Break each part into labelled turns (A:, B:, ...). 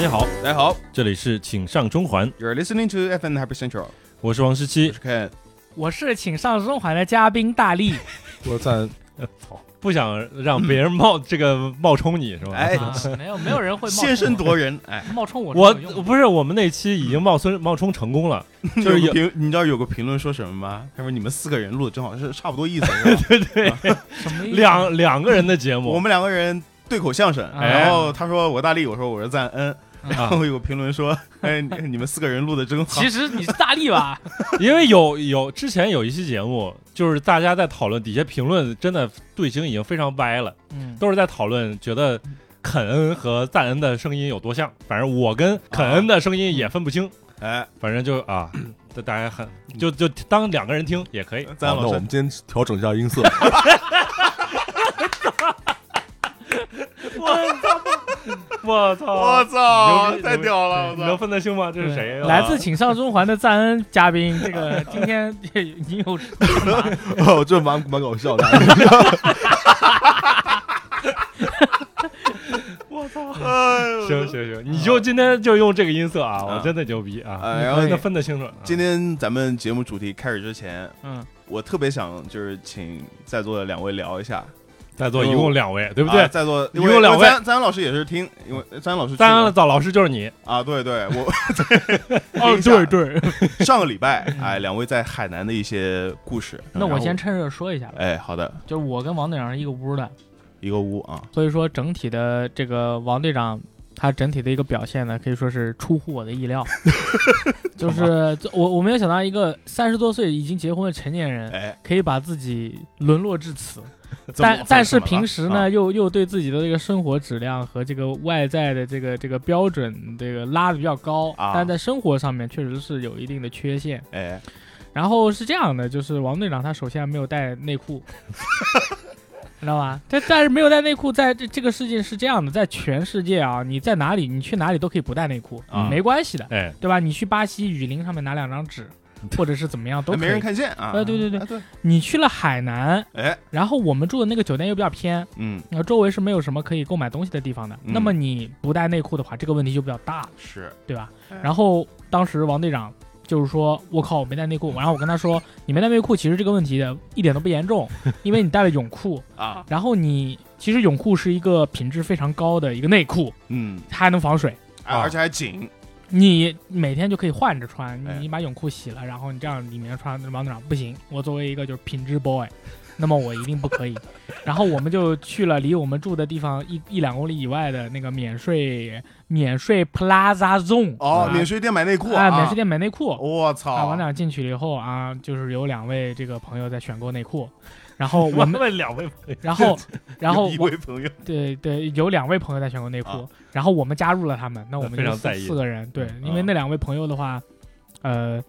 A: 家好，
B: 大家好
A: 这里是请上中环，
B: ，You're listening to FM Happy Central，
A: 我是王十
B: 我
A: 七
B: 是。Ken。
C: 我是请上中环的嘉宾大力，
D: 我在
A: 不想让别人冒这个冒充你是吧？
B: 哎，
C: 啊、没有没有人会冒充我
B: 先声夺人， 哎，
C: 冒充我
A: 我
C: 这个用
A: 不是我们那期已经冒充冒充成功了，就是
B: 哎
A: 有
B: 有个评，你知道有个评论说什么吗？他说你们四个人录的正好是差不多 意思，是吧
C: 什么意思
A: 两两个人的节目，
B: 我们两个人对口相声。
C: 哎
B: 然后他说我大力，我说我是赞恩。然
A: 啊
B: 后有个评论说， 哎，你你们四个人录的真好
C: 其。实你是大 力吧？
A: 因为有有之前有一期节目，就是大家在讨论底下评论，真的队形已经非常歪了，
C: 嗯，
A: 都是在讨论觉得肯恩和赞恩的声音有多像，反正我
B: 啊
A: 跟肯恩的声音也分不清，
B: 哎，
A: 反正就啊，大大家很就就当两个人听也可以。
B: 赞
D: 好，
B: 恩老
D: 那我
B: 师
D: 们，今天调整一下音色，
A: 我操
B: 我！操
A: 牛，逼
B: 太屌了！
A: 你能
B: 我操，
A: 分得清吗？这是
B: 啊
A: 谁？
C: 来自请上中环的赞恩嘉宾，这 个今天你有
D: 哦，这蛮蛮搞 笑的。
B: 哎呦
A: 行行。行，你就今天就用这个音色啊！我真的牛逼啊！
D: 哎
B: 啊然后
A: 那分得清楚。
B: 今天咱们节目主题开始之前，
C: 嗯，
B: 我特别想就是请在座的两位聊一下，
A: 在座一共两位，对不对
B: 啊？在座
A: 一共两位
B: 因为赞赞恩老师也是听，因为赞恩老师去
A: 当然
B: 过
A: 了，早老师就是 你。
B: 啊，对对， 我
C: 哦
B: 一
A: 啊
B: 下
C: 对对，
B: 上个礼拜哎，两位在海南的一些故事。
C: 那
B: 然
C: 我
B: 后
C: 先趁热说一下吧，
B: 哎，好的，
C: 就是我跟王队长是一个屋的，
B: 一个屋啊，
C: 所以说整体的这个王队长他整体的一个表现呢，可以说是出乎我的 意料，就是我我没有想到一个三十多岁已经结婚的成年人，
B: 哎，
C: 可以把自己沦落至 此，
B: 怎么
C: 但但是平时呢，，
B: 啊
C: 又又对自己的这个生活质量和这个外在的这个这个标准这个拉的比较高，
B: 啊
C: 但在生活上面确实是有一定的缺陷。
B: 哎，
C: 然后是这样的，就是王队长他首先没有带 内裤，知道吧？但但是没有带内裤，在这这个世界是这样的，在全世界啊，你在哪里，你去哪里都可以不带内裤，
A: 啊
C: 没关系的，
A: 哎，
C: 对吧？你去巴西雨林上面拿两张纸，或者是怎么样都
B: 哎
C: 可
B: 没
C: 以
B: 人。看见啊，
C: 哎对对对
B: 哎对，
C: 你去了海南，
B: 哎，
C: 然后我们住的那个酒店又比较偏，
B: 嗯，
C: 那周围是没有什么可以购买东西的地方的。
B: 嗯
C: 那么你不带内裤的话，这个问题就比较大了，
B: 是，
C: 对吧
B: 哎？
C: 然后当时王队长就是说：“我靠，我没带内裤。”然后我跟他说：“你没带内裤，其实这个问题一点都不严重，因为你带了泳裤。
B: 啊，
C: 然后你其实泳裤是一个品质非常高的一个内裤，
B: 嗯，
C: 它还能防水，
B: 哎
A: 啊
B: 而且还紧，
C: 你每天就可以换着穿。
B: 哎
C: 你你把泳裤洗了，然后你这样里面穿，王队长不行。我作为一个就是品质 boy，那么我一定不可以。然后我们就去了离我们住的地方一一两公里以外的那个免税免税 Plaza Zone
B: 哦
C: 啊，
B: 免税店哦买内裤
C: 啊，免税，店买内裤。
B: 我
C: 啊，王
B: 操
C: 队，长进去了以后啊，就是有两位这个朋友在选购内裤，然后 我们，
A: 们两位，
C: 然后，然后
B: 有一
C: 我
B: 位朋友，
C: 对对，有两位朋友在选购内裤，
B: 啊
C: 然后我们加入了他们，那我们
A: 非
C: 就
A: 常在
C: 四
A: 意
C: 四个人，对，因为
B: 嗯
C: 那两位朋友的话，呃，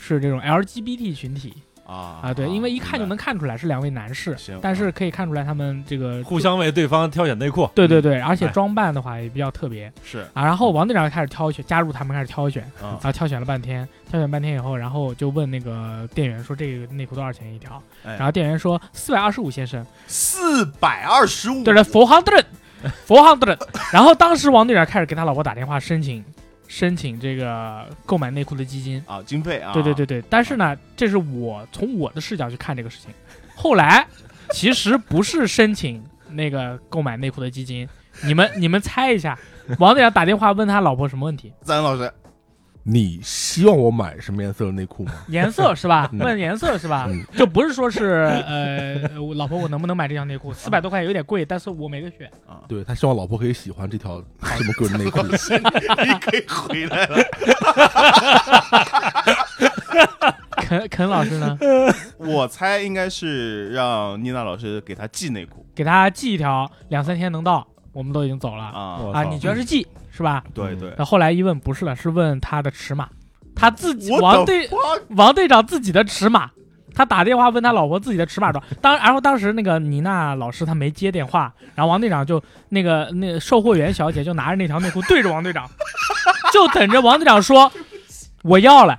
C: 是这种 LGBT 群体
B: 啊
C: 啊，对，因为一看就
B: 明白
C: 能看出来是两位男士
B: 行，
C: 但是可以看出来他们这个
A: 互，相为对方挑选内裤。
C: 对对对，而且
A: 哎
C: 装扮的话也比较特别
B: 是
C: 啊。然后王队长开始挑选，加入他们开始挑选，
B: 啊
C: 然，后挑选了半天，挑选半天以后，然后就问那个店员说这个内裤多少钱一条，
B: 哎
C: 然后店员说四百二十五先生，
B: 四百二十五，
C: 对对，four hundred，four hundred。然后当时王队长开始给他老婆打电话申请申请这个购买内裤的基金，
B: 啊，经费啊，
C: 对对对，对。但是呢，这是我从我的视角去看这个事情，后来其实不是申请那个购买内裤的基金，你们 你们猜一下，王队长打电话问他老婆什么问题？
B: 赞恩老师，
D: 你希望我买什么颜色的内裤吗？
C: 颜色是 吧？
D: 嗯
C: 问颜色是吧？
D: 嗯
C: 就不是说是呃，我老婆我能不能买这条内裤？四百多块有点贵，但是我没得选。
B: 啊，
D: 对他希望老婆可以喜欢这条这么贵的内 裤。
B: 你可以回来 了。
C: 肯肯老师呢，
B: 我猜应该是让妮娜老师给他寄内裤
C: 给他寄一条，两三天能到，我们都已经走了
B: 啊。
C: 啊。嗯你觉得是寄是吧？
B: 对对，
C: 那后来一问不是了，是问他的尺码，他自己
B: 我
C: 王
B: 的
C: 队 王队长自己的尺码。他打电话问他老婆自己的尺码多少，当然后当时那个妮娜老师她没接电话，然后王队长就那个那个售货员小姐就拿着那条内裤对着王队长， 就等着王队长说我要了，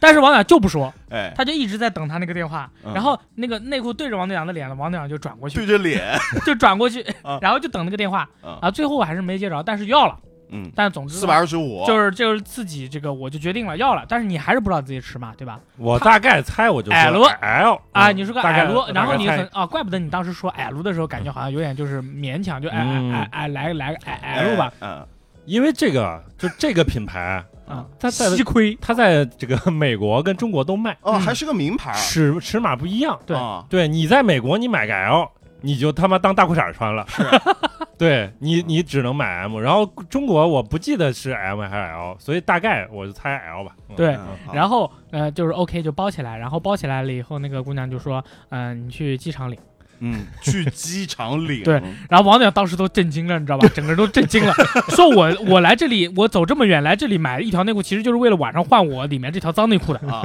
C: 但是王队长就不说，
B: 哎，
C: 他就一直在等他那个电话，
B: 嗯
C: 然后那个内裤对着王队长的脸了，王队长就转过去
B: 对着脸
C: 就转过去
B: 啊，
C: 然后就等那个电话
B: 啊
C: 啊，最后还是没接着，但是要了。
B: 嗯，
C: 但总之呢
B: 四百二十五，
C: 就是就是自己这个我就决定了要了，但是你还是不知道自己尺码对
B: 嗯
C: 吧？
A: 我大概猜我就说
C: L
A: L
C: 啊，
A: 嗯
C: 你说个
A: 大概
C: L，然后你
A: 大概
C: 很
A: 猜
C: 啊，怪不得你当时说 L 的时候，感觉好像有点就是勉强就哎
A: 嗯
C: 哎哎哎来来个 L 吧，
B: 嗯，
A: 因为这个就这个品牌，
C: 啊，
A: 它在
C: 吸亏，
A: 它在这个美国跟中国都卖，
B: 哦，
C: 嗯
B: 还是个名
A: 啊
B: 牌儿，
A: 尺尺码不一样。
C: 对
B: 啊
A: 对你在美国你买个 L，你就他妈当大裤衩穿了。是， 对你你只能买 M。然后中国我不记得是 M 还是 L，所以大概我就猜 L 吧。嗯
C: 对
B: 嗯好
C: 然后呃就是 OK 就包起来，然后包起来了以后，那个姑娘就说，嗯、你去机场领。
B: 嗯，去机场领，
C: 对，然后王导当时都震惊了，你知道吧？整个人都震惊了，说我我来这里，我走这么远来这里买一条内裤，其实就是为了晚上换我里面这条脏内裤的。
B: 啊，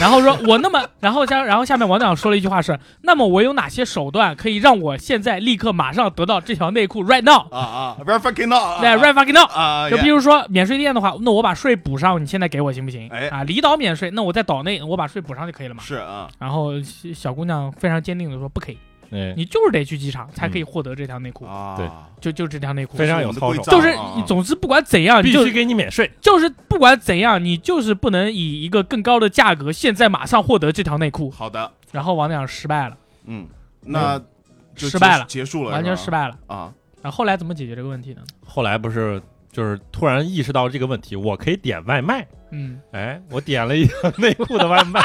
C: 然后说我那么，然后下然后下面王队长说了一句话是：那么我有哪些手段可以让我现在立刻马上得到这条内裤？Right now，
B: 啊啊，right fucking now，
C: 对，right fucking now。
B: 啊，
C: 就比
B: yeah，
C: 如说免税店的话，那我把税补上，你现在给我行不行？
B: 哎
C: 啊，离岛免税，那我在岛内我把税补上就可以了嘛。
B: 是啊，
C: 然后小小姑娘非常坚定的说：“不可以，
A: 哎，
C: 你就是得去机场才可
B: 嗯
C: 以获得这条内裤，
B: 啊，
A: 对
C: 就就这条内裤。”
A: 非常
B: 我
A: 有
B: 们的
A: 操
B: 规
A: 守
B: 章
C: 就是
B: 啊
C: 你，总之不管怎样，你
A: 必
C: 就
A: 须给你免税。
C: 就是不管怎样，你就是不能以一个更高的价格，现在马上获得这条内裤。
B: 好的，
C: 然后王队长失败了，
B: 嗯，那就
C: 失败了，
B: 结束了，
C: 完全
B: 是
C: 失
B: 吧
C: 败了。
B: 啊，
C: 然后后来怎么解决这个问题呢？
A: 后来不是就是突然意识到这个问题，我可以点外卖。
C: 嗯，
A: 哎，我点了一条内裤的外卖，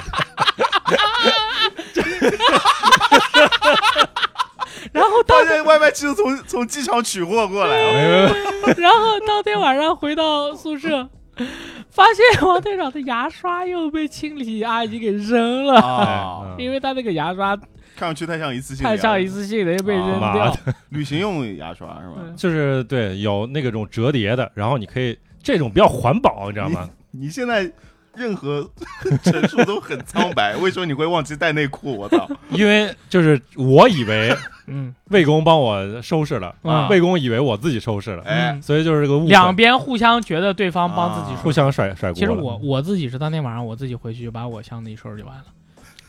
C: 然后到
B: 发现外卖其实从从机场取货过来了，
C: 然后当天晚上回到宿舍，发现王队长的牙刷又被清理阿姨给扔了，
A: 哎嗯
B: 啊，
C: 因为他那个牙刷
B: 看上去太像一次性的牙
C: 太
B: 刷，
C: 像一次性的又被扔
A: 啊
C: 掉
A: 妈。
B: 旅行用牙刷是吧？
C: 嗯
A: 就是对有那种折叠的，然后你可以这种比较环保，你知道吗？
B: 你现在任何 陈述都很苍 白，为什么你会忘记带内裤？我操！
A: 因为就是我以为
C: 嗯，
A: 魏公帮我收拾了，
C: 啊
A: 魏公以为我自己收拾了，
B: 哎
C: 嗯，
A: 所以就是这个误会
C: 两边互相觉得对方帮自己
B: 啊
A: 互
C: 说。
A: 相甩甩锅了。
C: 其实我我自己是当天晚上我自己回去就把我箱子一收拾就完了，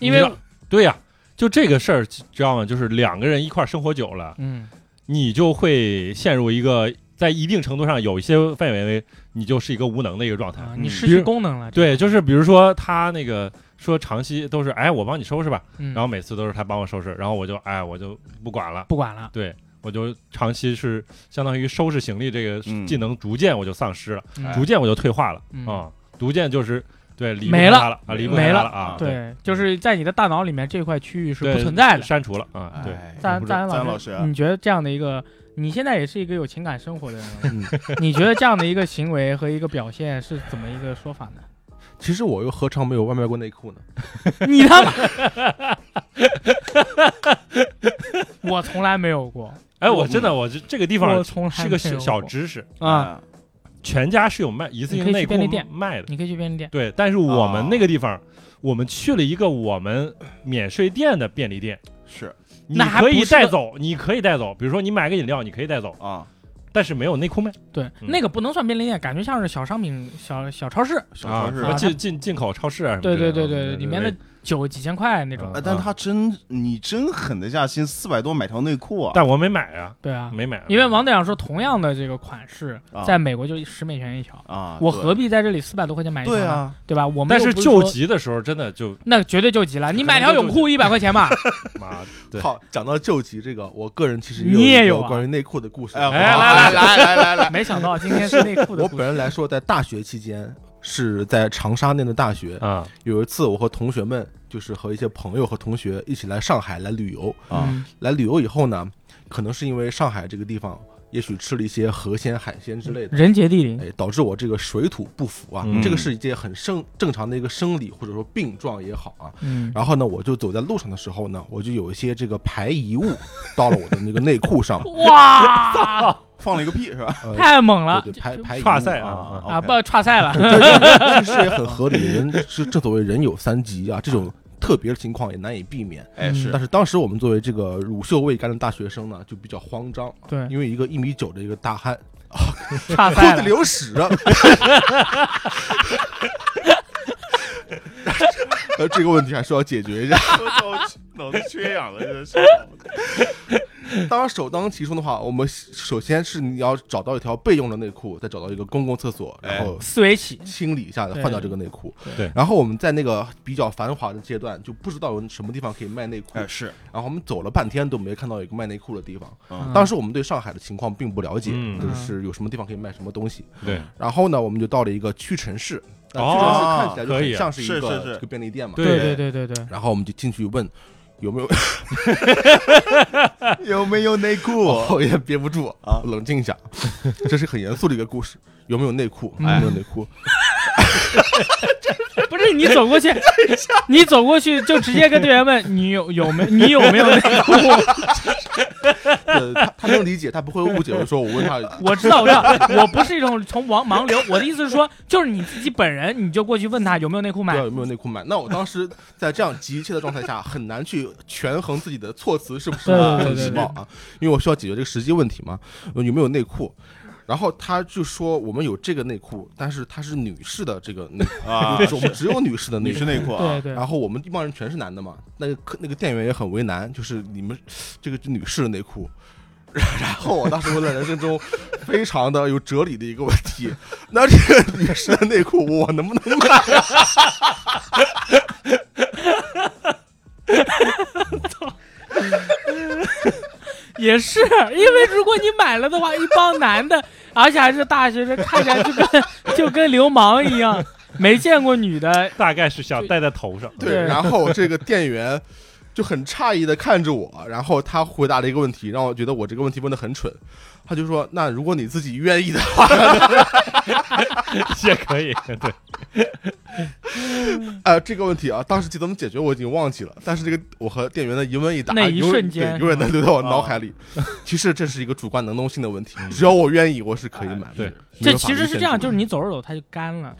C: 因
A: 你
C: 为
A: 知道对呀、就这个事儿，知道吗？就是两个人一块儿生活久了，
C: 嗯
A: 你就会陷入一个在一定程度上有一些范围内，你就是一个无能的一个状态。
C: 啊，你
B: 嗯
C: 失
A: 比
C: 去
A: 如
C: 功能了。这
A: 对，就是比如说他那个说长期都是哎我帮你收拾吧，
C: 嗯，
A: 然后每次都是他帮我收拾，然后我就哎我就不管了，
C: 不管了。
A: 对我就长期是相当于收拾行李这个
B: 嗯哎
A: 技能逐渐我就丧失了，
C: 嗯
A: 逐渐我就退化了
C: 嗯
A: 啊，逐渐就是对离不
C: 没
A: 开
C: 了
A: 他了啊，离不
C: 没
A: 开
C: 了
A: 他啊，
C: 对，就是在你的大脑里面这块区域是
A: 对
C: 不存在的。
A: 删除了啊，对。
B: 哎
C: 赞
A: 不是
C: 赞
B: 赞
C: 老
B: 老师
A: 啊
C: 你觉得这样的一个，你现在也是一个有情感生活的人
A: 嗯
C: 了，你觉得这样的一个行为和一个表现是怎么一个 说法呢？
D: 其实我又何尝没有外卖过内裤呢？
C: 你他妈！我从来没有过，
A: 哎，我真的，我这这个地方
C: 我从来
A: 是个
C: 没
A: 小
C: 有
A: 小
C: 过
A: 知识，
C: 啊！，
A: 全家是有卖一次
C: 你
A: 性
C: 可以去
A: 内裤
C: 便利店
A: 卖的，
C: 你可以去便利店，
A: 对。但是我们
B: 哦
A: 那个地方，我们去了一个我们免税店的便利店，
B: 是
A: 你
C: 那还
A: 可以
C: 不是
A: 带
C: 个
A: 走，你可以带走。比如说你买个饮料，你可以带走，
B: 啊，
A: 但是没有内裤卖
C: 对，
A: 嗯
C: 那个不能算便利店，感觉像是小商品、小小超市。
B: 小
A: 啊
B: 超，市
A: 什么进进进口超市啊，什么
C: 对
A: 之类
C: 对
A: 的
C: 对
A: 嗯
C: 对，里面的酒几千块那种
A: 嗯。
B: 哎，但他真，你真狠得下心，四百多买条内裤啊！
A: 但我没买啊，
C: 对啊，
A: 没买啊，
C: 因为王队长说，同样的这个款式，
B: 啊
C: 在美国就十美元一条，
B: 啊，
C: 我
B: 对
C: 何必在这里四百多块钱买一条
B: 对
C: 呢？
B: 啊，
C: 对吧？我们
A: 但
C: 又
A: 是
C: 不
A: 救
C: 说
A: 急的时候真的就
C: 那绝对救急了。你买条泳
A: 救
C: 裤一百块钱吧，
A: 妈 对
D: 好，讲到救急这个，我个人其实
C: 你也
D: 也
C: 有
D: 一
C: 啊
D: 个关于内裤的故事。
B: 哎，
A: 来
B: 好
A: 来
B: 来来来来来，
C: 没想到今天是内裤的
D: 我
C: 故
D: 本
C: 事。
D: 人来说，在大学期间是在长沙念的大学，
A: 啊，
D: 有一次我和同学们，就是和一些朋友和同学一起来上海来旅游。
B: 啊，
C: 嗯
D: 来旅游以后呢，可能是因为上海这个地方，也许吃了一些河鲜海鲜之类的。
C: 人杰地灵，
D: 哎，导致我这个水土不服啊，
A: 嗯
D: 这个是一件很生正常的一个生理或者说病状也好啊。
C: 嗯，
D: 然后呢，我就走在路上的时候呢，我就有一些这个排遗物到了我的那个内裤上，
C: 哇，
B: 放了一个屁是吧？
D: 呃，
C: 太猛了
D: 对对，排排遗
A: 哇
D: 物
A: 塞
D: 啊，
A: 啊
C: 啊！
B: OK
C: 不，岔赛了，
D: 其实也很合理。人是正所谓人有三急啊，这种特别的情况也难以避免。
B: 哎是
D: 但是当时我们作为这个乳臭未干的大学生呢，就比较慌张，
C: 对，
D: 因为一个一米九的一个大汉，
C: 岔
D: 裤
C: 赛
D: 子
C: 了。
D: 流屎啊了。呃，这个问题还是要解决一下。
B: 我操，脑子缺氧了，真是。
D: 当然首当其冲的话，我们首先是你要找到一条备用的内裤，再找到一个公共厕所，
B: 哎
D: 然后
C: 四围起，
D: 清理一下换掉这个内裤。
A: 对
D: 然后我们在那个比较繁华的阶段，就不知道有什么地方可以卖 内裤，
B: 哎，是，
D: 然后我们走了半天都没看到有一个卖内裤的地方。
B: 嗯
D: 当时我们对上海的情况并不了解，
A: 嗯
D: 就是有什么地方可以卖什么东西。
A: 对
D: 然后呢，我们就到了一个屈臣氏，那屈臣氏
B: 哦
D: 看起来就
A: 可
D: 很
A: 以啊
D: 像是一
B: 是
D: 个
B: 是是
D: 这个便利店嘛。
A: 对
C: 对对对对对，
D: 然后我们就进去问有没有，
B: 有没有内裤？
D: 我也憋不住
B: 啊
D: 冷静一下， 这是很严肃的一个故事。有没有内裤？有
C: 嗯
D: 没有内裤？
C: 不是你走过去，你走过去就直接跟队员 问你有有没你有没有内裤？
D: 呃，他他能理解，他不会误解为说我问他
C: 我知道，我知道，我不是一种从盲盲流，我的意思是说，就是你自己本人，你就过去问他有没有内裤
D: 不知
C: 买
D: 道。有没有内裤买。那我当时在这样急切的状态下，很难去权衡自己的措辞是不是
C: 对对对
D: 很
C: 对
D: 时髦啊，因为我需要解决这个实际问题嘛，呃有没有内裤？然后他就说我们有这个内裤，但是它是女士的这个内 裤，
B: 啊，
D: 就是我们只有女士的内
B: 女
D: 裤
B: 士。内裤啊
C: 对，对，
D: 然后我们一帮人全是男的嘛，那个客那个店员也很为难，就是你们这个女士的内裤。 然后我当时问了人生中非常的有哲理的一个问题，那这个女士的内裤我能不能买？
C: 也是因为如果你买了的话，一帮男的，而且还是大学生，看起来就跟就跟流氓 一样，没见过女的。
A: 大概是想戴在头上。
D: 对，
C: 对
D: 然后这个店员就很诧异的看着我，然后他回答了一个问题，让我觉得我这个问题问的很蠢。他就说：“那如果你自己愿意的话，
A: 也可以，对，
D: 呃，这个问题啊，当时怎么解决我已经忘记了。但是这个我和店员的一问一答，
C: 那一
D: 永
C: 瞬间嗯哦
D: 对永远能留在我 脑海里。其实这是一个主观能动性的问题，只要我愿意，我是可以买的。
A: 对
D: 没
C: 这
D: 有法律限制，
C: 其实是这样，就是你走着走，它就干了，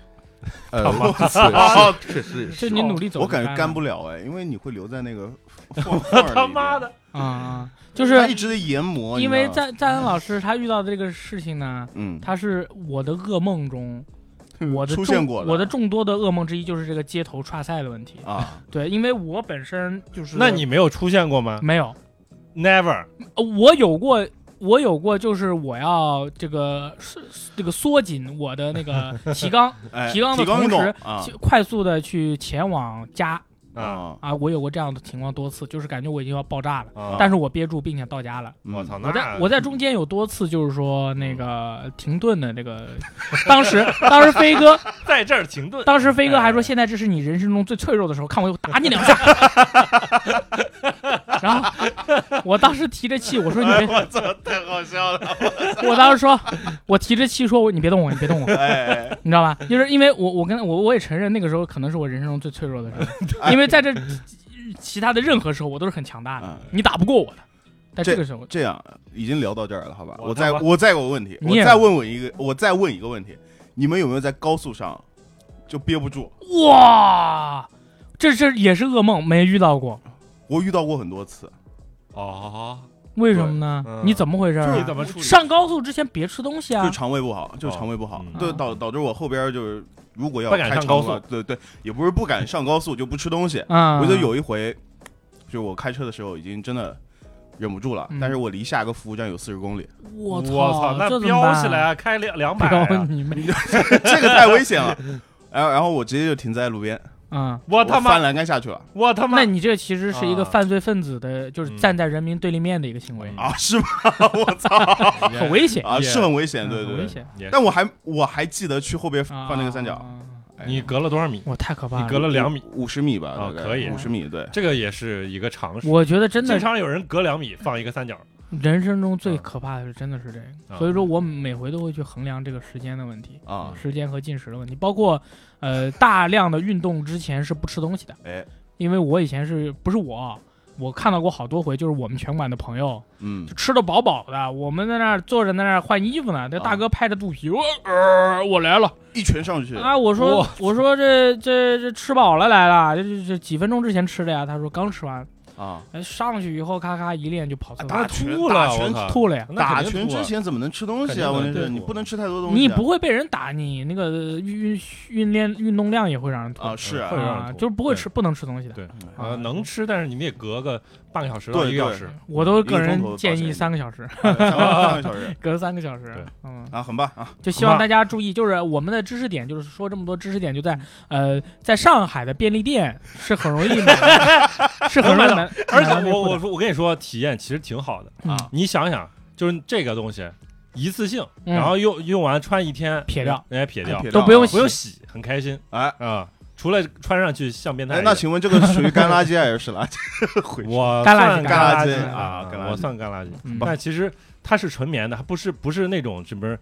D: 呃
A: 他妈，
D: 对是确实也
C: 就
D: 是
C: 你努力走
B: 啊哦我
C: 哦就了。
B: 感觉干不了哎，因为你会留在那 个缝缝儿里
A: 他妈的，
C: 啊啊！就
B: 它一
C: 是
B: 直啊的研磨，
C: 因为
B: 在
C: 赞赞恩老师他遇到的这个事情呢，
B: 嗯，
C: 他是我的噩梦中，我的
B: 出
C: 众
B: 现过了
C: 我的众多的噩梦之一就是这个街头串赛的问题。
B: 啊，
C: 对，因为我本身就是
A: 那你没有出现过吗
C: 没有，
A: ？Never，
C: 呃我有过，我有过，就是我要这个是这个缩紧我的那 个提纲，
B: 哎，
C: 提纲的
B: 运动
C: 同时
B: 啊
C: 去快速的去前往家
A: 啊
B: 啊，
C: 啊！我有过这样的情况多次，就是感觉我已经要爆炸了，
A: 啊！
C: 但是我憋住并且到家了。
B: 嗯
A: 我操，，
C: 我在
A: 那
C: 我在中间有多次就是说那个停顿的那个，当时当时飞哥
A: 在这儿停顿，
C: 当时
B: 哎
C: 飞哥还说：“现在这是你人生中最脆弱的时候，看我又打你 两下。”然后我当时提着气，我说：“你
B: 哎
C: 别，
B: 我操，太好笑了，
C: 我当时说，我提着气说，我你别动我，你别动我，
B: 哎，
C: 你知道吧？就是因为我我跟我我也承认那个时候可能是我人生中最脆弱 的时候，因为在这其他的任何时候我都是很强大的，
B: 啊
C: 你打不过我的。但这个时候，
B: 这样已经聊到这儿了，好吧？
A: 我
B: 我再
A: 他妈
B: 我再有个问题，
C: 你
B: 我
C: 也
B: 再问我一个，我再问一个问题，你们有没有在高速上就憋不住？
C: 哇，这这也是噩梦，没遇到过，
B: 我遇到过很多次，
A: 哦，
C: 为什么呢？
A: 对嗯
C: 你怎么回事、啊？
A: 你怎么处理？
C: 上高速之前别吃东西啊
B: 就！肠胃不好，就肠胃不好
A: 嗯，
B: 对导导致我后边就是如果要
A: 不敢
B: 开
A: 上
B: 长
A: 高嗯
B: 途了对对，也不是不敢上高速就不吃东西，
C: 啊，
B: 我就有一回，就是我开车的时候已经真的忍不住了，
C: 嗯
B: 但是我离下一个服务站有四十公里，
C: 我
A: 操，
C: 操，
A: 那
C: 这怎
A: 飙
C: 么办
A: 起！来开两两 百
C: 彪
A: 啊，
C: 你妹！
B: 这个太危险了。 然后然后我直接就停在路边，
C: 嗯，
A: 我哦他
B: 翻
A: 妈，
B: 栏杆下去了
A: 我他妈
C: 那，你这其实是一个
A: 啊嗯
C: 犯罪分子的，就是站在人民对立面的一个行为，
A: 哦
B: 啊！是吗？我操
A: 嗯
C: 很危险，
B: 啊！
A: 也
B: 是很危险，
C: 嗯
B: 对
C: 很
B: 对
C: 危
B: 对。
C: 险。
A: 也
B: 但我还我还记得去后边
C: 啊
B: 放那个三角，，哎
A: 你隔了多少米？
C: 我太可怕
A: 你隔
C: 了。
A: 了两米，
B: 五十米吧，
A: 啊
B: 大概
A: 可以
B: 五十米，对。
A: 这个也是一个常识。
C: 我觉得真
A: 经嗯
C: 的，
A: 常有人隔两米放一个三角，
C: 人生中最可怕的是真的是这个，
A: 啊
C: 所以说我每回都会去衡量这个时间的问题，
B: 啊，
A: 嗯
C: 时间和进食的问题，包括呃大量的运动之前是不吃东西的，
B: 哎，
C: 因为我以前是不是我，啊我看到过好多回，就是我们拳馆的朋友，
B: 嗯
C: 就，吃的饱饱的，我们在那儿坐着，在那儿换衣服呢。那
B: 啊
C: 大哥拍着肚皮，我、呃、我来了
B: 一拳上去，
C: 啊！我说
A: 哇
C: 我说这这这吃饱了来了，这这这几分钟之前吃的呀。他说刚吃完，
B: 啊，
C: 哎上去以后咔咔一练就跑厕所，
A: 打
B: 打拳
A: 吐了，
B: 打
A: 我
B: 拳
A: 靠
C: 吐了呀。
A: 那
B: 打
A: 肯定
B: 拳
A: 吐啊
B: 之前怎么能吃东西
A: 肯定
B: 啊？
A: 能
B: 问题是
A: 对
B: 你不能吃太多东西啊，
C: 你不会被人打，你那个运运练运动量也会让人吐
B: 啊？是啊
A: 会让人
C: 啊
A: 吐
C: 就是不会
A: 对呃
C: 吃不能吃东西的啊
A: 对
B: 嗯
A: 呃，能吃，但是你们也隔个半个小时到
B: 对
A: 一个小
B: 对
A: 时。
C: 我都
B: 一
C: 个
B: 个钟
C: 人
B: 头的保
C: 建
B: 险
C: 议三个小时，
B: 三 个半个小时
C: 隔三个小时
A: 对。
C: 嗯，
B: 啊，很棒啊，
C: 就希望大家注意，就是我们的知识点，就是说这么多知识点，就在
A: 嗯
C: 呃，在上海的便利店是很容易买 的，是很容易买的，
A: 而且
C: 买到内
A: 我
C: 裤的
A: 我说我跟你说，体验其实挺好的。
C: 嗯
A: 你想想，就是这个东西一次性，
C: 嗯
A: 然后用用完穿一天，
C: 撇掉，
A: 人家撇掉，
B: 撇
C: 都
B: 掉
C: 不用
B: 啊
A: 不用洗，很开心
B: 哎
A: 啊。除了穿上去像变态
B: 哎
A: 一，
B: 那
A: 样，
B: 请问这个属于干垃圾啊还是湿垃圾？ 回
A: 我
C: 干垃圾
A: 算
C: 干
B: 垃
A: 垃
B: 圾
A: 圾
B: 啊干垃圾
A: 我算干垃圾
C: 嗯。
A: 但其实它是纯棉的，它不是不是那种什么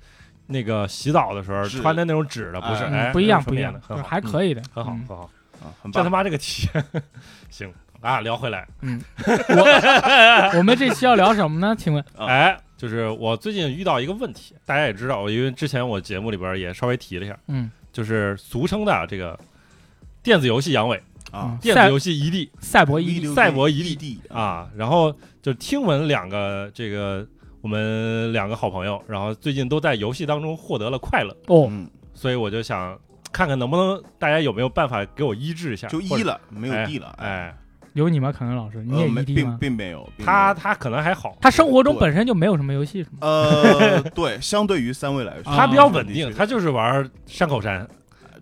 A: 那个洗澡的时候
B: 纸
A: 穿的那种纸的，不是，
B: 哎
A: 哎，
C: 嗯不一样，
A: 是
C: 不
A: 纯
C: 一
A: 棉
C: 样
A: 的，，很
C: 就
A: 好，
C: 还可以的，
A: 很好，
C: 嗯
A: 很好。
B: 啊，很
A: 这他
B: 棒。
A: 妈这个体验， 行啊，聊回来，
C: 嗯我们这期要聊什么呢？请问，
B: 啊
A: 哎，就是我最近遇到一个问题，大家也知道，我因为之前我节目里边也稍微提了一下，
C: 嗯，
A: 就是俗称的这个电子游戏阳痿，
B: 啊，
A: 电子游戏嗯一地
C: 嗯赛博一，
A: 赛博一
B: 异
A: 地
B: 地啊，
A: 啊，然后就听闻两个这个我们两个好朋友，然后最近都在游戏当中获得了快乐，
C: 哦，
B: 嗯，
A: 所以我就想看看能不能大家有没有办法给我医治一下，
B: 就
A: 或
B: 一
A: 者
B: 了，没有地了，哎，
A: 哎，
C: 有你吗？肯恩老师，你
B: 呃
C: 也
B: 没
C: ED
B: 并
C: 吗？
B: 并没有，并没有
A: 他他可能还好，
C: 他生活中本身就没有什么游戏，是吗？
B: 呃，对，相对于三位来说，
A: 他比较
C: 啊
A: 稳定，他就是玩山口山，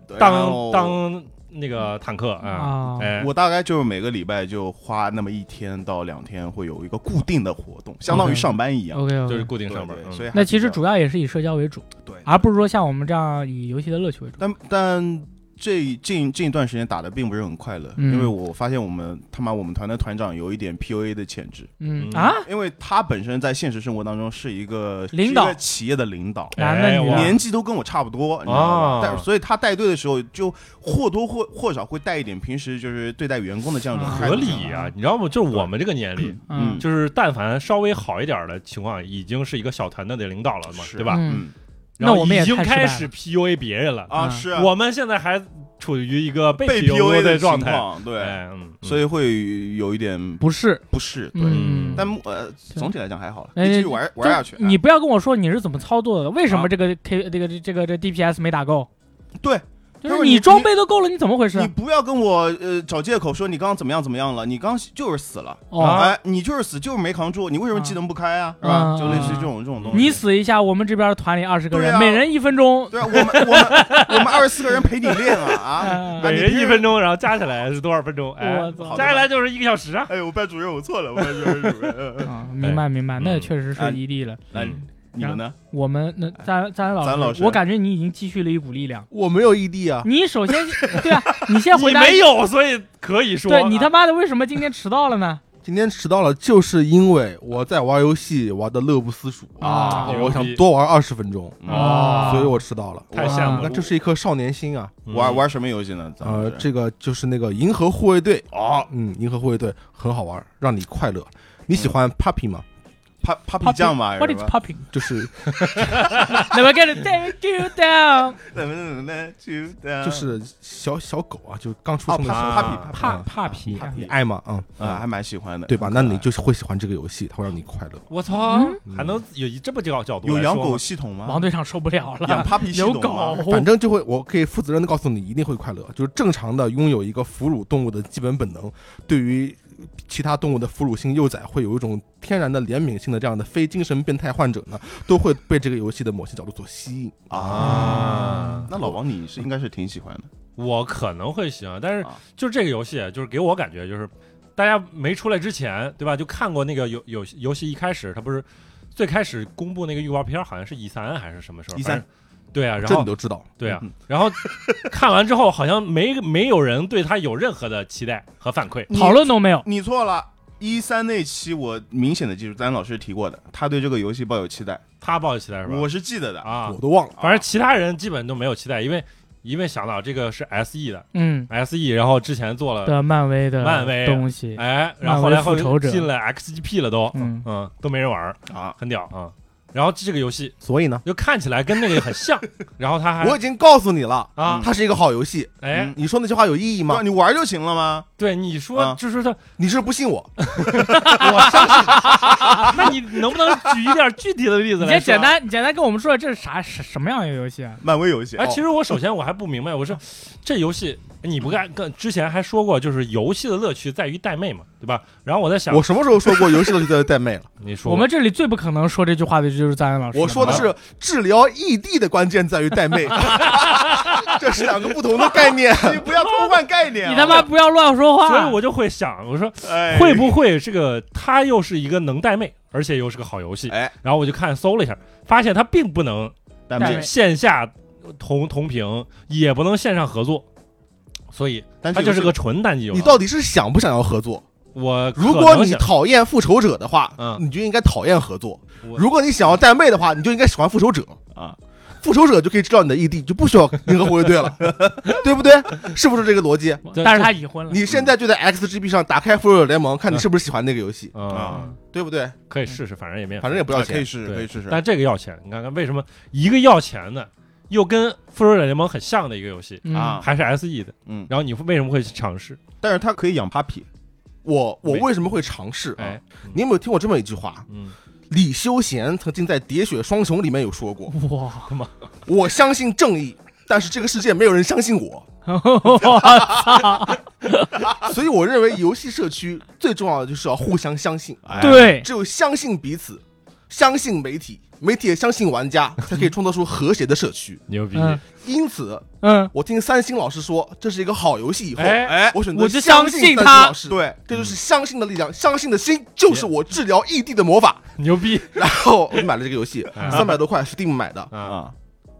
B: 对
A: 当
B: 然后
A: 当哎那个坦克啊，
C: 啊，
A: 哎，
B: 我大概就是每个礼拜就花那么一天到两天，会有一个固定的活动，相当于上班一样。
C: OK
A: 就是
C: OK，
A: 固定嗯
B: 对
A: 上班
B: 对，
A: 嗯
B: 所以还
C: 那
B: 是
C: 其实
B: 比较
C: 主要也是以社交为主，
B: 对，
C: 而不是说像我们这样以游戏的乐趣为主。
B: 但但这近近一段时间打的并不是很快乐，
C: 嗯
B: 因为我发现我们他妈我们团的团长有一点 PUA 的潜质，
C: 嗯
A: 嗯
C: 啊，
B: 因为他本身在现实生活当中是一个
C: 领导
B: 是一个企业的领导。
C: 男
A: 哎
C: 的女
A: 我
C: 的，
B: 年纪都跟我差不多，你知道吧
A: 哦？
B: 但所以他带队的时候，就或多或或少会带一点平时就是对待员工的这样一种
C: 啊
B: 态度
A: 合理啊，你知道吗？就是我们这个年龄，
B: 嗯
A: 就是但凡稍微好一点的情况，已经是一个小团队的领导了嘛，
B: 是
A: 对吧？
C: 嗯，
B: 嗯
A: 然后
C: 那我们也
A: 已经
C: 太失败
A: 开始 PUA 别人了，
B: 啊
C: 嗯
B: 是啊
A: 我们现在还处于一个被
B: 被
A: PUA
B: 的
A: 状
B: 情
A: 态，
B: 况，对，
A: 哎，嗯，
B: 所以会有一点
C: 不是，
B: 不适，对。
C: 嗯，
B: 但呃，总体来讲还好了，
C: 哎
B: 继续玩玩下去。
C: 就你不要跟我说你是怎么操作的，为什么这个 K 这个这个这 DPS 没打够？
B: 对，
C: 就是
B: 就是你
C: 你装备都够了，你怎么回事
B: 你？不要跟我呃找借口说你刚刚怎么样怎么样了，你刚就是死了，
C: 哦，
A: 啊
B: 哎，你就是死，就是没扛住，你为什么技能不开啊？是吧？
C: 啊
B: 就类似于这种这种东西。
C: 你死一下，我们这边团里二十个
B: 对
C: 人，
B: 啊
C: 每人一分钟，
B: 对啊，我们我们我们二十四个人陪你练啊啊
C: 啊！
B: 啊
A: 每
B: 你
A: 人
B: 平
A: 一
B: 时
A: 分钟，然后加起来是多少分钟？哎
C: 我，操
B: 好的
A: 加起来就是一个小时啊。
B: 哎，我班主任，我错了，我班主任主任。
C: 啊，明白明白，那确实是
B: 哎
C: 异地了。
B: 那
A: 嗯
B: 你们呢？
C: 我们那咱咱老
B: 咱老师
C: 我感觉你已经积蓄了一股力量。
D: 我没有异地啊，
C: 你首先对啊，你先回
A: 你
C: 答，
A: 没有，所以可以说啊
C: 对你他妈的为什么今天迟到了呢？
D: 今天迟到了，就是因为我在玩游戏玩的乐不思蜀
C: 啊
D: 我想多玩二十分钟，
B: 嗯
C: 哦
D: 所以我迟到了。
A: 太羡慕
C: 啊
A: 了。
D: 那这是一颗少年心啊！
A: 嗯
B: 玩玩什么游戏呢？咱
D: 呃
B: 们，是
D: 这个就是那个银河护卫队哦，嗯，银河护卫队很好玩，让你快乐。你喜欢 Puppy 吗？
B: 啪啪皮酱嘛，
C: What
B: 是
C: is
B: 吧？
C: popping?
D: 就是
C: Never gonna take you down.
B: 怎么怎么的，就
D: 就是小小狗啊，就刚
B: 嗯
D: 出
B: 哦，
D: 生的小
A: 啊
D: 狗
B: 啪啪皮
C: 怕怕
D: 你
C: 皮，
D: 你爱吗？嗯，
B: 啊，还蛮喜欢的，
D: 对吧？
B: 很可
D: 那
B: 爱
D: 你就会喜欢这个游戏，它会让你快乐。
A: 我操
C: 嗯，
A: 还能有一这么角角度
B: 有
A: 来
B: 养
A: 说
B: 狗
A: 吗
B: 系统吗？
C: 王队长受不了
B: 养
C: 了，
B: p u p 系
C: 有
B: 统啊吗
C: 狗，
D: 反正就会，我可以负责任的告诉你，一定会快乐。就是正常的拥有一个哺乳动物的基本本能，对于其他动物的哺乳性幼崽会有一种天然的怜悯性的这样的非精神变态患者呢，都会被这个游戏的某些角度所吸引。
B: 啊。那老王你是应该是挺喜欢的，
A: 我可能会喜欢，但是
B: 啊
A: 就这个游戏，就是给我感觉就是，大家没出来之前，对吧？就看过那个游游游戏一开始，它不是最开始公布那个预告片儿，好像是 E 三还是什么时候？
B: E3
A: 反正，对啊，然
D: 这你
A: 后
D: 都知道，
A: 对啊
B: 嗯，
A: 然后看完之后，好像没没有人对他有任何的期待和反馈。
C: 讨论都没有。
B: 你错了。一三那期我明显的记住，咱老师提过的，他对这个游戏抱有期待，
A: 他抱有期待是吧？
B: 我是记得的啊。
A: 啊
D: 我，都忘了。
A: 反正其他人基本都没有期待，因为因为想到这个是 S E 的
C: 嗯，
A: S E，然后之前做了，
C: 的漫威的
A: 漫威
C: 东西，
A: 哎，然后后
C: 漫威
A: 来后
C: 复仇者
A: 进了 X G P 了都，
C: 嗯，
A: 嗯，都没人玩儿，
B: 啊，
A: 很屌啊。然后这个游戏
D: 所以呢，
A: 就看起来跟那个很 像，然后他还
D: 我已经告诉你了，
A: 啊，
B: 嗯
D: 它是一个好游戏。
A: 哎，
D: 你说那句话有意义
B: 那
D: 吗？
B: 啊你玩就行了吗？
A: 对你说
B: 啊
A: 就是他，
D: 你是不信我？
A: 我相信。 那你能不能举一点具体的例子
C: 你
A: 来
C: 先
A: 说？啊
C: 简单简单跟我们说这是啥什什么样的游戏啊？
B: 漫威游戏，
A: 哎，
B: 哦
A: 其实我首先我还不明白，我说这游戏你不干，跟之前还说过，就是游戏的乐趣在于带妹嘛，对吧？然后我在想
D: 我，什么时候说过游戏的就在带妹了？
A: 你说
C: 我们这里最不可能说这句话的就是张岩老师。
D: 我说的是治疗异地的关键在于 带妹，这是两个不同的概念。
B: 哦 你不要偷换概念啊，
C: 你他妈不要乱说话。
A: 所以我就会想，我说
B: 哎
A: 会不会这个它又是一个能带妹，而且又是个好游戏？
B: 哎，
A: 然后我就看搜了一下，发现它并不能
B: 但
C: 带
B: 这
C: 妹
A: 线下同同屏，也不能线上合作，所以
B: 但
A: 它就是个纯单机游戏。
D: 你到底是想不想要合作？
A: 我可能
D: 如果你
A: 想
D: 讨厌复仇者的话，
A: 嗯
D: 你就应该讨厌合作；
A: 我
D: 如果你想要带妹的话，你就应该喜欢复仇者
B: 啊。
D: 复仇者就可以知道你的异地，就不需要银河护卫 队了，对不对？是不是这个逻辑？
A: 这
C: 但是他已婚了。
D: 你现在就在 XGP 上打开复仇者联盟，看
A: 嗯
D: 你是不是喜欢那个游戏，
A: 啊、
B: 啊
D: 对不对？
A: 可以试试，反正也没有
D: 反正也不要
B: 啊可以
D: 钱。
B: 试试，
A: 对
B: 可以试试。
A: 但这个要钱，你看看为什么一个要钱的，又跟复仇者联盟很像的一个游戏，
C: 嗯
B: 啊
A: 还是 SE 的，
B: 嗯，
A: 然后你为什么会去尝试？
B: 但是它可以养 puppy，
D: 我我
A: 没
D: 为什么会尝
B: 啊
D: 试？啊
A: 哎，
D: 你有没有听过这么一句话？
A: 嗯，
D: 李修贤曾经在《喋血双雄》里面有说过
C: 哇，：“
D: 我相信正义，但是这个世界没有人相信我。”所以我认为游戏社区最重要的就是要互相相信，
B: 哎，
C: 对，
D: 只有相信彼此，相信媒体，媒体也相信玩家，才可以创造出和谐的社区。
A: 牛逼！
C: 嗯
D: 因此，
C: 嗯，
D: 我听三星老师说这是一个好游戏以后，
A: 哎
B: 哎，
D: 我选择
C: 我就相
D: 信
C: 信
D: 三星
C: 他嗯
D: 老师，，
B: 对，
D: 这就是相信的力量，相信的心就是我治疗异地的魔法。
A: 牛 逼
D: 然后我就买了这个游戏，
A: 啊
D: 三百多块，Steam 买的。
A: 啊！
B: 啊，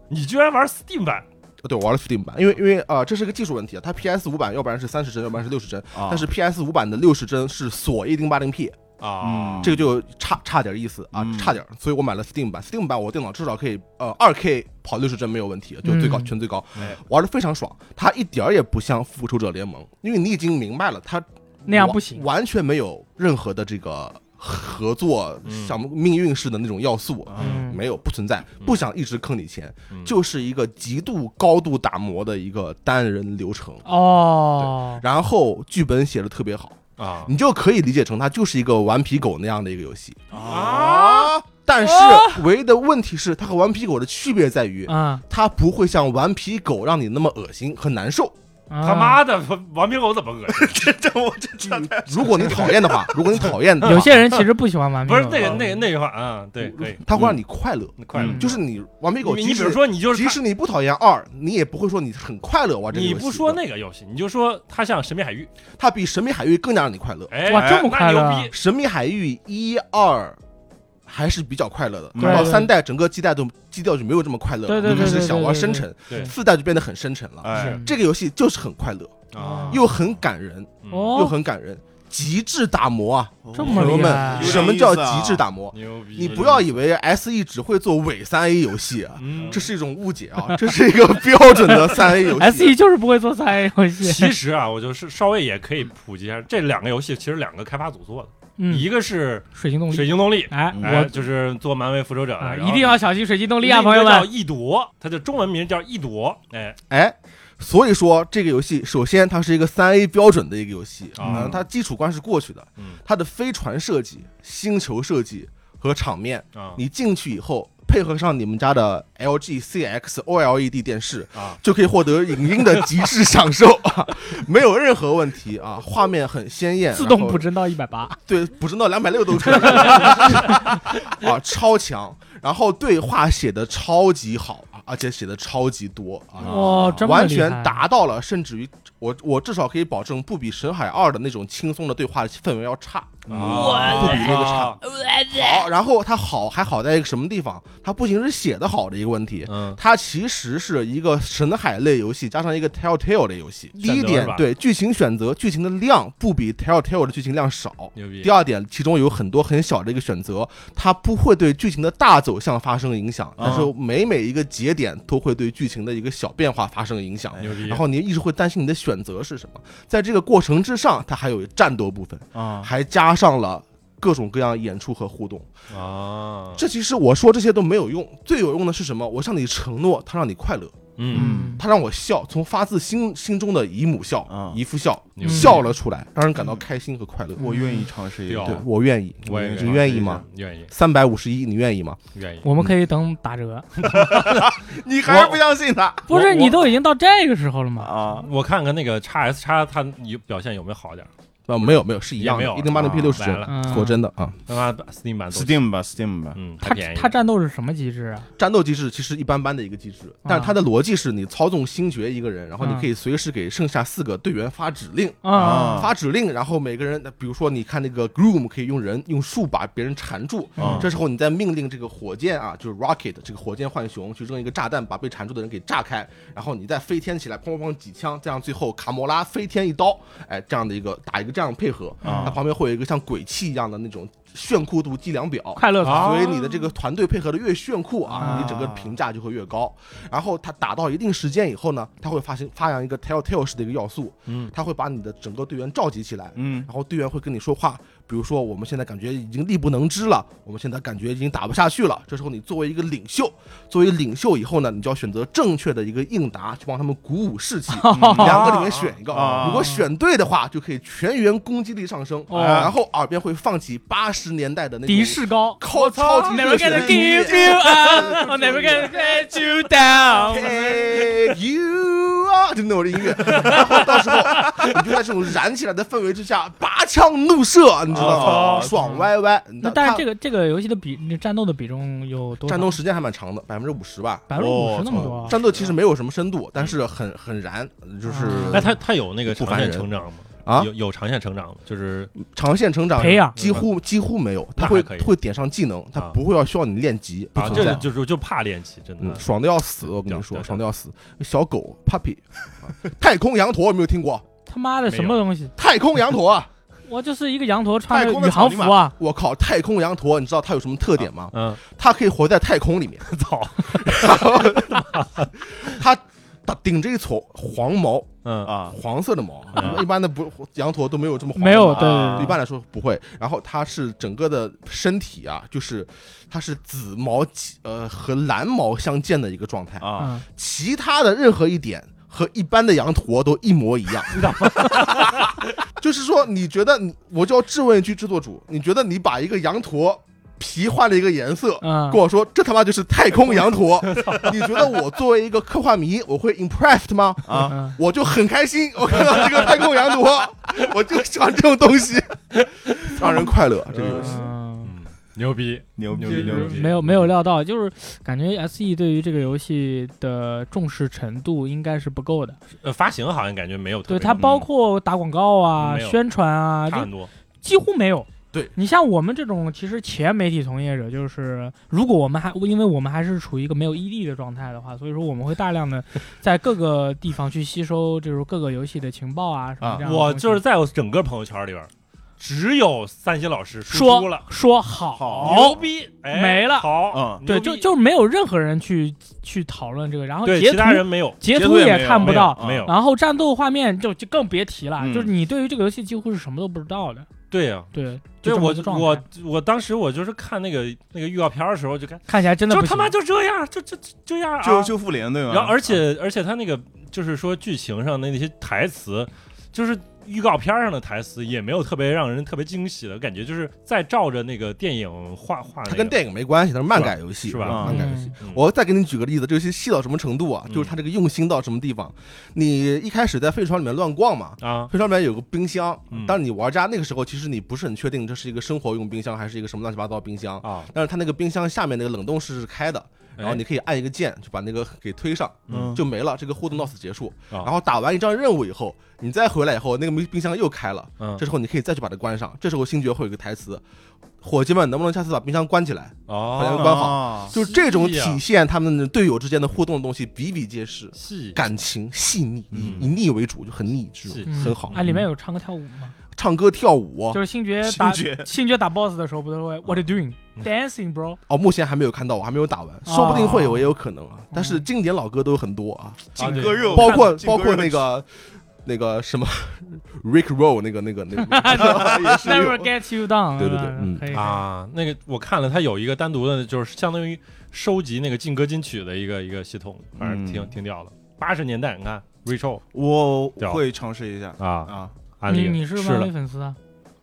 A: 你居然玩 Steam 版，
D: 对，我玩了 Steam 版，因为因为啊、呃这是个技术问题啊，它 PS 五版要不然是三十帧，要不然是六十帧，
B: 啊
D: 但是 PS 五版的六十帧是锁一零八零 P，
A: 啊
B: 嗯
D: 这个就差差点意思啊，
B: 嗯
D: 差点儿，所以我买了 Steam 版，Steam 版我电脑至少可以呃二 K 跑六十帧没有问题，就最高、
C: 嗯
D: 全最高
B: 哎，
D: 玩的非常爽，它一点儿也不像复仇者联盟，因为你已经明白了它
C: 那样
D: 完
C: 不行
D: 完全没有任何的这个合作
A: 嗯
D: 像命运式的那种要素。
B: 嗯
C: 嗯
D: 没有，不存在，不想一直坑你钱，
A: 嗯
D: 就是一个极度高度打磨的一个单人流程。
C: 哦，
D: 然后剧本写的特别好，
A: 啊
B: 嗯
D: 你就可以理解成它就是一个顽皮狗那样的一个游戏。
A: 啊！
D: 但是唯一的问题是，它和顽皮狗的区别在于，
C: 嗯，
D: 它不会像顽皮狗让你那么恶心和 难受。
C: 嗯
A: 他妈的，王冰狗怎么恶 心？
B: 这 这我这这
D: 如果你讨厌的话，如果你讨厌的话，
C: 有些人其实不喜欢玩
A: 不
C: 命
A: 是
C: 运，
A: 那个那个那句话啊，对，
B: 嗯
A: 可以，
D: 它会让你快乐，
A: 你快乐
C: 嗯。
D: 就是你顽皮狗，
A: 你
D: 即
A: 你比
D: 使
A: 如说，你就是
D: 即使你不讨厌二，你也不会说你很快乐玩这个游
A: 你
D: 戏。
A: 不说那个游戏，你就说它像《神秘海域》，
D: 它比《神秘海域》更加让你快乐，
A: 哎，
C: 哇这
A: 那
C: 么快乐啊
A: 牛
D: 《神秘海域》一二还是比较快乐的，
B: 对
D: 到
C: 对
D: 三代整个基带都基调就没有这么快乐了，
C: 对对
D: 就
C: 对
D: 开始
C: 对
D: 想玩
C: 对对
D: 深沉，
A: 对对
D: 四代就变得很深沉了。
B: 哎
C: 是
D: 这个游戏就是很快乐，
A: 逼啊！
D: 又很感人，
A: 嗯
C: 哦
D: 又很感人，极致打磨啊！
C: 这
D: 朋
C: 么
D: 友
C: 厉
D: 们，
C: 害
D: 什么叫极致打磨？
A: 牛逼！
D: 你不要以为 S E 只会做伪三 A 游戏啊，
A: 嗯
D: 这是一种误解啊，这是一个标准的三 A 游
C: S E
D: 戏。啊
C: 就是不会做三 A 游戏，
A: 其实啊，我就是稍微也可以普及一下，这两个游戏其实两个开发组做的，
C: 嗯，
A: 一个是
C: 水晶动力，
A: 水晶动力，
C: 哎，
A: 哎
C: 我
A: 就是做漫威复仇者
C: 啊
A: 的，
C: 一定要小心水晶动
A: 努
C: 力啊，朋友
A: 叫
C: 们，
A: 一夺，它的中文名叫一夺，哎，
D: 哎，所以说这个游戏首先它是一个三 A 标准的一个游戏，
A: 啊
D: 嗯它基础关是过去的
A: 嗯，
D: 它的飞船设计、星球设计和场面，
A: 啊
D: 你进去以后配合上你们家的 LG CX OLED E 电视，
A: 啊，
D: 就可以获得影音的极致享受 啊，没有任何问题啊，画面很鲜艳，
C: 自动
D: 然后
C: 补帧到一百八，
D: 对补帧到两百六都可以啊，超强，然后对话写的超级好啊，而且写的超级多啊。
C: 哇，这么厉
D: 完
C: 害
D: 全达到了，甚至于我我至少可以保证不比《神海二》的那种轻松的对话氛围要差。
A: 啊
D: 不比那个
A: 啊
D: 差好，然后它好还好在一个什么地方？它不仅是写的好的一个问题，
A: 嗯
D: 它其实是一个神海类游戏加上一个 Telltale 类游戏。第一
A: 选择
D: 点
A: 是吧，
D: 对剧情选择，剧情的量不比 Telltale 的剧情量少。
A: 牛逼
D: 第二点，其中有很多很小的一个选择，它不会对剧情的大走向发生影
B: 啊
D: 响，但是每每一个节点都会对剧情的一个小变化发生影
B: 哎
D: 响。
A: 牛逼，
D: 然后你一直会担心你的选择是什么，在这个过程之上，它还有战斗部分，
B: 啊，
D: 还加上了各种各样演出和互动。
A: 啊，
D: 这其实我说这些都没有用，最有用的是什么？我向你承诺，它让你快乐。
A: 嗯，
D: 他让我笑，从发自心心中的姨母笑、
B: 啊
D: 姨父笑
A: 牛
C: 逼
D: 笑了出来，让人感到开心和快乐。
B: 我愿意尝试一
A: 对
B: 下
A: 哦。
D: 对我愿意，
A: 我也
D: 你
A: 愿意
D: 愿意吗？
A: 愿意
D: 三百五十一，你愿意吗？
A: 愿意，
C: 我们可以等打折。
B: 你还是不相信他
C: 不
A: 我
C: 是你
A: 我
C: 都已经到这个时候了吗？
B: 啊？
A: 我看看那个叉 S 叉它有表现有没有好点儿？
D: 啊，没有没有，是一样
A: 也没
D: 的，
A: 有
D: 一零八零 P 六十
A: 完了
D: 帧，
C: 嗯
D: 果真的啊。
A: 他妈 Steam 版都
B: Steam 吧，Steam 吧，
A: 嗯，还
C: 它
A: 便宜，
C: 它战斗是什么机制啊？
D: 战斗机制其实一般般的一个机制，但是它的逻辑是你操纵星爵一个人，然
A: 嗯
D: 后你可以随时给剩下四个队员发指令，
C: 嗯
B: 啊
D: 发指令，然后每个人，比如说你看那个 Groom 可以用人用树把别人缠住，
B: 嗯
D: 这时候你再命令这个火箭啊，就是 Rocket 这个火箭浣熊去扔一个炸弹，把被缠住的人给炸开，然后你再飞天起来，砰砰砰几枪，这样最后卡魔拉飞天一刀，哎，这样的一个打一个这样的配合，它旁边会有一个像鬼泣一样的那种炫酷度计量表，
C: 快乐卡
A: 啊
D: 所以你的这个团队配合的越炫酷啊
C: 啊，
D: 你整个评价就会越高。然后它打到一定时间以后呢，它会发行发扬一个 telltale 式的一个要素，
A: 嗯，
D: 它会把你的整个队员召集起来，
B: 嗯，
D: 然后队员会跟你说话，比如说我们现在感觉已经力不能支了，我们现在感觉已经打不下去了。这时候你作为一个领袖，作为领袖以后呢，你就要选择正确的一个应答，去帮他们鼓舞士气。两个里面选一个
B: 啊，
D: 如果选对的话，就可以全员攻击力上升。
C: 哦
D: 然后耳边会放起八十年代的那种
C: 迪士高。
D: 靠超级
C: Never
D: 热血
C: gonna
D: 的
C: give you up, I'm never gonna let you down。
D: Take you 啊，就那种音乐，然后到时候你就在这种燃起来的氛围之下，拔枪怒射，你知道
B: 哦
D: 吗？爽歪歪。
C: 那但是这
D: 个
C: 个这个游戏的比那战斗的比重有多少？
D: 战斗时哦间还蛮长的，百分之五十吧。嗯
C: 百分之五十那么多啊，哦
D: 战斗其实没有什么深度，但是很很燃，就是
A: 那它它有那个
D: 嗯不
A: 长
D: 烦
A: 线
D: 人
A: 成长吗？
D: 啊
A: 有有长线成长吗？就是
D: 长线成长
C: 培养
D: 几乎几乎没有，
A: 那
D: 它
A: 还
D: 会
A: 可以
D: 会点上技能，它
A: 啊
D: 不会要需要你练级，不
A: 啊，
D: 存
A: 这个
D: 在。
A: 就是就怕练级，真
D: 嗯，
A: 的。
D: 爽的要死，我跟你
A: 屌屌
D: 说，爽的要死。小狗 puppy，啊太空羊驼有没有听过？
C: 他妈的什么东西？
D: 太空羊驼啊，
C: 我就是一个羊驼穿着
B: 太空的
C: 宇航服啊，
D: 我靠，太空羊驼，你知道它有什么特点吗？
A: 嗯，
D: 它可以活在太空里面，
A: 操，
D: 它它顶着一撮黄毛，
A: 嗯
B: 啊，
D: 黄色的毛
A: 嗯，
D: 一般的不羊驼都没有这么黄的毛
C: 没有
B: 啊
C: 对对
D: 一
C: 对
D: 般来说不会。然后它是整个的身体啊，就是它是紫毛呃和蓝毛相间的一个状态，
B: 啊，
C: 嗯，
D: 其他的任何一点。和一般的羊驼都一模一样，就是说，你觉得你，我就要质问一句制作组，你觉得你把一个羊驼皮换了一个颜色，
A: 啊
C: 嗯
D: 跟我说这他妈就是太空羊驼，你觉得我作为一个科幻迷，我会 impressed 吗？
B: 啊
C: 嗯
D: 我就很开心，我看到这个太空羊 驼，我就喜欢这种东西，让人快乐。这个游戏
C: 嗯
A: 嗯，牛逼，
B: 牛逼
A: 牛逼
B: 牛逼
C: 没有没有料到，就是感觉 S E 对于这个游戏的重视程度应该是不够的。
A: 呃，发行好像感觉没有特
C: 对
A: 别嗯
C: 它包括打广告啊、
A: 没有
C: 宣传啊，
A: 差很
C: 就
A: 多，
C: 几乎没有。
D: 对
C: 你像我们这种其实前媒体从业者，就是如果我们还因为我们还是处于一个没有 ED 的状态的话，所以说我们会大量的在各个地方去吸收，就是各个游戏的情报啊什么
D: 啊
C: 这样的东西。
A: 我就是在我整个朋友圈里边，只有三星老师输出
C: 说
A: 了，
C: 说好
A: 牛逼，哎
C: 没了
A: 好，
B: 嗯，
C: 对，
A: 牛
C: 就
A: 逼
C: 就是没有任何人去去讨论这个，然后
A: 对
C: 截
A: 其
C: 图
A: 他人没有，
C: 截
B: 截
C: 图
B: 图也没
C: 也
B: 有
C: 看不
A: 没有
C: 到，啊
A: 没有，
C: 然后战斗画面就就更别提了，
B: 嗯
C: 就是你对于这个游戏几乎是什么都不知道的。
A: 对呀。
C: 对，
A: 对
C: 就这么
A: 我
C: 一个状态
A: 我我当时我就是看那个那个预告片的时候就看，
C: 看起来真的
A: 就
C: 不
A: 他
C: 行
A: 妈就这样，就就就这样啊，
B: 就就复联对吗？
A: 然后而且而且他那个就是说剧情上的那些台词，就是预告片上的台词也没有特别让人特别惊喜的感觉，就是在照着那个电影画画、那个，
D: 它跟电影没关系，它是漫改游戏，
A: 是吧
D: 漫改游戏。
A: 嗯
D: 我再给你举个例子，这游戏细到什么程度啊？就是它这个用心到什么地方。你一开始在废船里面乱逛嘛，
A: 啊，
D: 飞船里面有个冰箱
A: 嗯，
D: 但是你玩家那个时候其实你不是很确定这是一个生活用冰箱还是一个什么乱七八糟的冰箱，
A: 啊，
D: 但是它那个冰箱下面那个冷冻室是开的，
A: 哎
D: 然后你可以按一个键就把那个给推上，
B: 嗯
D: 就没了，这个互动到此结束。
A: 啊
D: 然后打完一张任务以后，你再回来以后，那个冰箱又开了，
A: 嗯
D: 这时候你可以再去把它关上。这时候星爵会有一个台词：“伙计们，能不能下次把冰箱关起来把
A: 哦啊
D: 它关好？”
B: 好
D: 就是这种
A: 是呀
D: 体现他们队友之间的互动的东西比比皆是，
A: 戏
D: 感情细腻，以
A: 嗯
D: 以腻为主就很腻质，
A: 是
C: 嗯
D: 很好。
C: 哎，里面有唱歌跳舞吗？
A: 哦
D: 唱歌跳舞
C: 就是 星爵
B: 星
C: 打
B: 爵
C: 星爵打 boss 的时候，不都会 What are you doing?
A: 嗯
C: Dancing, bro。
D: 哦，目前还没有看到，我还没有打完，说不定会有，也有可能啊。但是经典老歌都有很多
A: 啊
D: 啊，
B: 劲
A: 对
B: 歌热舞，
D: 包括
B: 劲歌
D: 包括
B: 热
D: 那个 那个什么 Rick Roll 那个那个那 个也是
C: Never
D: 有
C: get you down，
D: 对对
C: 是吧
D: 对嗯
C: 可以，
A: 啊，那个我看了，它有一个单独的，就是相当于收集那个劲歌金曲的一个一个系统，反正挺、
B: 嗯
A: 挺屌的。八十年代，你看 r i c h o
B: 我
A: 对啊
B: 会尝试一下
A: 啊，
B: 啊。
A: 安
C: 你
A: 利
C: 嗯你是漫
A: 了
C: 威，粉丝啊？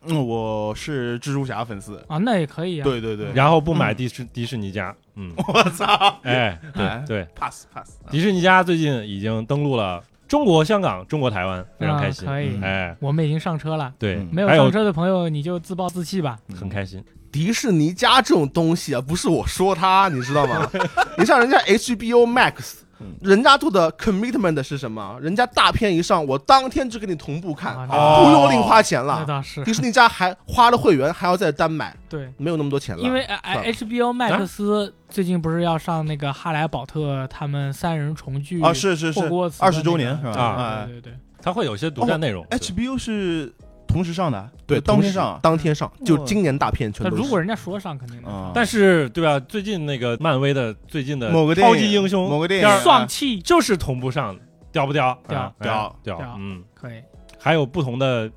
B: 嗯，我是蜘蛛侠粉丝。
C: 啊，那也可以啊。
B: 对对对，
A: 然后不买迪士、迪士尼家，嗯，
C: 哦
B: 我 操
A: 哎，
B: 哎
C: 啊
A: 对对，
B: ，pass pass。
A: 迪士尼家最近已经登陆了中国香港、中国台湾，非常
C: 啊
A: 开心，
C: 可以
B: 嗯，
A: 哎，
C: 我们已经上车了，
A: 对，
B: 嗯
C: 没有
A: 还有
C: 上车的朋友你就自暴自弃吧。
A: 很开心，
D: 迪士尼家这种东西啊，不是我说它，你知道吗？你像人家 HBO Max，
B: 嗯
D: 人家做的 commitment 是什么？人家大片一上，我当天就给你同步看，
C: 啊
A: 哦
D: 不用零花钱
C: 那
D: 了。
C: 倒是
D: 迪士尼家还花了会员，还要再单买，
C: 对，
D: 没有那么多钱了。
C: 因为哎 H B O 麦克斯最近不是要上那个哈莱宝特他们三人重聚
B: 啊，是是是
C: 霍，格沃茨的
B: 二十周年
C: 那个
B: 是
A: 吧
B: 啊
C: 对对对，
A: 它会有一些独占内容。对
B: HBO 是同时上的，啊
D: 对
B: 当
D: 同
B: 天
D: 时
B: 上。
D: 当天上
B: 哇
D: 就今年大片全
C: 嗯那
D: 都
C: 如
D: 是
C: 果人家说上肯定
B: 啊
C: 能，
A: 但是对吧？最近那个漫威的最近的
B: 某个电
A: 超
B: 影
A: 级英雄
B: 某个电
A: 片
B: 影啊
A: 儿
C: 上气
A: 就是同步上的，屌不屌？
C: 屌
A: 啊
B: 屌
A: 哎屌
C: 屌，
A: 嗯，
C: 可 以，
A: 还有不同的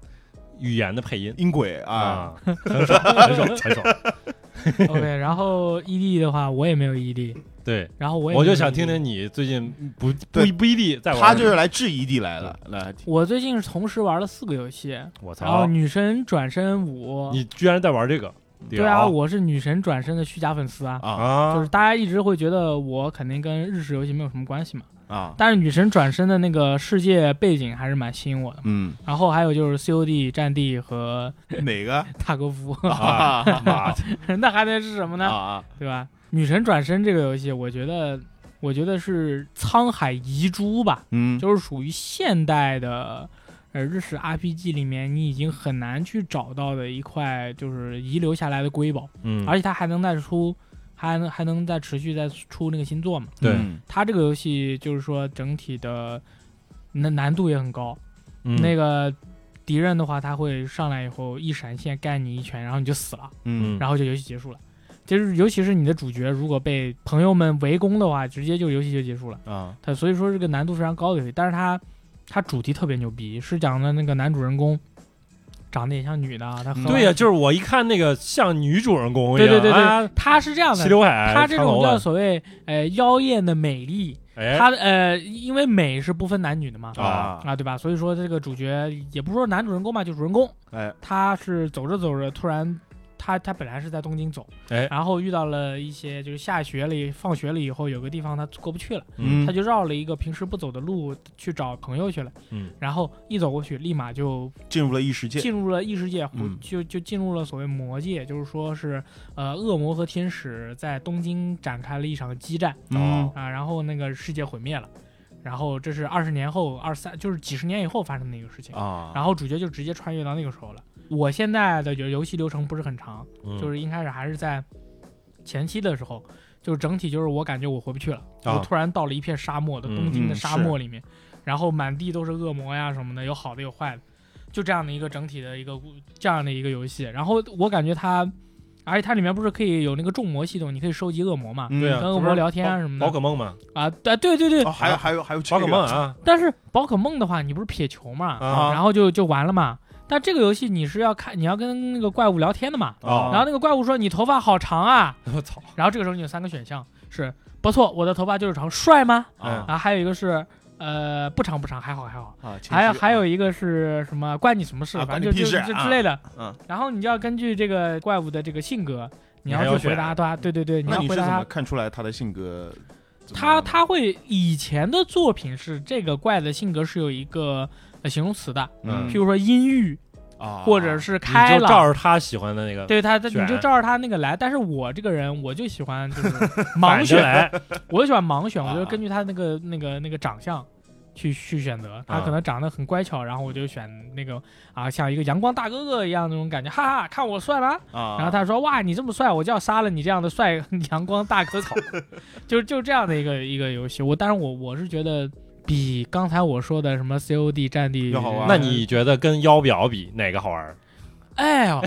A: 语言的配音
B: 音轨啊，，
A: 很爽，很 爽，很爽。
C: OK，然后 ED 的话，我也没有 ED，
A: 对，
C: 然后我也
A: 我
C: 没有 E
A: 就想
C: ED
A: 听。听你最近不不
B: 对
A: 不一定在玩，
B: 他就是来质疑地来了，来
C: 我最近是同时玩了四个游戏，然
A: 我
C: 后
A: 操，
C: 女神转身五，
A: 你居然在玩这个？
C: 对啊，
A: 屌
C: 我是女神转身的虚假粉丝啊，
B: 啊
A: 啊，
C: 就是大家一直会觉得我肯定跟日式游戏没有什么关系嘛，
B: 啊，
C: 但是女神转身的那个世界背景还是蛮吸引我的。
B: 嗯，
C: 然后还有就是 COD 战地和
B: 哪个
C: 塔科夫，
A: 啊
B: 啊
A: 妈的
C: 那还能是什么呢？
B: 啊
C: 对吧？女神转身这个游戏，我觉得，我觉得是沧海遗珠吧。
B: 嗯，
C: 就是属于现代的呃日式 RPG 里面，你已经很难去找到的一块就是遗留下来的瑰宝，
A: 嗯，
C: 而且它还能再出，还能还能再持续再出那个新作嘛。
A: 对
B: 嗯
C: 它这个游戏就是说整体的难难度也很高，
A: 嗯
C: 那个敌人的话，他会上来以后一闪现干你一拳，然后你就死了，
B: 嗯
C: 然后就游戏结束了。就是尤其是你的主角如果被朋友们围攻的话，直接就游戏就结束了。
B: 啊
C: 它所以说是个难度非常高的游戏，但是它它主题特别牛逼，是讲的那个男主人公长得也像女的啊，他
B: 嗯
C: 很
A: 对呀，就是我一看那个像女主人公一
C: 对
A: 样，
C: 对对
A: 啊哎
C: 对，他是这样
A: 齐
C: 的，
A: 刘海，
C: 他这
A: 长
C: 种
A: 头
C: 叫
A: 发，
C: 所谓呃妖艳的美丽，
A: 哎，
C: 他呃因为美是不分男女的嘛。
A: 啊
C: 啊，对吧？所以说这个主角也不是说男主人公吧，就主人公，
B: 哎，
C: 他是走着走着，突然他他本来是在东京走，
A: 哎
C: 然后遇到了一些就是下学了以，放学了以后有个地方他过不去了。
A: 嗯
C: 他就绕了一个平时不走的路去找朋友去了。
A: 嗯，
C: 然后一走过去，立马就
B: 进入了异世界，
C: 进入了异世界，
B: 嗯
C: 就就进入了所谓魔界，就是说是呃恶魔和天使在东京展开了一场激战
B: 嗯
C: 啊，然后那个世界毁灭了，然后这是二十年后，二三就是几十年以后发生的一个事情。
B: 啊，
C: 然后主角就直接穿越到那个时候了。我现在的游游戏流程不是很长，就
A: 嗯
C: 是一开始还是在前期的时候，就是整体就是我感觉我回不去了，
A: 啊
C: 我突然到了一片沙漠的
A: 嗯
C: 东京
B: 嗯
C: 的沙漠里面，然后满地都是恶魔呀什么的，有好的有坏的，就这样的一个整体的一个故这样的一个游戏。然后我感觉它，而且它里面不是可以有那个众魔系统，你可以收集恶魔嘛，
B: 嗯
A: 对啊，
C: 跟
A: 这
C: 恶
A: 不
C: 魔
A: 是哦
C: 聊天啊
A: 宝
C: 什么的
A: 宝可梦嘛，
C: 啊，对对对对
B: 哦，，还有还有还有这
A: 宝
B: 个
A: 可梦啊
C: 但是宝可梦的话，你不是撇球嘛，
A: 啊
C: 然后就就完了嘛。但这个游戏你是要看，你要跟那个怪物聊天的嘛。
B: 啊
C: 然后那个怪物说：“你头发好长啊。
A: 我操，”
C: 然后这个时候你有三个选项是：不错，我的头发就是长，帅吗？
B: 啊
C: 啊，还有一个是呃不长不长，还好还好。
B: 啊，前
C: 还有
B: 期
C: 还有一个是什么？关你什么事？
B: 啊
C: 反
B: 关
C: 正
B: 你
C: 就
B: 屁
C: 就
B: 事
C: 就
B: 啊
C: 之类的。
B: 嗯。
C: 然后你就要根据这个怪物的这个性格，你
A: 你还
C: 要
A: 要
C: 去回
A: 选
C: 答他。对对对，你
B: 啊那
C: 要
B: 你
C: 回
B: 是
C: 答
B: 怎
C: 他
B: 么。看出来他的性格怎么
C: 他
B: 样的？
C: 他会以前的作品是这个怪的性格是有一个呃形容词的，
B: 嗯
C: 譬如说阴郁，
B: 啊，
C: 或者是
A: 你
C: 开
A: 就照
C: 朗。
A: 着他喜欢的那个
C: 对他，他你
A: 选
C: 就照着他那个来。但是我这个人，我就喜欢 就是
A: 反
C: 盲
A: 着
C: 选，
A: 来，
C: 我就喜欢盲选，
B: 啊
C: 我就根据他那个那个那个长相去去选择。他
A: 啊
C: 可能长得很乖巧，然后我就选那个啊，像一个阳光大哥哥一样那种感觉，哈哈，看我帅吗？
B: 啊，
C: 然后他说：“哇，你这么帅，我就要杀了你这样的帅阳光大哥 草。”就就这样的一个一个游戏。我但是我我是觉得比刚才我说的什么 COD 战地
B: 要好玩啊
A: 那你觉得跟腰表比哪个好玩？
C: 哎呦，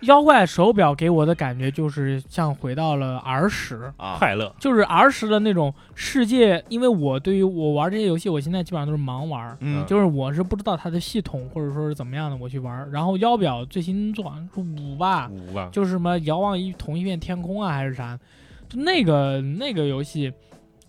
C: 妖怪手表给我的感觉就是像回到了儿时，
B: 啊，
A: 快乐，
C: 就是儿时的那种世界。因为我对于我玩这些游戏，我现在基本上都是盲玩儿，
B: 嗯，
C: 就是我是不知道它的系统或者说是怎么样的，我去玩儿。然后腰表最新做好像是五吧，
A: 五吧，
C: 就是什么遥望一同一片天空啊，还是啥，就那个那个游戏，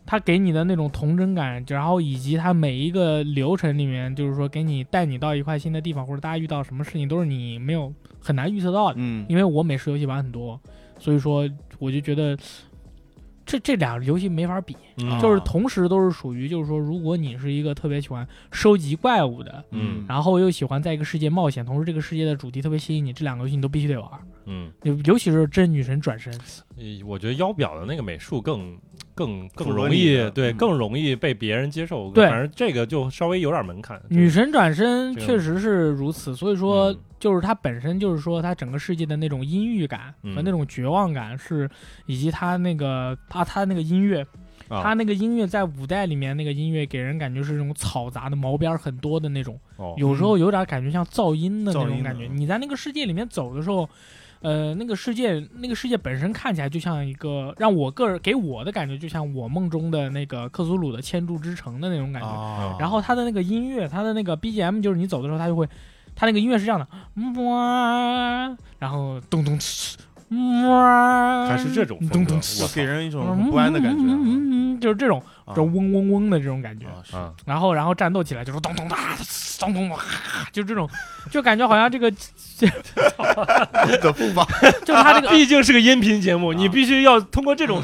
C: 它给你的那种童真感，然后以及它每一个流程里面，就是说给你带你到一块新的地方，或者大家遇到什么事情，都是你没有很难预测到的。
B: 嗯，
C: 因为我美食游戏玩很多，所以说我就觉得这这俩游戏没法比，
A: 嗯
B: 啊
C: 就是同时都是属于，就是说，如果你是一个特别喜欢收集怪物的，
A: 嗯
C: 然后又喜欢在一个世界冒险，同时这个世界的主题特别吸引你，这两个游戏你都必须得玩。
A: 嗯，
C: 尤尤其是真女神转身，
A: 呃我觉得腰表的那个美术更更更
B: 符合
A: 容
B: 你
A: 易
B: 的，
A: 对，
B: 嗯
A: 更容易被别人接受。
C: 对
A: 反正这个就稍微有点门槛。
C: 女神转身
A: 这个
C: 确实是如此，所以说
A: 嗯
C: 就是它本身就是说它整个世界的那种阴郁感和
A: 嗯
C: 那种绝望感是，以及它那个它它那个音乐，
A: 啊
C: 它那个音乐在五代里面那个音乐给人感觉是那种嘈杂的毛边儿很多的那种，
A: 哦，
C: 有时候有点感觉像噪音的那
B: 噪音
C: 种
B: 的
C: 感
A: 啊
C: 觉。你在那个世界里面走的时候，呃，那个世界那个世界本身看起来就像一个让我个人给我的感觉，就像我梦中的那个克苏鲁的千柱之城的那种感觉。
B: 啊
C: 然后它的那个音乐，它的那个 BGM，就是你走的时候，它就会，它那个音乐是这样的，嗯，然后咚咚哧，嗯，
A: 还是这种风
C: 咚
A: 格
C: 咚
B: 就
C: 哧，
B: 给人一种
C: 嗯
B: 很不安的感
C: 嗯嗯
B: 觉
C: 嗯嗯就是这种
B: 啊，
C: 这种嗡嗡嗡的这种感觉。
B: 啊是
A: 啊，
C: 然后然后战斗起来就是咚咚哒，咚咚哇，就这种，就感觉好像这个， 就
B: 的吧？
C: 是它这个。
A: 毕竟是个音频节目，你
B: 啊
A: 必须要通过 这种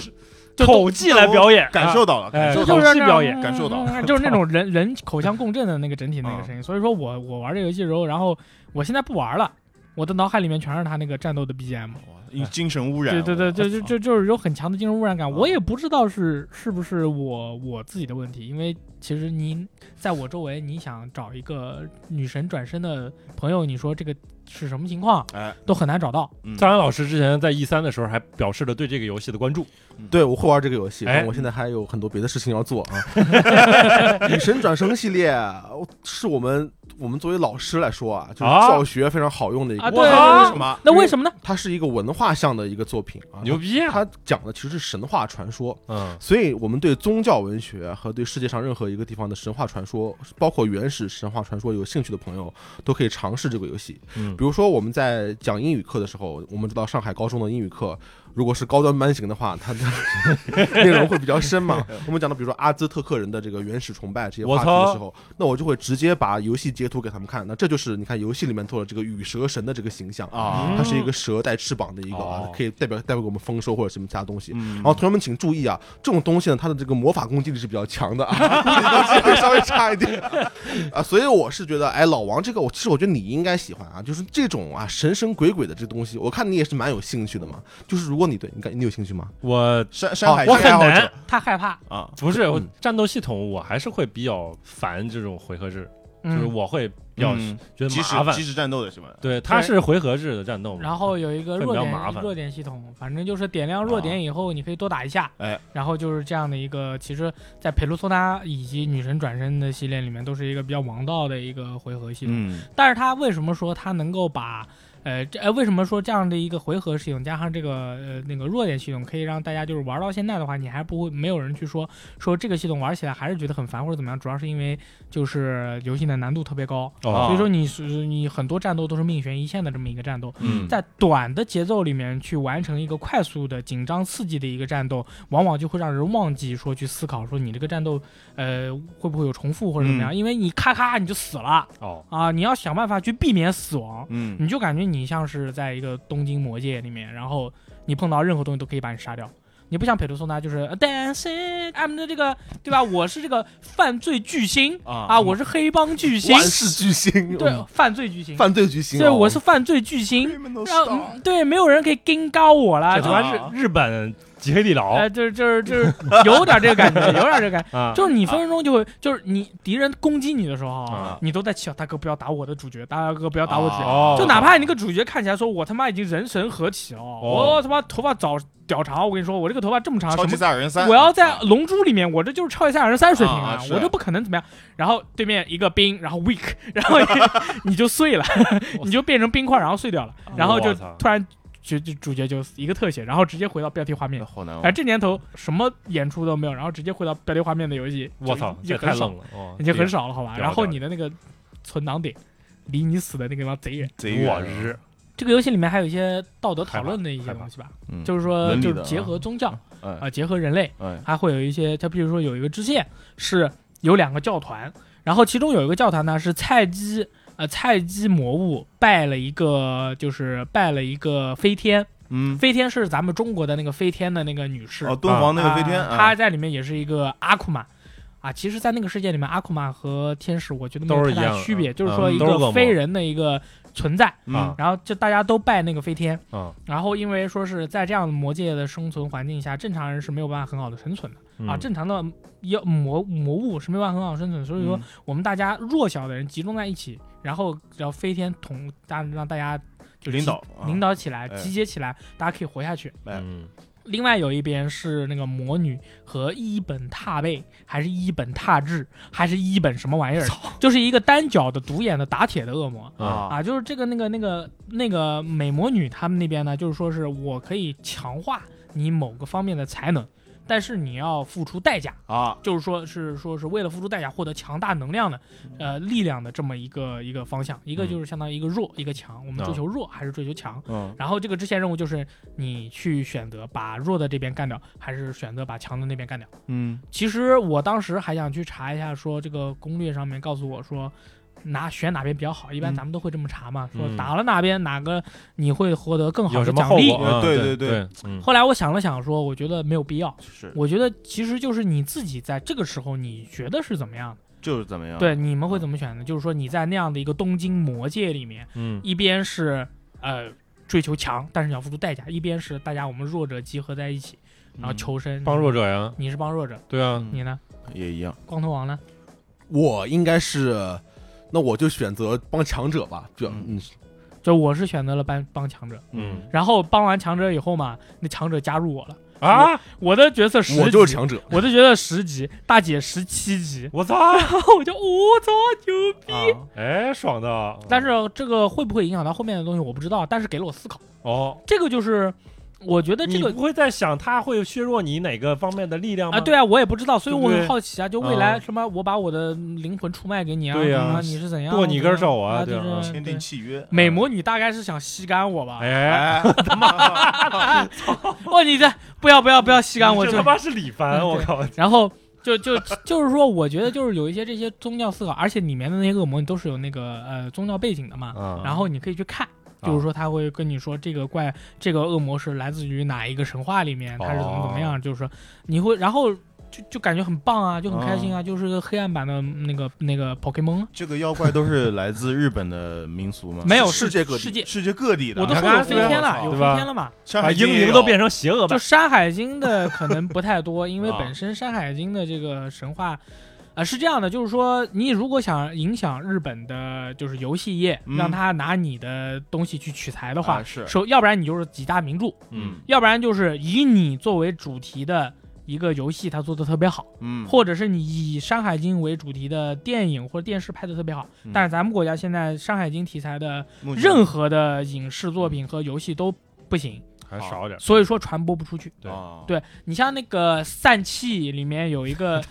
C: 就
A: 口技来表演，
B: 感受到了，
A: 哎
B: 感受
C: 就
B: 到
C: 就
B: 了
C: 是那种
A: 表演
C: 嗯
B: 感受到
C: 嗯就是那种人人口腔共振的那个整体那个
B: 嗯
C: 声音。所以说我我玩这游戏的时候，然后我现在不玩了，我的脑海里面全是他那个战斗的 BGM。
B: 哇因为精神污染，啊
C: 对对对，就就
B: 我操
C: 就就是有很强的精神污染感。
B: 嗯
C: 我也不知道是是不是我我自己的问题，因为其实您在我周围，你想找一个女神转身的朋友，你说这个是什么情况，
B: 哎，
C: 都很难找到。
B: 嗯
A: 张安老师之前在 E 三的时候还表示了对这个游戏的关注，
D: 对，我会玩这个游戏，
A: 哎
D: 但我现在还有很多别的事情要做 啊。女神转生系列我是我们我们作为老师来说啊，就是
A: 啊
D: 教学非常好用的一个，
C: 啊
B: 哇
C: 对
B: 为
C: 对
B: 什么？
C: 那为什么呢？
D: 它是一个文化向的一个作品啊。
A: 牛逼啊！
D: 它讲的其实是神话传说，
A: 嗯
D: 所以我们对宗教文学和对世界上任何一个地方的神话传说，包括原始神话传说有兴趣的朋友，都可以尝试这个游戏。
A: 嗯
D: 比如说我们在讲英语课的时候，我们知道上海高中的英语课，如果是高端班型的话，它的 内容会比较深 嘛。我们讲到比如说阿兹特克人的这个原始崇拜这些
A: 我
D: 话题
A: 操
D: 的时候，那我就会直接把游戏截图给他们看。那这就是你看游戏里面做了这个羽蛇神的这个形象
A: 嗯
B: 啊
D: 它是一个蛇带翅膀的一个啊
A: 哦，
D: 可以代表代表给我们丰收或者什么其他东西。
B: 嗯
D: 然后同学们请注意啊，这种东西呢，它的这个魔法攻击力是比较强的啊， 这个稍微差一点 啊，所以我是觉得，哎，老王这个，我其实我觉得你应该喜欢啊，就是这种啊神神鬼鬼的这东西，我看你也是蛮有兴趣的嘛。就是如果你对你感你有兴趣吗？
A: 我
B: 山山海
A: 我
B: 经
A: 很
B: 爱好
A: 难
B: 者，
C: 他害怕，
B: 啊，
A: 不是我
D: 嗯
A: 战斗系统，我还是会比较烦这种回合制，就
C: 嗯
A: 是我会比较
B: 嗯
A: 觉得
B: 即时
A: 麻烦
B: 即。时战斗的是吧？
A: 对，它是回合制的战斗嘛，
C: 然后有一个
A: 嗯会比
C: 弱
A: 较
C: 点
A: 麻烦啊
C: 弱点系统，反正就是点亮弱点以后，你可以多打一下。
B: 哎，
C: 然后就是这样的一个，其实，在《佩鲁索纳》以及《女神转身》的系列里面，都是一个比较王道的一个回合系统。
B: 嗯，
C: 但是它为什么说它能够把，呃，这呃为什么说这样的一个回合系统加上这个呃那个弱点系统，可以让大家就是玩到现在的话，你还不会没有人去说说这个系统玩起来还是觉得很烦或者怎么样，主要是因为就是游戏的难度特别高，
A: 哦
C: 所以说你是你很多战斗都是命悬一线的这么一个战斗。
A: 嗯
C: 在短的节奏里面去完成一个快速的、紧张刺激的一个战斗，往往就会让人忘记说去思考说你这个战斗，呃，会不会有重复或者怎么样？
B: 嗯
C: 因为你咔咔你就死了
A: 哦，
C: 啊，你要想办法去避免死亡，
B: 嗯
C: 你就感觉你像是在一个东京魔界里面，然后你碰到任何东西都可以把你杀掉。你不像佩图松达，就是呃 dancing I'm 的这个对吧？我是这个犯罪巨星
B: 啊
C: 啊，我是黑帮巨星
D: 万，事巨星，
C: 对
D: 嗯，
C: 犯罪巨星，
D: 犯罪
B: 啊
D: 巨星、
C: 对，
B: 哦
C: 我是犯罪巨星。
B: Criminal
C: 让
B: Star
C: 嗯对没有人可以跟高我了，
A: 这
C: 就
A: 他
B: 啊
A: 妈是日本极黑地牢
C: 呃，就是就是就是有点这 个感觉，有点这个感觉。
A: 啊，
C: 就是你分分钟就会，就是你敌人攻击你的时候
A: 啊，
C: 你都在祈祷大哥不要打我的主角，大哥不要打我主角。
A: 哦，
C: 就哪怕你那个主角看起来说，我他妈已经人神合体了，
A: 哦
C: 我他妈头发早屌长，我跟你说，我这个头发这么长，
B: 超
C: 啊什
B: 级
C: 么
B: 赛亚人三，
C: 我要在《龙珠》里面，我这就是超越赛亚人三水平
B: 啊是
C: 我就不可能怎么样。然后对面一个冰， 然后 weak，然后你你就碎了， 你就变成冰块，然后碎掉了，然后就
A: 我操
C: 突然就就主角就一个特写，然后直接回到标题画面。
B: 好难哦
C: 哎，这年头什么演出都没有，然后直接回到标题画面的游戏，
A: 我操，
C: 就
A: 这
C: 就
A: 太
C: 很少
A: 愣，了，哦
C: 已经很，少了，好吧？
A: 屌
C: 然后
A: 屌
C: 你的那个存档点离你死的那个地方贼远。
B: 贼远啊
A: 我日，
C: 这个游戏里面还有一些道德讨论的一
A: 害
C: 些
A: 怕
C: 东西吧，
B: 嗯
C: 就是说，
B: 伦理
C: 就
B: 的
C: 是结合宗教
B: 哎
C: 啊，结合人类，
B: 哎
C: 它会有一些，它比如说有一个支线是有两个教团，然后其中有一个教团呢是菜鸡，呃，菜鸡魔物拜了一个，就是拜了一个飞天，
B: 嗯
C: 飞天是咱们中国的那个飞天的那个女士，
B: 哦，敦煌那个飞天，
C: 啊
B: 啊
C: 她在里面也是一个阿库玛。啊，其实，在那个世界里面，阿库玛和天使，我觉得没有
A: 都是
C: 太大
A: 一样的
C: 区别，就是
A: 嗯
C: 说一
A: 都是恶
C: 个
A: 魔
C: 非人的一个存在，
B: 嗯
C: 然后就大家都拜那个飞天，
A: 啊
C: 然后因为说是在这样的魔界的生存环境下，正常人是没有办法很好的生存的、
B: 嗯
C: 啊，正常的妖魔魔物是没有办法很好地生存，所以说
B: 嗯
C: 我们大家弱小的人集中在一起，然后只要飞天统大让大家就集
B: 领导啊
C: 领导起来，
B: 哎
C: 集结起来，大家可以活下去。
B: 哎
A: 嗯
C: 另外有一边是那个魔女和一本踏背，还是一本踏志，还是一本什么玩意儿，就是一个单脚的独眼的打铁的恶魔。
B: 嗯
A: 啊
C: 啊，就是这个那个那个那个美魔女他们那边呢，就是说是我可以强化你某个方面的才能，但是你要付出代价，
B: 啊
C: 就是说是说是为了付出代价获得强大能量的，
A: 嗯
C: 呃力量的这么一个一个方向，一个就是相当于一个弱一个强，我们追求弱还是追求
A: 啊
C: 强？
B: 嗯
C: 然后这个支线任务就是你去选择把弱的这边干掉，还是选择把强的那边干掉。
B: 嗯
C: 其实我当时还想去查一下，说这个攻略上面告诉我说。哪选哪边比较好？一般
B: 嗯
C: 咱们都会这么查嘛，
A: 嗯
C: 说打了哪边哪个你会获得更好
A: 有
C: 的
A: 什么
C: 奖
A: 后
C: 励
A: 果？。啊
B: 对
A: 对
B: 对
A: 对，嗯
C: 后来我想了想，说我觉得没有必要。
B: 是
C: 我觉得其实就是你自己在这个时候你觉得是怎么样的？
B: 就是怎么样？
C: 对，你们会怎么选呢？就是说你在那样的一个东京魔界里面，
A: 嗯
C: 一边是呃追求强，但是你要付出代价；一边是大家我们弱者集合在一起，
B: 嗯，
C: 然后求生。
A: 帮弱者呀，
C: 你是帮弱者，
A: 对啊，
C: 你呢？
B: 也一样，
C: 光头王呢？
D: 我应该是，那我就选择帮强者吧，就
B: 嗯
D: 嗯，
C: 就我是选择了帮帮强者，
A: 嗯
C: 然后帮完强者以后嘛，那强者加入我了，
A: 啊，
C: 我的角色十级，
D: 嗯我就是强 者，
C: 我的角色十级，大姐十七级，
A: 我操，
C: 然后我就我操牛逼！
B: 啊
A: 哎，爽的，
C: 但是这个会不会影响到后面的东西我不知道，但是给了我思考，
A: 哦，
C: 这个就是我觉得这
A: 你
C: 个
A: 不会在想他会削弱你哪个方面的力量吗？
C: 啊，对啊，我也不知道，所以
A: 对
C: 我
A: 不对
C: 很好奇啊，就未来
A: 嗯
C: 什么我把我的灵魂出卖给你啊，
A: 对呀
C: 啊，你是怎样
A: 剁你根手啊
C: 啊，
A: 对啊
C: 就是
B: 签
C: 对
B: 订契约，嗯
C: 美魔女大概是想吸干我吧？
A: 哎，
B: 哎，他妈
C: 哦，你这不要不要不要吸干我，
A: 这
C: 就
A: 他妈是李凡，
C: 嗯
A: 我
C: 对
A: 靠，
C: 然后就就就是说，我觉得就是有一些这些宗教思考，而且里面的那些恶魔你都是有那个呃宗教背景的嘛，
B: 啊
A: 嗯
C: 然后你可以去看。就是说，他会跟你说这个怪、这个恶魔是来自于哪一个神话里面，他是怎么怎么样，就是说你会，然后就就感觉很棒啊，就很开心啊，就是个黑暗版的那个那个 Pokemon，
B: 这个妖怪都是来自日本的民俗吗？
C: 没有
D: 世
C: 是
D: 界各地
C: 世界，
B: 世界各地的，
C: 我都说
A: 看
C: 有
A: 看
C: 飞
A: 对啊
C: 天了，
B: 我操
C: 有飞
A: 对吧
C: 天了嘛，
B: 上
A: 把
B: 海
A: 英
B: 也
A: 灵
B: 有
A: 都变成邪恶
C: 就
A: 版
C: 《山海经》的可能不太多，因为
A: 啊
C: 本身《山海经》的这个神话，啊、是这样的，就是说你如果想影响日本的，就是游戏业，
B: 嗯
C: 让他拿你的东西去取材的话，
B: 啊是
C: 首要不然你就是几大名著，
B: 嗯
C: 要不然就是以你作为主题的。一个游戏它做的特别好，
B: 嗯，
C: 或者是你以《山海经》为主题的电影或者电视拍的特别好，
B: 嗯
C: 但是咱们国家现在《山海经》题材的
B: 目前
C: 任何的影视作品和游戏都不行，
A: 还少
B: 嗯
A: 点儿，
C: 所以说传播不出去。
A: 对
B: 啊
C: 对你像那个散气里面有一 个，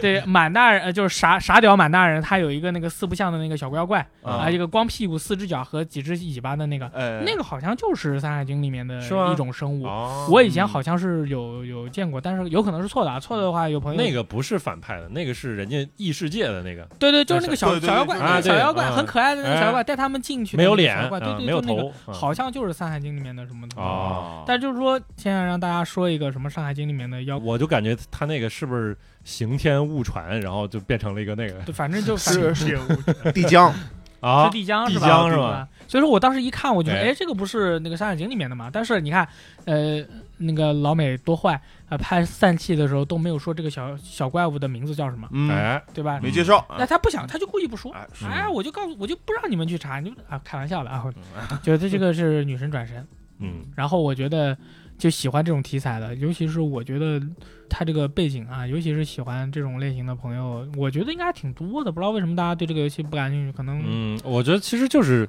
C: 对满大人，呃，就是傻傻屌满大人，他有一个那个四不像的那个小妖怪
B: 啊
C: 啊，一个光屁股、四只脚和几只尾巴的那个，
B: 哎
C: 那个好像就是《山海经》里面的
A: 是吗
C: 一种生物。
A: 哦
C: 我以前好像是有有见过，但是有可能是错的啊，错的话有朋友
A: 那个不是反派的，那个是人家异世界的那个，
C: 对对，就是那个小
B: 对对对
C: 小妖怪，
B: 对
A: 对
C: 那个
A: 对
C: 小妖
A: 啊
C: 怪
A: 对
C: 很可爱的那个
A: 哎
C: 小妖怪，带他们进去的
A: 没有
C: 那个
A: 脸
C: 小妖怪，对
A: 啊，
C: 对，
A: 没有
C: 就那个
A: 头，嗯
C: 好像就是《山海经》里面的什么东西。
A: 哦
B: 啊，
C: 但就是说，现在让大家说一个什么《山海经》里面的妖怪，
A: 我就感觉他那个是不是刑天误传，然后就变成了一个那个
C: 对反正就反正
D: 是是地江，
A: 啊
C: 是帝江
A: 帝
C: 是吧？
A: 江是
C: 对
A: 吧？
C: 所以说我当时一看，我就说，
A: 哎
C: 哎，这个不是那个《山海经》里面的嘛？但是你看，呃，那个老美多坏啊、呃拍散气的时候都没有说这个小小怪物的名字叫什么，
B: 嗯，
A: 哎，
C: 对吧？
B: 没介绍，
C: 那他不想，他就故意不说
B: 哎。
A: 是
C: 哎，我就告诉，我就不让你们去查，你就啊，开玩笑的啊， 觉得这个是女神转身。
A: 嗯
C: 然后我觉得就喜欢这种题材的，尤其是我觉得他这个背景啊，尤其是喜欢这种类型的朋友，我觉得应该还挺多的。不知道为什么大家对这个游戏不感兴趣，可能
A: 嗯，我觉得其实就是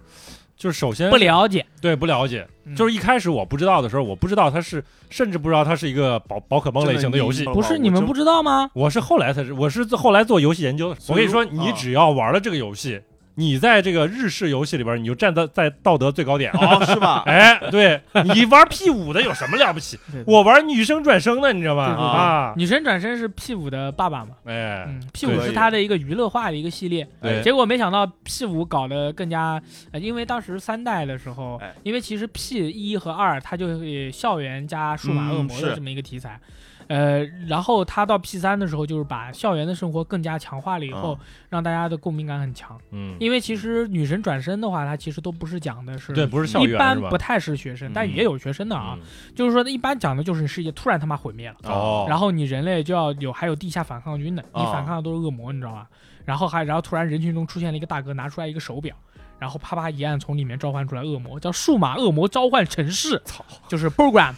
A: 就是首先
C: 不了解。
A: 对不了解，
C: 嗯
A: 就是一开始我不知道的时候，我不知道它是，甚至不知道它是一个宝宝可梦类型的游哦戏
B: 真的。
C: 不
B: 我
C: 是你们
B: 就
C: 不知道吗？
A: 我是后来才知，我是后来做游戏研究的时候。我
B: 所以
A: 跟你说，
B: 啊
A: 你只要玩了这个游戏，你在这个日式游戏里边，你就站在在道德最高点。
B: 哦，是吧？
A: 哎，对你玩 P 五的有什么了不起
C: 对？
A: 我玩女生转生的，你知道吗？
C: 对对对
A: 啊，
C: 女神转身是 P 五的爸爸嘛？
A: 哎，
C: 嗯，P 五
B: 可
C: 是
B: 以
C: 他的一个娱乐化的一个系列，哎
A: 对
C: 结果没想到 P 五搞得更加，呃，因为当时三代的时候
B: 哎，
C: 因为其实 P 一和二它就是校园加数码
B: 嗯
C: 恶魔的
B: 是
C: 这么一个题材，呃，然后他到 P 三的时候就是把校园的生活更加强化了以后，让大家的共鸣感很强，
A: 嗯，
C: 因为其实女神转身的话，它其实都不是讲的是
A: 对，嗯不是校
C: 一
A: 园
C: 般
A: 是吧
C: 不？太是学生，但
A: 嗯
C: 也有学生的啊，就是说一般讲的就是世界突然他妈毁灭了。
A: 嗯哦，
C: 然
A: 后
C: 后你人类就要有还有地下反抗军的，你
B: 哦
C: 反抗的都是恶魔，你知道吧？然后还然后突然人群中出现了一个大哥，拿出来一个手表，然后啪啪一按，从里面召唤出来恶魔，叫数码恶魔召唤城市，
A: 操，
C: 就是 program，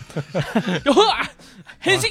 C: 哟呵，黑心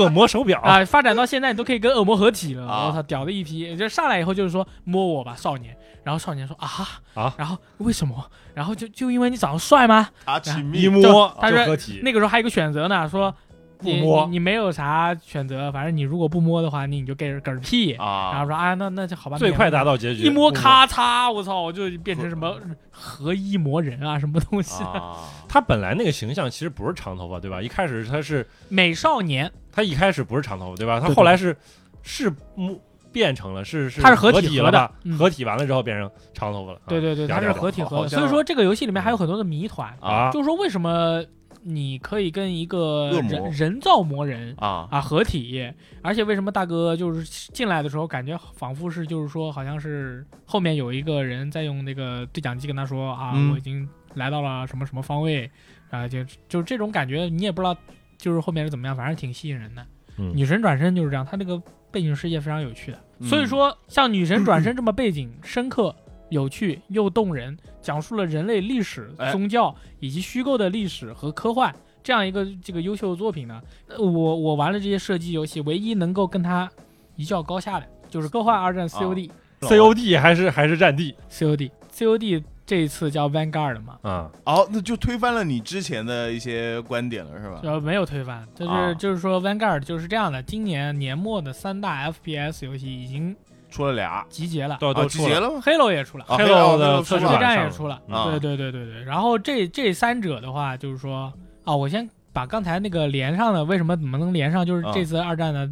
A: 恶魔手表，
C: 啊！发展到现在，你都可以跟恶魔合体了，
A: 哦
B: 啊
C: 我操，屌的一批！就上来以后就是说摸我吧，少年，然后少年说啊
A: 啊，
C: 然后为什么？然后就就因为你长得帅吗？
B: 阿奇
A: 一
B: 密
A: 摸
C: 就他说
A: 合体，
C: 那个时候还有一个选择呢，说
A: 嗯不
C: 你
A: 摸
C: 你，你没有啥选择，反正你如果不摸的话，你你就给人嗝屁。然
B: 啊
C: 后，说啊，那那就好吧，
A: 最快
C: 免
A: 达
C: 了
A: 到结局，嗯
C: 一摸
A: 不
C: 咔嚓，我操，我就变成什么合一魔人啊，什么东西，
B: 啊，
A: 他本来那个形象其实不是长头发，对吧？一开始他是
C: 美少年，
A: 他一开始不是长头发，对吧？他
C: 对对
A: 后来是是木变成了是是
C: 他是
A: 合
C: 合体
A: 体
C: 合
A: 了
C: 的
A: 吧？
C: 嗯
A: 合体完了之后变成长头发了。啊
C: 对对对，
A: 了
C: 它
A: 解
C: 是
A: 了
C: 合体
B: 好
C: 合的，
B: 好
C: 所以
B: 像
C: 说这个游戏里面还有很多的谜团，
A: 啊，
C: 就是说为什么你可以跟一个
B: 恶魔
C: 人人造魔人
B: 啊
C: 啊合体，而且为什么大哥就是进来的时候感觉仿佛是就是说好像是后面有一个人在用那个对讲机跟他说啊，
B: 嗯
C: 我已经来到了什么什么方位，啊就就是这种感觉，你也不知道就是后面是怎么样，反正挺吸引人的。
A: 嗯
C: 女神转身就是这样，她这个背景世界非常有趣的，
B: 嗯
C: 所以说像女神 转身这么背景深刻。有趣又动人，讲述了人类历史、
B: 哎
C: 宗教以及虚构的历史和科幻这样一个这个优秀的作品呢，呃我我玩了这些射击游戏，唯一能够跟它一较高下的，就是科幻二战 COD、
A: 哦 COD 还是还是战地
C: COD COD 这一次叫 Vanguard 嘛，
A: 啊，
B: 哦，那就推翻了你之前的一些观点了，是吧？
C: 然后没有推翻，就是、
A: 哦
B: 啊
C: 就是说 Vanguard 就是这样的，今年年末的三大 FPS 游戏已经
B: 出了俩，
C: 集结了
A: 哦都
B: 啊，
A: 都
B: 集
A: 出
B: 结
A: 了
B: 了吗？
C: ，Halo 也出了。
B: 啊
A: Halo
B: 黑
A: 的
B: 佬
A: 测试
B: 出了
A: 版
C: 对
A: 嗯
C: 战
A: 上
C: 也出了，
B: 啊
C: 对对对对对。然后这这三者的话，就是说啊，我先把刚才那个连上的，为什么怎么能连上？就是
B: 啊
C: 这次二战的，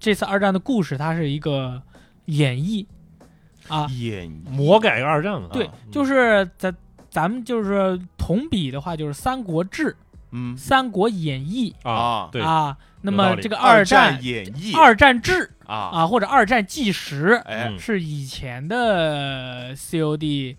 C: 这次二战的故事，它是一个演绎啊，
B: 演
A: 魔改个二战嘛。
C: 对
A: 啊，
C: 就是咱咱们就是同比的话，就是《三国志》《
B: 嗯
C: 三国演义
A: 啊，
B: 啊》
A: 对
C: 啊，那
A: 有道
C: 么
A: 理
C: 这个
B: 二
C: 战
B: 演绎
C: 二战志
B: 啊
C: 啊，或者二战纪实，
B: 哎
A: 嗯
C: 是以前的 COD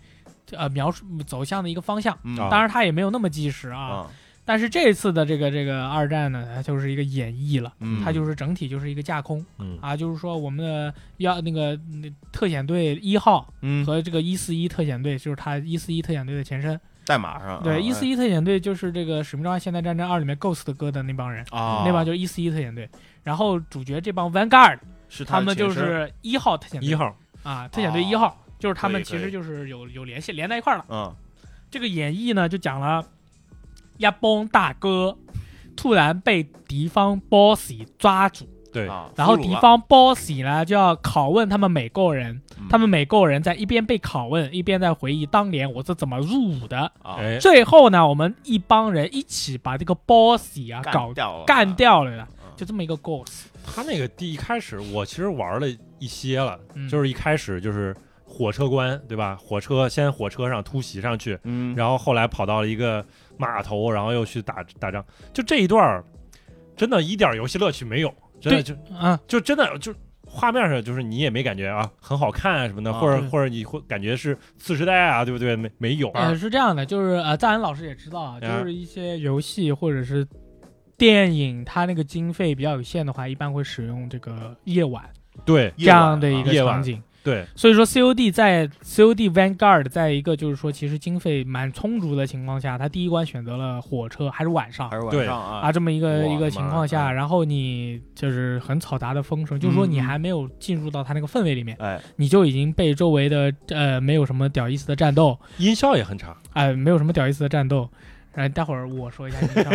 C: 呃描述走向的一个方向。
B: 嗯
A: 啊
C: 当然，它也没有那么纪实啊，
B: 啊
C: 但是这次的这个这个二战呢，它哎就是一个演绎了，
B: 嗯
C: 它就是整体就是一个架空
A: 嗯
C: 啊，就是说我们的要那个那特遣队一号
B: 嗯
C: 和这个一四一特遣队，就是它一四一特遣队的前身。
B: 代码上啊
C: 对，，E 一四
B: 一
C: 一特遣队就是这个《使命召唤：现代战争二》里面 Ghost 哥的那帮人，
B: 啊
C: 那帮就是一四一特遣队。然后主角这帮 Vanguard，
B: 是
C: 他
B: 的
C: 们就
B: 前身
C: 是一号特遣队
A: 一号
C: 啊，特遣队一号，
B: 哦
C: 就是他
B: 可
C: 们
B: 以可
C: 其实
B: 以
C: 就是有有联系，连在一块儿了。
B: 嗯
C: 这个演绎呢，就讲了亚邦大哥突然被敌方 boss 抓住，
A: 对
B: 啊，
C: 然后
B: 俘虏
C: 敌
B: 了
C: 方 boss 呢就要拷问他们每个人，
B: 嗯
C: 他们每个人在一边被拷问，一边在回忆当年我是怎么入伍的。
B: 啊
A: 哎
C: 最后呢，我们一帮人一起把这个 boss 啊搞
B: 干掉了
C: 干掉了的
B: 嗯
C: 就这么一个 ghost。
A: 他那个第一开始我其实玩了一些了，
C: 嗯
A: 就是一开始就是火车关对吧？火车先火车上突袭上去，
B: 嗯
A: 然后后来跑到了一个码头，然后又去打打仗。就这一段儿，真的一点儿游戏乐趣没有，真的
C: 对
A: 就
C: 嗯，
A: 就真的就画面上就是你也没感觉啊很好看啊什么的，
B: 啊
A: 或者
C: 对
A: 或者你会感觉是次时代啊，对不对？没没有，
C: 呃，是这样的，就是呃，赞恩老师也知道啊，就
A: 啊
C: 是一些游戏或者是电影，它那个经费比较有限的话，一般会使用这个夜晚
A: 对
C: 这样的一
A: 夜
C: 个
A: 晚
C: 场景。
A: 对
C: 所以说，COD 在 COD Vanguard 在一个就是说其实经费蛮充足的情况下，他第一关选择了火车，还是晚上
B: 还是晚
A: 对
B: 上啊，
C: 啊这么一个
A: 我的
C: 一个情况
A: 妈
C: 下，
A: 呀
C: 然后你就是很嘈杂的风声，就是说你
B: 嗯
C: 还没有进入到他那个氛围里面，
B: 哎，
C: 你就已经被周围的呃没有什么屌意思的战斗，
A: 音效也很 差，
C: 哎、没有什么屌意思的战斗。然后待会儿我说一下你上。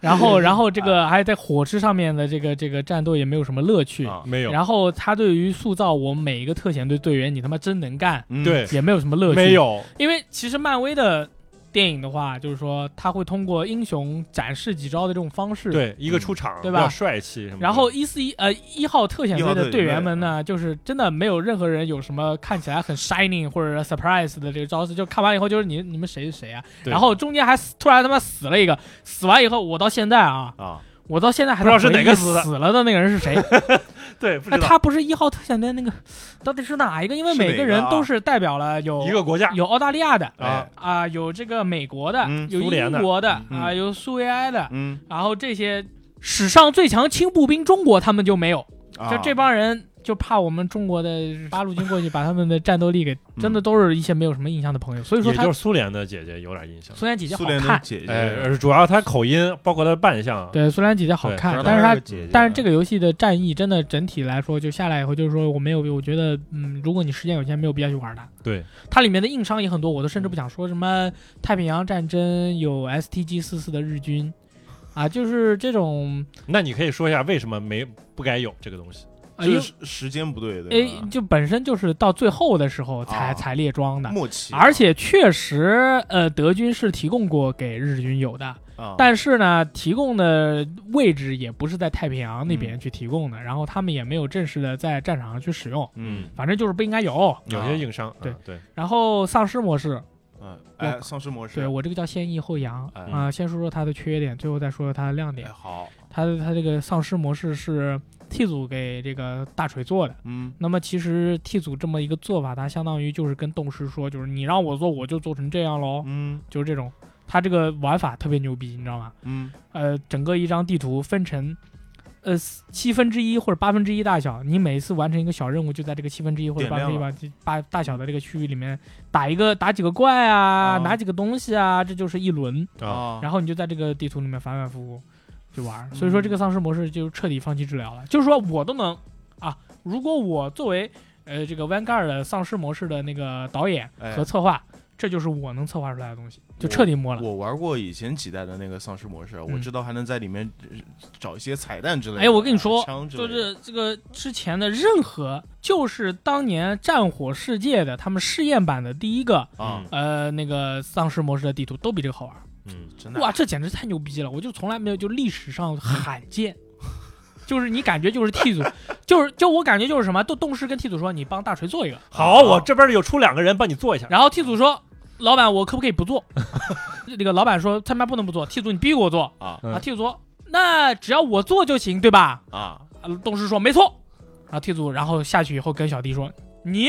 C: 然后，然后这
A: 啊
C: 个还在火车上面的这个这个战斗也没有什么乐趣。
B: 啊
A: 没有，
C: 然后他对于塑造我们每一个特遣队队员，你他妈真能干，
B: 嗯
A: 对，
C: 也没有什么乐趣。
A: 没，有，
C: 因为其实漫威的电影的话，就是说他会通过英雄展示几招的这种方式。。
A: 对，一个出场
C: 嗯对吧
A: 要帅气什么的，
C: 然后一四一呃一号特遣队
B: 一号特
C: 的
B: 遣
C: 队员们
A: 嗯
C: 呢，就是真的没有任何人有什么看起来很 shining 或者 surprise 的这个招式，就看完以后就是你你们谁是谁啊？
A: 对
C: 然后中间还死突然他妈死了一个，死完以后我到现在啊，
B: 啊，
C: 我到现在还
A: 不知道是
C: 在回忆
A: 哪个死的
C: 死了的那个人是谁？
A: 对，不
C: 哎，
A: 知道
C: 他不是一号特遣队那个，到底是哪一个？因为
B: 是
C: 每
B: 哪
C: 个
B: 个
C: 人
B: 啊
C: 都是代表了有
A: 一个国家
C: 有澳大利亚的
A: 啊
B: 哎，
C: 啊，有这个美国的，
B: 嗯
C: 有
A: 苏联
C: 英
A: 的
C: 国的
B: 嗯
C: 啊，有苏维埃的，
B: 嗯，
C: 然后这些史上最强轻步兵中国他们就没有，
B: 啊
C: 就这帮人就怕我们中国的八路军过去把他们的战斗力给，真的都是一些没有什么印象的朋友，所以说
A: 也
C: 他
A: 就是苏联的姐姐有点印象，
C: 苏联姐姐好
B: 苏联的
C: 看，
B: 姐
A: 哎，
B: 姐，
A: 而主要她口音，包括她的扮相，
C: 对苏联姐姐好
A: 对
C: 看，
B: 主要
C: 但是
B: 她
C: 她
B: 个姐姐，
C: 但是这个游戏的战役真的整体来说，就下来以后，就是说我没有，我觉得，嗯，如果你时间有限，没有必要去玩它。
A: 对，
C: 它里面的硬伤也很多，我都甚至不想说什么太平洋战争有 STG 四四的日军，啊，就是这种，
A: 那你可以说一下为什么没不该有这个东西？
C: 呃，
B: 就
C: 因
B: 是时间不对，
C: 诶
B: 对吧，
C: 就本身就是到最后的时候才、
B: 啊
C: 才列装的，
B: 默契，
C: 而且确实，呃，德军是提供过给日军有的，
B: 啊，
C: 但是呢，提供的位置也不是在太平洋那边去提供的，然后他们也没有正式的在战场上去使用。
B: 嗯，
C: 反正就是不应该有。
A: 有些硬伤，
C: 对
A: 啊对，
C: 然后丧尸模式，
B: 嗯，
C: 我
B: 哎，丧尸模式，
C: 对我这个叫先抑后扬啊、
B: 哎
C: 先说说它的缺点，最后再说说它的亮
B: 哎，
C: 点。
B: 好，
C: 它的它这个丧尸模式是 T 组给这个大锤做的。
B: 嗯，
C: 那么其实 T 组这么一个做法，它相当于就是跟动视说，就是你让我做，我就做成这样喽，
B: 嗯
C: 就是这种。它这个玩法特别牛逼，你知道吗？
B: 嗯，
C: 呃，整个一张地图分成，呃，七分之一或者八分之一大小，你每次完成一个小任务，就在这个七分之一或者
B: 点
C: 八分
B: 亮
C: 之一
B: 了
C: 吧，八大小的这个区域里面打一个打几个怪啊，
B: 啊
C: 拿几个东西啊，这就是一轮，
A: 啊，
B: 啊，
C: 然后你就在这个地图里面反反复复去玩儿。
B: 嗯
C: 所以说这个丧尸模式就彻底放弃治疗了，就是说我都能啊，如果我作为呃这个 Vanguard 的丧尸模式的那个导演
B: 哎
C: 和策划，这就是我能策划出来的东西，就彻底摸了。嗯
B: 我玩过以前几代的那个丧尸模式，我知道还能在里面呃找一些彩蛋之类的。
C: 哎我跟你说
B: 枪之类
C: 就
B: 的
C: 是这个之前的任何，就是当年《战火世界》的他们试验版的第一个
B: 啊，
C: 呃那个丧尸模式的地图都比这个好玩。
A: 嗯，
B: 真的
C: 哇，这简直太牛逼了！我就从来没有就历史上罕见，就是你感觉就是 T 组， 就是就我感觉就是什么，动动视跟 T 组说你帮大锤做一个，
A: 好，我这边有出两个人帮你做一下，
C: 然后 T 组说老板我可不可以不做？ 那个老板说他妈不能不做，T 组你必须给我做
B: 啊
A: 嗯
C: 啊！T 组说那只要我做就行，对吧？
B: 啊
C: 啊，董事说没错。然后 T 组，然后下去以后跟小弟说你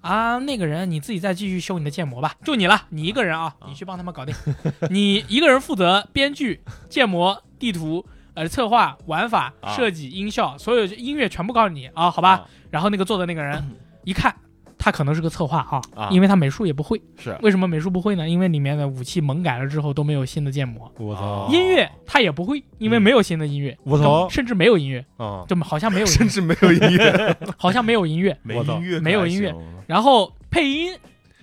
C: 啊，那个人你自己再继续修你的建模吧，就你了，你一个人啊，
B: 啊
C: 你去帮他们搞定， 你一个人负责编剧、建模、地图。呃，策划、玩法、
B: 啊
C: 设计、音效，所有音乐全部告诉你啊，好吧。
B: 啊嗯
C: 然后那个做的那个人一看，他可能是个策划啊，
B: 啊
C: 因为他美术也不会。
B: 是
C: 为什么美术不会呢？因为里面的武器猛改了之后都没有新的建模，
A: 我
B: 哦
A: 操，
C: 音乐他也不会，因为
A: 嗯
C: 没有新的音乐，
A: 我操
C: 甚至没有音乐，
A: 啊，
C: 就好像没有音 乐
B: 甚至没有音乐，
C: 好像没有音乐，
B: 没
A: 我操
B: 音乐，
C: 没有音乐，然后配音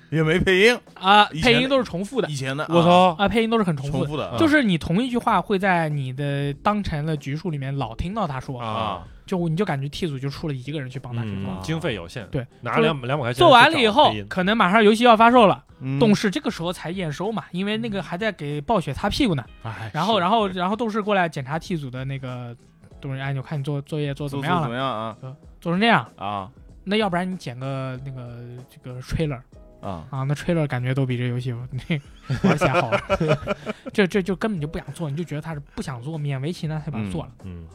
B: 也没配音。
C: 啊、
B: 以前的
C: 配音都是重复的
B: 以前的
A: 我
B: 啊
A: 操，
C: 啊、配音都是很重复
B: 重
C: 的，
B: 复嗯的，
C: 就是是你同一句话会在你的当成的局数里面老听到他说，
A: 啊
B: 啊，
C: 就你就感觉 T 组就出了一个人去帮他去做。
A: 嗯，经费有限，
C: 对，
A: 拿两两百块钱
C: 做完了以
A: 去找
C: 后
A: 配，音
C: 可能马上游戏要发售了，动
B: 嗯
C: 视这个时候才验收嘛，因为那个还在给暴雪擦屁股呢。
B: 哎
C: 然后，
B: 是
C: 然后，然后动视过来检查 T 组的那个东西按钮，看你做作业做得
B: 做
C: 怎么
B: 做
C: 样
B: 怎
C: 了，
B: 么样啊
C: 做成这样，
B: 啊
C: 那要不然你剪个那个这个 trailer，
B: 啊
C: 啊，那 trailer 感觉都比这游戏那玩起 来好玩。这这就根本就不想做，你就觉得他是不想做，勉为其难才把它做了。
A: 嗯，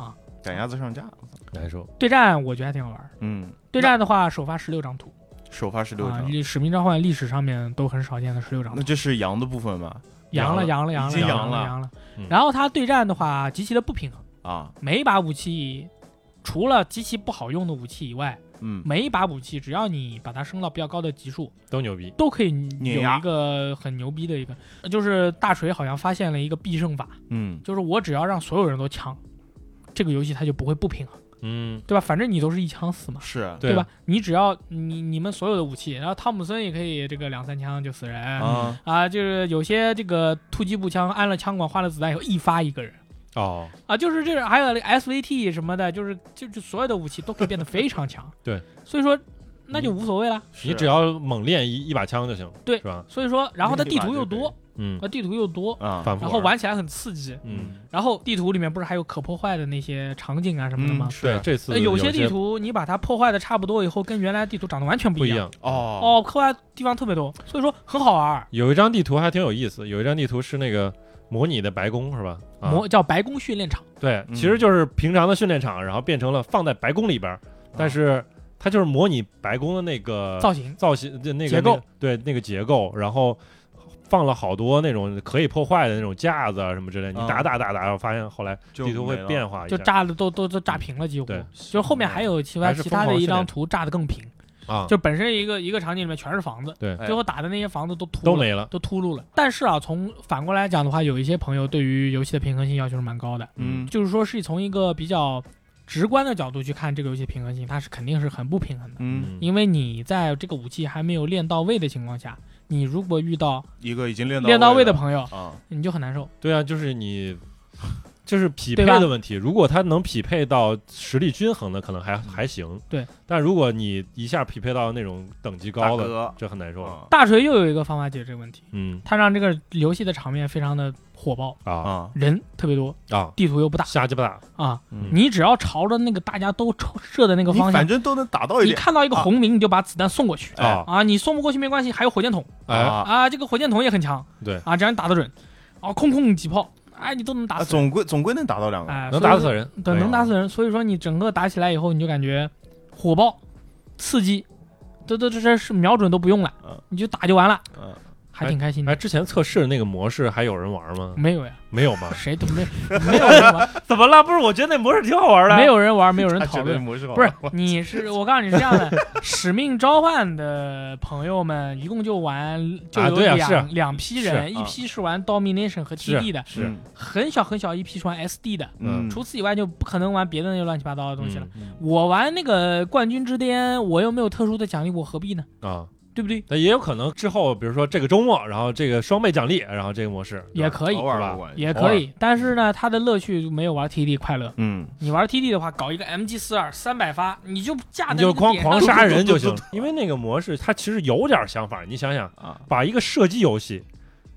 B: 赶鸭子上架。
A: 难受。
C: 对战我觉得还挺好玩儿。
B: 嗯，
C: 对战的话，首发十六张图
B: 首发十六
C: 啊
B: 张，，
C: 历使命召唤历史上面都很少见的十六张图
B: 那，这是羊的部分吧？
C: 阳了阳了阳
B: 已经
C: 了阳
B: 阳了
C: 阳了
A: 嗯。
C: 然后它对战的话极其的不平衡，
B: 啊，
C: 每一把武器除了极其不好用的武器以外，
B: 嗯，
C: 每一把武器只要你把它升到比较高的级数，
A: 都牛逼，
C: 都可以
B: 碾
C: 有
B: 压
C: 一个很牛逼的一个，就是大锤好像发现了一个必胜法，
B: 嗯，
C: 就是我只要让所有人都强，这个游戏它就不会不平衡，
A: 嗯，
C: 对吧？反正你都是一枪死嘛，
B: 是啊
A: 对啊
C: 吧？？你只要你你们所有的武器，然后汤姆森也可以这个两三枪就死人
B: 啊，
C: 啊，就是有些这个突击步枪安了枪管换了子弹以后一发一个人
A: 哦，。
C: 啊，就是这还有那个 SVT 什么的，就是就就所有的武器都可以变得非常强
A: 对，
C: 所以说那就无所谓了。
A: 你只要猛练一一把枪就行，
C: 对
A: 是吧？
C: 所以说，然后它
B: 那立
C: 地
B: 马
C: 图
B: 就
C: 又
B: 可以
C: 多
A: 嗯，
C: 啊，地图又多，
B: 啊，
A: 反复
C: 然后
A: 玩，
C: 玩起来很刺激。
A: 嗯，
C: 然后地图里面不是还有可破坏的那些场景啊什么的吗
B: 嗯？是
A: 对，这次
C: 呃有
A: 有
C: 些地图你把它破坏的差不多以后，跟原来地图长得完全
A: 不
C: 一
A: 一
C: 样。
A: 样。
B: 哦
C: 哦，破坏地方特别多，所以说很好玩儿。
A: 有一张地图还挺有意思，有一张地图是那个模拟的白宫是吧？啊
C: 模叫白宫训练场，
A: 对，
B: 嗯
A: 其实就是平常的训练场，然后变成了放在白宫里边儿，但是它就是模拟白宫的那个
C: 啊造型
A: 造型的那个
C: 结构
A: 那个对那个结构，然后放了好多那种可以破坏的那种架子啊什么之类，你
B: 啊
A: 打打打打，然后发现后来
B: 就
A: 地图会
B: 没了
A: 变化一
C: 就
A: 下，
C: 炸的都都都炸平了，几乎
A: 哎对。
C: 就后面还有其他
A: 还是
C: 其他的
A: 疯狂
C: 一
A: 训练
C: 张图炸的更平，
A: 啊，
C: 就本身一个一个场景里面全是房子，
A: 对
B: 哎
C: 最后打的那些房子都秃
A: 都
C: 了
A: 没了。
C: 都秃噜了。但是啊，从反过来讲的话，有一些朋友对于游戏的平衡性要求是蛮高的，
B: 嗯
C: 就是说是从一个比较直观的角度去看这个游戏平衡性，它是肯定是很不平衡的，
B: 嗯，
A: 嗯，
C: 因为你在这个武器还没有练到位的情况下，你如果遇到
B: 一个已经练到
C: 练到位
B: 位
C: 的朋友，
B: 啊，
C: 你就很难受。
A: 对啊，就是你。就是匹配
C: 对吧
A: 的问题，如果它能匹配到实力均衡的，可能还还行。
C: 对，
A: 但如果你一下匹配到那种等级
B: 大
A: 高的，
B: 哥，
A: 这很难受了。
B: 啊
C: 大锤又有一个方法解决这个问题，
A: 嗯
C: 它让这个游戏的场面非常的火爆，
A: 啊
B: 啊，
C: 人特别多，
A: 啊，
C: 地图又不大
A: 瞎鸡巴打，
C: 啊。
B: 嗯
C: 你只要朝着那个大家都抽射的那个
B: 你
C: 方
B: 反
C: 向，
B: 正都能打到一
C: 你
B: 点
C: 看到一个
B: 啊
C: 红名，你就把子弹送过去
B: 哎
A: 啊
C: 啊。你送不过去没关系，还有火箭筒
A: 哎，
B: 啊，
C: 啊，这个火箭筒也很强，
A: 对
C: 啊，只要你打得准，啊，空空几炮，哎，你都能打
B: 啊
C: 死，
B: 总归总归能打到两个，
C: 哎，
A: 啊能
C: 所以
A: 打
C: 说
A: 死人，
C: 对，
B: 对
C: 能打死人。所以说你整个打起来以后，你就感觉火爆、刺激，这这这这是瞄准都不用
B: 嗯
C: 了，你就打就完了，
B: 嗯，
C: 还挺开心
A: 哎，
C: 的。
A: 之前测试那个模式还有人玩吗？
C: 没有呀，
A: 没有吗？
C: 谁都没没有人玩，
A: 怎么了？不是，我觉得那模式挺好玩
C: 没有人玩，没有人讨论。
B: 模式好
C: 不是，你是我告诉你是这样的，《使命召唤》的朋友们一共就玩就
A: 啊
C: 有
A: 对啊
C: 两、
A: 是啊
C: 两批
B: 是
C: 人，一
B: 啊
C: 批是玩 Domination 和
A: 是啊
C: TD 的，
A: 是嗯
C: 很小很小一批是玩 SD 的，
B: 嗯，
C: 除此以外就不可能玩别的那些乱七八糟的东西了。
B: 嗯
C: 我玩那个冠军之巅，我又没有特殊的奖励，我何必呢？
A: 啊，
C: 对不对？
A: 但也有可能之后，比如说这个周末，然后这个双倍奖励，然后这个模式
C: 也可以
B: 偶，尔
A: 是吧
B: 玩
C: 也
A: 啊偶
C: 可
A: 尔
C: 以。但是呢，它的乐趣就没有玩 TD 快乐。
B: 嗯，
C: 你玩 TD 的话，搞一个 MG 四二三百发，你就架在
A: 你就
C: 那个
A: 光
C: 点
A: 狂
C: 上
A: 杀人就行
B: 对对对对。
A: 因为那个模式它其实有点想法，你想想，
B: 啊
A: 把一个射击游戏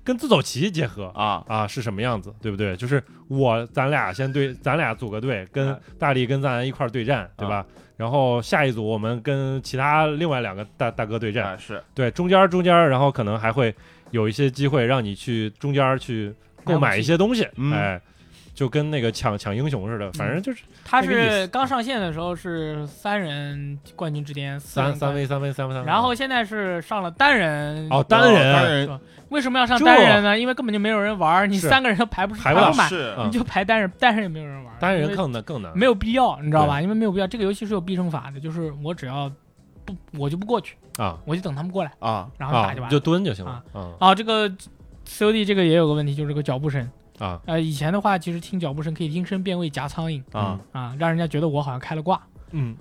A: 跟自走棋结合。
B: 啊，
A: 啊，是什么样子，对不对？就是我咱俩先对，咱俩组个队，跟
B: 啊
A: 大力跟咱一块儿对战，对吧？然后下一组我们跟其他另外两个大大哥对战，
B: 啊是
A: 对，中间儿中间儿，然后可能还会有一些机会让你去中间儿去购买一些东西，
B: 嗯
A: 哎，就跟那个抢抢英雄似的，反正就是
C: 它
A: 那个意
C: 是
A: 思
C: 刚上线的时候是三人冠军之巅，四
A: 三
C: 人
A: 三
C: 冠军，
A: v 三 v 三 v 三 v，
C: 然后现在是上了单人
A: 哦单人
B: 单人
C: 为什么要上
A: 这
C: 单人呢？因为根本就没有人玩儿，你
A: 是
C: 三个人都排哎不
A: 排
C: 排
A: 不了
C: 不满，
B: 啊是
A: 嗯
C: 你就排单人，单人也没有人玩儿，
A: 单
C: 因
A: 人
C: 为
A: 更难更难，
C: 没有必要，你知道吧？因为没有必要，这个游戏是有必胜法的，就是我只要不我就不过去，
A: 啊
C: 我就等他们过来，
B: 啊
C: 然后打
A: 啊
C: 就，完
A: 就
C: 了。
A: 蹲就行了
C: 啊，
A: 啊
C: 啊，这个 COD 这个也有个问题，就是这个脚步声。
A: 啊
C: 呃，以前的话，其实听脚步声可以听声辨位夹苍蝇
B: 啊，
C: 啊，让人家觉得我好像开了挂。
A: 嗯，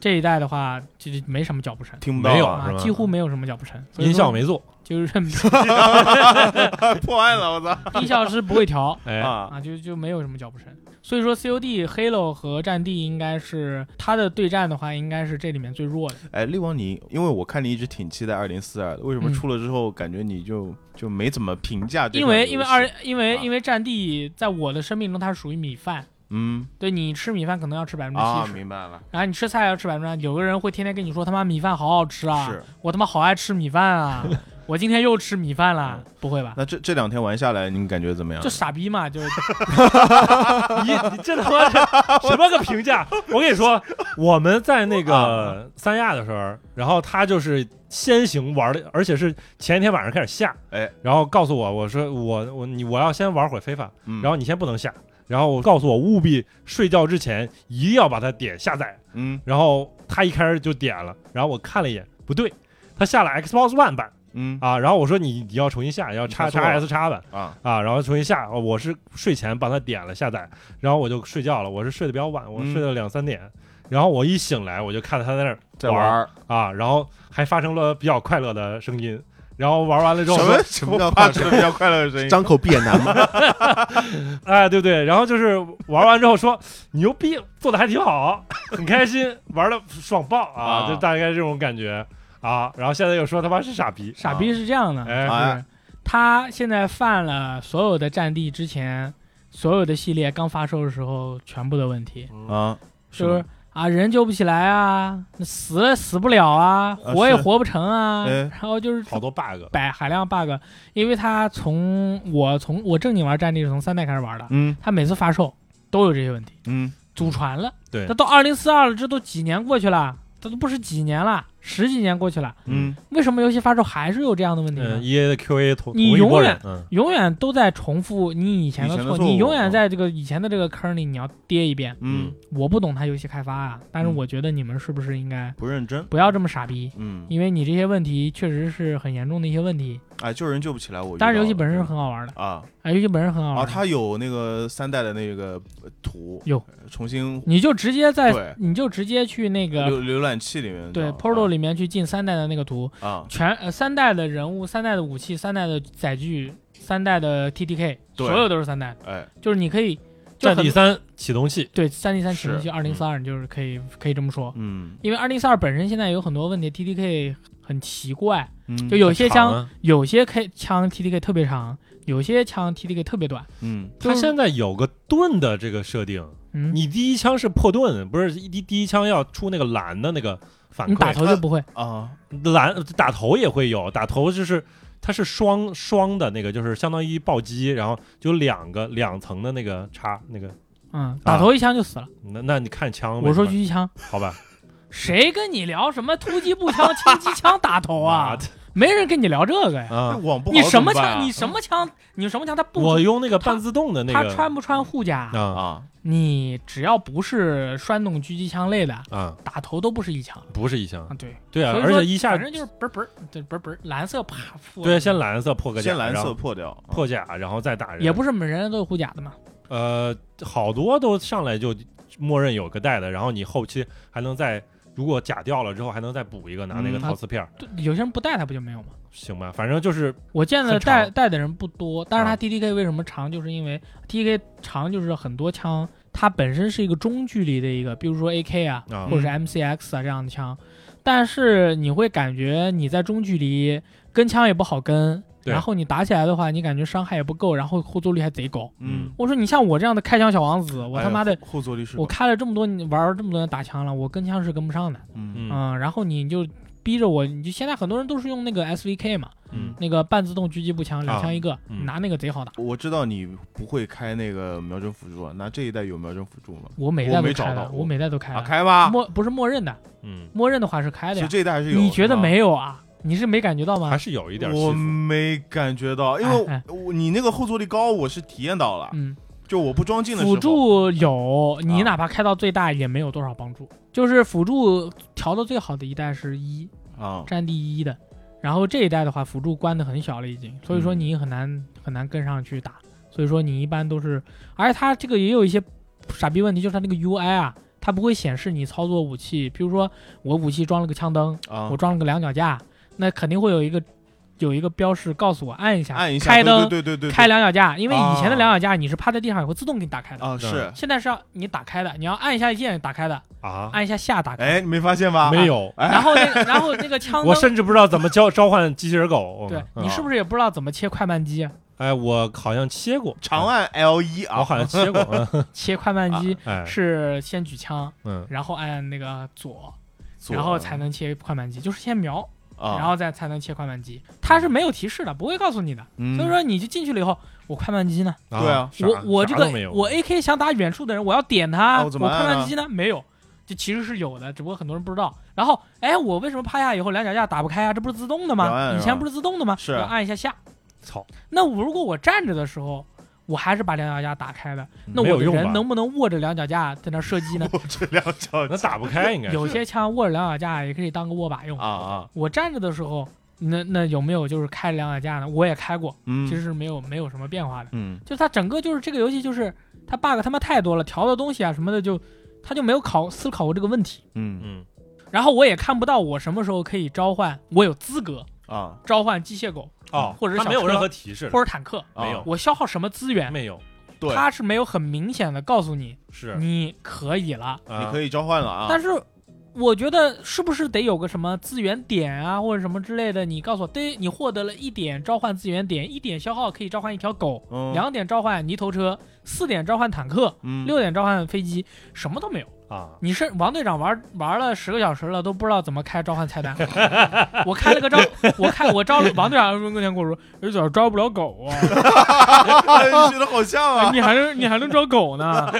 C: 这一代的话，就就没什么脚步声
B: 听不
A: 没有
B: 到啊，
A: 是
C: 啊，
A: 吧
C: 几乎没有什么脚步声，所以
A: 音效
C: 说
A: 没做，
C: 就是
B: 啊 破案了，我操
C: 音效是不会调，
A: 哎，
B: 啊
C: 啊，就就没有什么脚步声。所以说，COD、Halo 和战地应该是它的对战的话，应该是这里面最弱的。
B: 哎，力王你，因为我看你一直挺期待二零四二的，为什么
C: 嗯
B: 出了之后感觉你就就没怎么评价这
C: 因
B: 款游
C: 为
B: 戏？
C: 因为二因为
B: 啊
C: 因为战地在我的生命中它是属于米饭，
B: 嗯
C: 对你吃米饭可能要吃百分之
B: 啊，
C: 七十，
B: 明白了，
C: 然后你吃菜要吃百分之，有个人会天天跟你说他妈米饭好好吃啊，
B: 是
C: 我他妈好爱吃米饭啊，我今天又吃米饭了，不会吧？
B: 那这这两天玩下来，你感觉怎么样
C: 就？傻逼嘛，就
A: 你你这他妈是什么个评 价？我跟你说，我们在那个三亚的时候，然后他就是先行玩的，而且是前一天晚上开始下，
B: 哎，
A: 然后告诉我，我说我我你我要先玩会儿非法，
B: 嗯
A: 然后你先不能下，然后我告诉我务必睡觉之前一定要把它点下载，
B: 嗯
A: 然后他一开始就点了，然后我看了一眼，不对，他下了 Xbox One 版
B: 嗯
A: 啊，然后我说你你要重新下，要叉
B: 你看错
A: 叉
B: 了
A: S 叉版。
B: 啊，
A: 啊，然后重新下，我是睡前帮他点了下载，然后我就睡觉了，我是睡得比较晚，我
B: 嗯
A: 睡到两三点，然后我一醒来我就看到他在那儿
B: 在
A: 玩
B: 玩
A: 啊，然后还发生了比较快乐的声音，然后玩完了之后
B: 什
A: 说
B: 么
D: 什么叫
B: 发出比较快乐的声音？
D: 张口闭眼难吗？
A: 哎，对不对？然后就是玩完之后说 牛逼，做的还挺好，很开心， 玩的爽爆啊，
B: 啊
A: 就大概这种感觉啊，然后现在又说他妈是傻逼，啊
C: 傻逼是这样的。
A: 哎，
B: 哎
C: 就是他现在犯了所有的战地之前所有的系列刚发售的时候全部的问题，
B: 啊，
C: 是不是啊？人救不起来啊，死也死不了啊，
B: 啊
C: 活也
B: 是
C: 活不成啊，
B: 哎
C: 然后就是
A: 好多 bug，
C: 百海量 bug，因为他从我从我正经玩战地是从三代开始玩的，
B: 嗯
C: 他每次发售都有这些问题，
B: 嗯，
C: 祖传了。
A: 对
C: 那到二零四二了，这都几年过去了，这都不是几年了，十几年过去了，
B: 嗯，
C: 为什么游戏发售还是有这样的问题呢？
B: 呃
A: 嗯，E A 的 Q A 同
C: 你
A: 同一波
C: 永
A: 人
C: 远
A: 嗯
C: 永远都在重复你以前的
B: 以前的
C: 错，
B: 错误
C: 你永远在这个以前的这个坑里，你要跌一遍。
B: 嗯，
C: 我不懂他游戏开发啊，但是
B: 嗯
C: 我觉得你们是不是应该
B: 不认真，
C: 不要这么傻逼？
B: 嗯，
C: 因为你这些问题确实是很严重的一些问题，
B: 哎，救人救不起来，我遇
C: 但是
B: 到
C: 游戏
B: 了
C: 本身是很好玩的，
B: 啊
C: 哎，游戏本身很好
B: 啊，
C: 玩的。
B: 它有那个三代的那个呃图，
C: 有
B: 呃重新
C: 你就直接在
B: 对，
C: 你就直接去那个
B: 浏浏览器里面
C: 对
B: 找
C: Portal 里面去进三代的那个图，
B: 啊，
C: 全呃三代的人物、三代的武器、三代的载具、三代的 TTK，
B: 对
C: 所有都是三代的，
B: 哎，
C: 就是你可以就
A: 战
C: 很
A: 地三启动器，
C: 对三 D 三启动
B: 是
C: 器二零四二，你就是可以可以这么说，
B: 嗯
C: 因为二零四二本身现在有很多问题，TTK 很奇怪，
B: 嗯，
C: 就有些
A: 长
C: 枪
A: 啊
C: 有些 K 枪 TTK 特别长，有些枪 TTK 特别短，
B: 嗯
A: 它
C: 就是
A: 现在有个盾的这个设定，
C: 嗯，
A: 你第一枪是破盾，不是一第第一枪要出那个蓝的那个反
C: 你打
A: 馈，
C: 头就不会，
B: 啊，
A: 蓝打头也会有，打头就是它是双双的那个，就是相当于暴击，然后就两个两层的那个叉那个，
C: 嗯，打头一枪就死了。
A: 那那你看枪呗，
C: 我说
A: 是吧
C: 狙击枪，
A: 好吧，
C: 谁跟你聊什么突击步枪、轻机枪打头 啊？没人跟你聊这个呀。
B: 那
A: 啊，
B: 网不好
C: 你什么
B: 怎办啊
C: 枪？你什么枪？你什么枪？他不，
A: 我用那个半自动的那
C: 他
A: 个
C: 穿不穿护甲？
A: 啊
B: 啊
C: 你只要不是栓动狙击枪类的，
A: 啊，
C: 打头都不是一枪
A: 不是一枪
C: 啊。，对，
A: 对啊，
C: 所以
A: 而
C: 说
A: 且一下
C: 反正就是嘣儿嘣儿，对嘣儿嘣儿，蓝色啪破。
A: 对，先蓝色破个甲，
B: 先蓝
A: 然
B: 色
A: 后
B: 破掉，啊
A: 破甲，然后再打人，
C: 也不是每人人都有护甲的嘛。
A: 呃，好多都上来就默认有个带的，然后你后期还能再，如果假掉了之后还能再补一个，拿那个
B: 嗯
A: 陶瓷片儿，
C: 对有些人不带他不就没有吗？
A: 行吧？反正就是
C: 我见的
A: 很长
C: 带带的人不多，但是他
A: 啊
C: DDK 为什么长，就是因为 DDK 长就是很多枪，它本身是一个中距离的一个，比如说 AK 啊，
A: 啊
C: 或者是 MCX 啊这样的枪，但是你会感觉你在中距离跟枪也不好跟，
A: 对
C: 然后你打起来的话，你感觉伤害也不够，然后后坐力还贼高。
B: 嗯，
C: 我说你像我这样的开枪小王子，我
B: 哎
C: 他妈的、
B: 后坐力是
C: 我开了这么多年玩儿这么多年打枪了，我跟枪是跟不上的，
B: 嗯
A: 嗯
C: 嗯，然后你就逼着我，你就现在很多人都是用那个 SVK 嘛，
A: 嗯
C: 那个半自动狙击步
B: 啊
C: 枪，两枪一个，
A: 嗯
C: 拿那个贼好打。
B: 我知道你不会开那个瞄准辅助，那这一代有瞄准辅助吗？
C: 我每代
B: 我
C: 都
B: 没找
C: 开
B: 到
C: 了，
B: 过
C: 我每代都开
B: 啊，
C: 了，
B: 开吧，
C: 默不是默认的，
A: 嗯，
C: 默认的话是开
B: 其
C: 的
B: 实
C: 呀。
B: 这一代还是有，
C: 哎啊你觉
B: 是
C: 得
B: 吧
C: 没有啊？你是没感觉到吗
A: 还？是有一
C: 嗯
A: 点
B: 我
A: 戏服。
B: 没感觉到，因为
C: 哎
B: 我你那个后坐力高，我是体验到了，
C: 嗯，
B: 就我不装进的时候，
C: 辅助有，你
B: 啊
C: 哪怕开到最大也没有多少帮助。就是辅助调的最好的一代是一
B: 啊，
C: 战地一的，然后这一代的话辅助关的很小了已经，所以说
B: 嗯
C: 你很难很难跟上去打。所以说你一般都是，而且它这个也有一些傻逼问题，就是它那个 UI 啊，它不会显示你操作武器，比如说我武器装了个枪灯，
B: 啊
C: 我，装了个两脚架，那肯定会有一个有一个标识告诉我按一下，
B: 按一下，
C: 开
B: 对
C: 灯，
B: 对对对对，
C: 开两脚架，因为以前的
B: 啊
C: 两脚架你是趴在地上也会自动给你打嗯开的，
B: 啊是，
C: 现在是要你打开的，你要按一下键打开的，
A: 啊，
C: 按一下下打开。
B: 哎，你没发现
C: 啊
B: 吧？
A: 没有，
B: 哎
C: 然后那个然后那个枪
A: 我
C: 灯，
A: 甚至不知道怎么召召唤机器人狗。 我
B: 啊
C: 对
A: 们
C: 你是不是也不知道怎么切快慢机？
A: 哎，我好像切过
B: 长，按 L 一
A: 嗯我
C: 哦
B: 啊，
A: 好像切过， 嗯
C: 切快慢机
A: 哎，
C: 是先举枪，
A: 嗯
C: 然后按那个左，
B: 左嗯
C: 然后才能切快慢机，就是先瞄。
B: 啊，
C: 然后再才能切快慢机。它是没有提示的，不会告诉你的。
B: 嗯
C: 所以说你就进去了以后，我快慢机呢？
B: 对啊
A: 啥
C: 我我这
A: 啥
C: 个
A: 都没有
C: 我 AK 想打远处的人，我要点他，
B: 哦
C: 我
B: 怎么按
C: 快
B: 呢
C: 慢机呢？没有，就其实是有的，只不过很多人不知道。然后，哎，我为什么趴下以后两脚架打不开啊？这不是自动的
B: 要按
C: 吗？
B: 是吧
C: 以前不是自动的吗？
B: 是
C: 要按一下下。
A: 啊操，
C: 那我如果我站着的时候，我还是把两脚架打开的，那
A: 没
C: 我
A: 有
C: 的
A: 用吧
C: 人能不能握着两脚架在那射击呢？
B: 我这两脚
C: 嗯
A: 那打不开 应该是
C: 有些枪握着两脚架也可以当个握把用
B: 啊。啊，
C: 我站着的时候，那那有没有就是开两脚架呢？我也开过，
B: 嗯，
C: 其实是没有没有什么变化的。
B: 嗯
C: 就它整个就是这个游戏就是它 bug 他妈太多了，调的东西啊什么的就它就没有考思考过这个问题。
B: 嗯
A: 嗯
C: 然后我也看不到我什么时候可以召唤，我有资格
B: 啊
C: 召唤机械狗
A: 哦，
C: 或者是
A: 它
C: 小
A: 没有
C: 车
A: 任何提示，
C: 或者啊坦克，
B: 啊
A: 没有
C: 我消耗什么资源，
A: 没有
B: 对，
C: 它是没有很明显的告诉你
A: 是
C: 你可以了。
A: 你
B: 你可以交换了啊，
C: 嗯但
B: 是
C: 是我觉得是不是得有个什么资源点啊，或者什么之类的？你告诉我，对，你获得了一点召唤资源点，一点消耗可以召唤一条狗，两点召唤泥头车，四点召唤坦克，
B: 嗯
C: 六点召唤飞机，什么都没有。
A: 啊，
C: 你是王队长玩玩了十个小时了，都不知道怎么开召唤菜单。我开了个招，我开我招了王队长跟跟我说，有点招不了狗啊，
B: 啊，你觉得好像啊，
C: 你还能你还能招狗呢？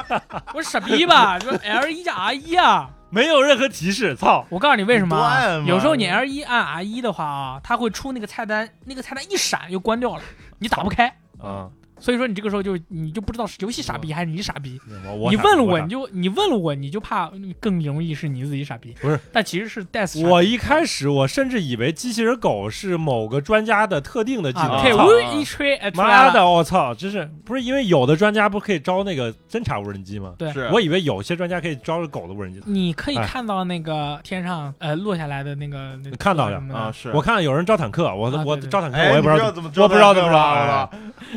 C: 我说傻逼吧，说 L 一加 R 一啊。
A: 没有任何提示，操，
C: 我告诉你为什么
B: 你多
C: 啊
B: 按？嘛
C: 有时候你 L 一按 R 一的话啊，它会出那个菜单，那个菜单一闪又关掉了，你打不开。
A: 啊，
C: 所以说你这个时候就你就不知道是游戏傻逼还是你傻逼。
A: 我我
C: 嗯你
A: 傻
C: 问了
A: 我
C: 我，
A: 傻
C: 你就你问了我，你就怕更容易是你自己傻逼。
A: 不是，
C: 但其实是 Death 傻逼
A: 我一开始我甚至以为机器人狗是某个专家的特定的技
C: 啊，
A: 能
C: 可以，
A: 操
C: 呜一吹，哎，出来
A: 妈
C: 了。
A: 的，我操，真是不是因为有的专家不可以招那个侦察无人机吗？
C: 对，
B: 是
A: 我以为有些专家可以招狗的无人机，
C: 你可以
A: 哎
C: 看到那个天上呃落下来的那个那个
A: 看到了
C: 什么的
B: 啊，是
A: 我看了有人招坦克，我
C: 啊
A: 我
C: 对对
A: 招坦克
B: 哎，
A: 我也
B: 你
A: 不知道，
B: 怎么，
A: 我不知道怎么
B: 了，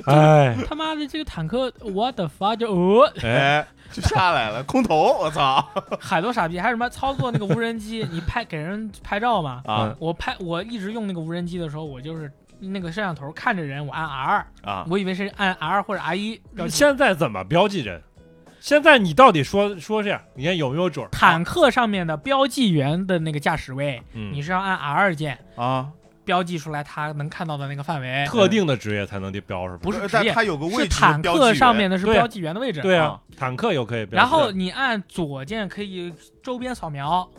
A: 着，哎
C: 他妈的这个坦克，what the fuck 就哦，
A: 哎，
B: 哎，就下来了，空投，我操
C: 海多傻逼，还有什么操作那个无人机，你拍给人拍照嘛？
B: 啊
C: 我拍我一直用那个无人机的时候，我就是那个摄像头看着人，我按 R，
B: 啊，
C: 我以为是按 R 或者 R 一标记。
A: 现在怎么标记人？现在你到底说说这样，你看有没有准儿？
C: 坦克上面的标记员的那个驾驶位，
A: 嗯
C: 你是要按 R 键
B: 啊，
C: 标记出来他能看到的那个范围，
A: 特定的职业才能标是吧？
C: 不是职
B: 呃但
C: 业，
B: 它有个位
C: 是
B: 置
C: 坦
B: 标记员
C: 克上面的是
A: 对啊
C: 标记员的位置。
A: 对啊
B: 啊，
A: 坦克有可以标记的。啊
C: 然后你按左键可以周边扫描，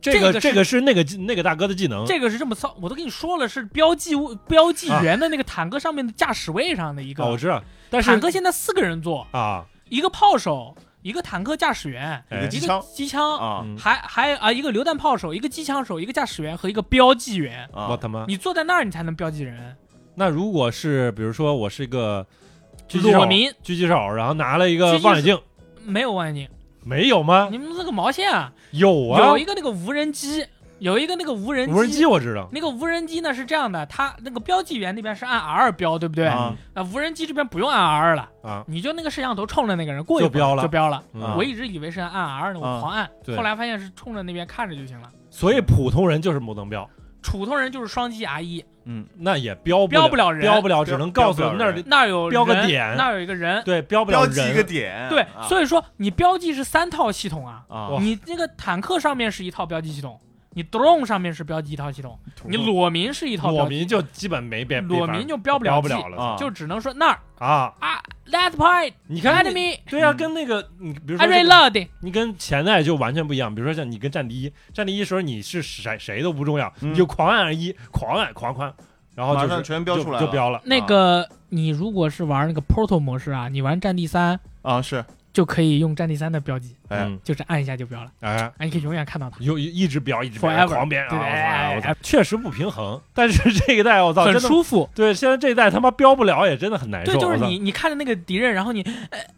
A: 这
C: 这
A: 个
C: 个
A: 这
C: 是
A: 个是那个技那个大哥的技能，
C: 这个是这么扫，我都跟你说了是标记物标记员的那个坦克上面的驾驶位上的一个。
A: 哦我知道，但
C: 坦
A: 是
C: 克现在四个人坐，
A: 啊，
C: 一个炮手，一个坦克驾驶员，
A: 哎
C: 一
B: 机
C: 个
B: 枪
C: 机枪，
B: 啊
A: 嗯
C: 还还啊一个榴弹炮手，一个机枪手，一个驾驶员和一个标记员。
B: 啊
A: 我他妈，
C: 你坐在那儿，你才能标记人。
A: 那如果是比如说我是一个狙击
C: 裸
A: 手，
C: 民
A: 狙击手，然后拿了一
C: 狙
A: 个
C: 击
A: 望远镜，
C: 没有望远镜，
A: 没有吗？
C: 你们这个毛线啊！
A: 有啊，
C: 有一个那个无人机，有一个那个无人
A: 无人机我知道，啊
C: 那个无人机呢是这样的，它那个标记员那边是按 R 标，对不对？
B: 啊
C: 啊，无人机这边不用按 R 了，
A: 啊，
C: 你就那个摄像头冲着那个人过一会儿
A: 就标了
C: 就标了。
A: 嗯
C: 我一直以为是按 R 呢，我
B: 啊
C: 狂按，
A: 对
C: 后来发现是冲着那边看着就行了。
A: 所以普通人就是不能标，
C: 普通人就是双击 R 一，
B: 嗯
A: 那也标
C: 标不
A: 不
C: 了人
A: 标不了，只
B: 标
A: 能
B: 标
A: 告
B: 不
A: 诉
B: 了
A: 那儿
B: 人
C: 那儿有
A: 标个
C: 人
A: 点
C: 那儿有一个人，
A: 对标不了
B: 标记一个
A: 人，
B: 点，
C: 对，
B: 啊
C: 所以说你标记是三套系统啊，
B: 啊
A: 哇，
C: 你那个坦克上面是一套标记系统，你 drone 上面是标记一套系统，你裸民是一套
A: 裸
C: 标记，
A: 民就基本没变，没
C: 裸
A: 法
C: 民就标不了
A: 标不了了
B: 啊
C: 就只能说那儿
A: 啊！
C: 啊，Let's play
A: 你看你，
C: enemy
A: 对呀，
B: 嗯
A: 跟那个你比如
C: I
A: 说这个啊
C: reload，
A: 你跟前代就完全不一样，比如说像你跟战地一，战地一时候你是谁谁都不重要，
B: 嗯
A: 你就狂按一，狂按狂狂，然后
B: 马
A: 就
B: 上
A: 是
B: 全标出
A: 就
B: 来了，
A: 就标了。
C: 那个你如果是玩那个 Portal 模式啊，你玩战地三
B: 啊是，
C: 就可以用战地三的标记，
B: 哎
A: 嗯
C: 就是按一下就标了，
A: 哎，
C: 哎，你可以永远看到它。
A: 有一直标一直标
C: Forever，
A: 狂编
C: 对
A: 啊！我操我操
C: 哎
A: 确实不平衡，但是这一代我操，
C: 很
A: 真的
C: 舒服，
A: 对，现在这一代他妈标不了也真的很难受。
C: 对，就是
A: 我操
C: 你，你看着那个敌人，然后你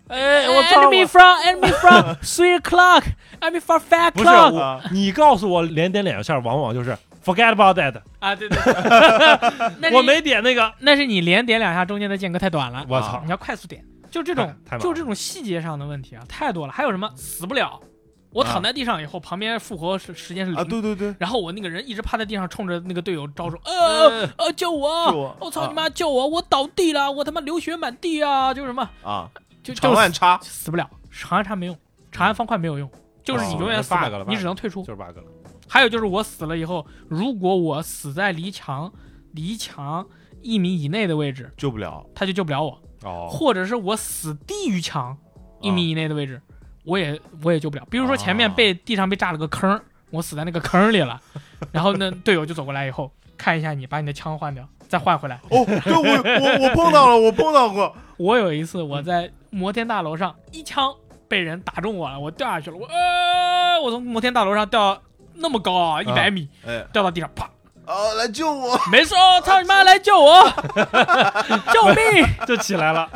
C: 呃
A: 哎，我操！
C: enemy
A: 我
C: from enemy from three o'clock enemy from five
A: 不是
C: o'clock
A: 我
B: 啊，
A: 你告诉我连点两下，往往就是 forget about that，
C: 啊，对对， 那是
A: 我没点那个，
C: 那是你连点两下，中间的间隔太短了，
A: 我操
C: 你！要快速点，就这种
A: 太太麻烦
C: 就这种细节上的问题啊，太多了。还有什么死不了，我躺在地上以后，旁边复活时时间是
B: 啊
C: 零。
B: 对对对，
C: 然后我那个人一直趴在地上，冲着那个队友招手，呃呃，救
B: 救
C: 我
B: 我！
C: 我操
B: 啊
C: 你妈，救我！我倒地了，我他妈流血满地啊！就是什么，
B: 啊，
C: 就就
B: 长按叉
C: 死不了，长按叉没用，长按方块没有用，就是你
A: 哦
C: 永远
A: 那
C: 死不
A: bug 了
C: 你只
A: ，bug
C: 能退出
A: 就。是 bug 了。
C: 还有就是我死了以后，如果我死在离墙离墙一米以内的位置，
B: 救不了
C: 他就救不了我；
B: 哦，
C: 或者是我死低于墙一米以内的位置，我也我也救不了。比如说前面被地上被炸了个坑，我死在那个坑里 了，然后呢队友就走过来以后看一下你，把你的枪换掉，再换 回来。
D: 哦，对，我我我碰到了，我碰到过，
C: 我有一次我在摩天大楼上一枪被人打中我了，我掉下去了，我呃，我从摩天大楼上掉那么高啊，一百米，
D: 哎，
C: 掉到地上，啪，
D: 啊，
B: 哦
D: 来 救我！
C: 没事哦，操你妈来救 我，救 命！
A: 就起来了。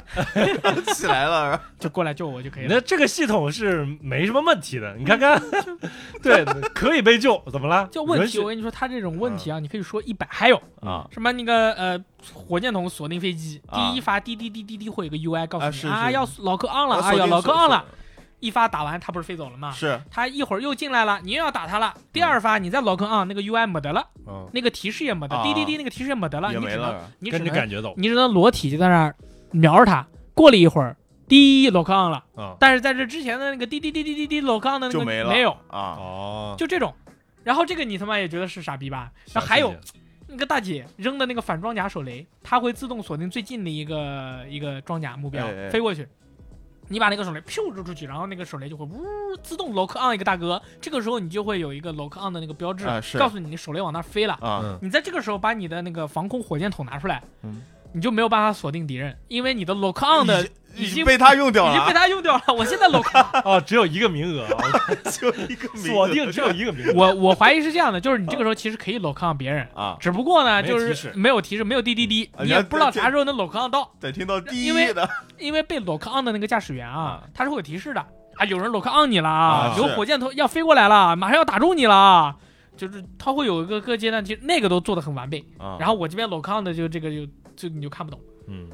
D: 起来了，
B: 啊
C: 就过来救我就可以了。嗯
A: 那这个系统是没什么问题的，你看看， 对，可以被救，怎么了？
C: 就问
A: 允
C: 题，
A: 许
C: 我跟你说，他这种问题啊，你可以说一百，还有
B: 啊，
C: 什么那个呃，火箭筒锁定飞机，
B: 啊
C: 第一发滴滴滴滴滴会有个 UI 告诉
B: 啊
C: 你
B: 是
C: 啊，
B: 是
C: 要老客 on 了
B: 我
C: 啊，
B: 锁
C: 要
B: 定
C: 老
B: 锁
C: 客 on
B: 锁
C: 了，啊一发打完他不是飞走了吗？
B: 是
C: 他一会儿又进来了，你又要打他了。第二发你再老坑啊，那个 UI 没得了，
A: 嗯，
C: 那个提示也没得，
B: 啊
C: 滴滴滴那个提示也没得了，
B: 也
C: 你
B: 没
C: 只能
B: 了，
C: 你只
A: 跟着
C: 能
A: 感觉走，
C: 你只能裸体就在那儿瞄着他。过了一会儿，滴老坑 on 了，
A: 嗯，
C: 但是在这之前的那个滴滴滴滴滴滴老坑 on 的那
B: 就
C: 个
B: 没了，
C: 没有，
B: 啊，
A: 哦，
C: 就这种。然后这个你他妈也觉得是傻逼吧？
A: 小
C: 然后还有
A: 细节
C: 那个大姐扔的那个反装甲手雷，它会自动锁定最近的一个一个装甲目标
B: 哎哎
C: 飞过去。你把那个手雷咻扔出去，然后那个手雷就会呜自动 lock on 一个大哥，这个时候你就会有一个 lock on 的那个标志，
B: 啊是
C: 告诉你你手雷往那儿飞了。
B: 啊，
A: 嗯
C: 你在这个时候把你的那个防空火箭筒拿出来，
B: 嗯
C: 你就没有办法锁定敌人，因为你的 lock on 的已
B: 已
C: 经
B: 经被他用掉了，
C: 经被他用掉了。我现在 lock，
A: 哦，只有一个名额啊，
B: 他就一个名字
A: 锁定只有一个 名额，
C: 我我怀疑是这样的，就是你这个时候其实可以 lock on 别人，
B: 啊，
C: 只不过呢，
A: 没有
C: 就
A: 提
C: 是
A: 示
C: 没有提示，没有滴滴滴，
B: 啊原
C: 你也
B: 来
C: 不知道
B: 这
C: 啥时候能 lock on 到，
B: 得听到第一
C: 因为
B: 的
C: 因为被 lock on 的那个驾驶员啊
B: 啊，
C: 他是会有提示的啊，有人 lock on 你了啊
B: 啊，
C: 有
B: 是
C: 火箭头要飞过来了，马上要打中你了啊，就是他会有一个各阶段，其实那个都做的很完备。
B: 啊
C: 然后我这边 lock on 的就这个就就你就看不懂，
A: 嗯，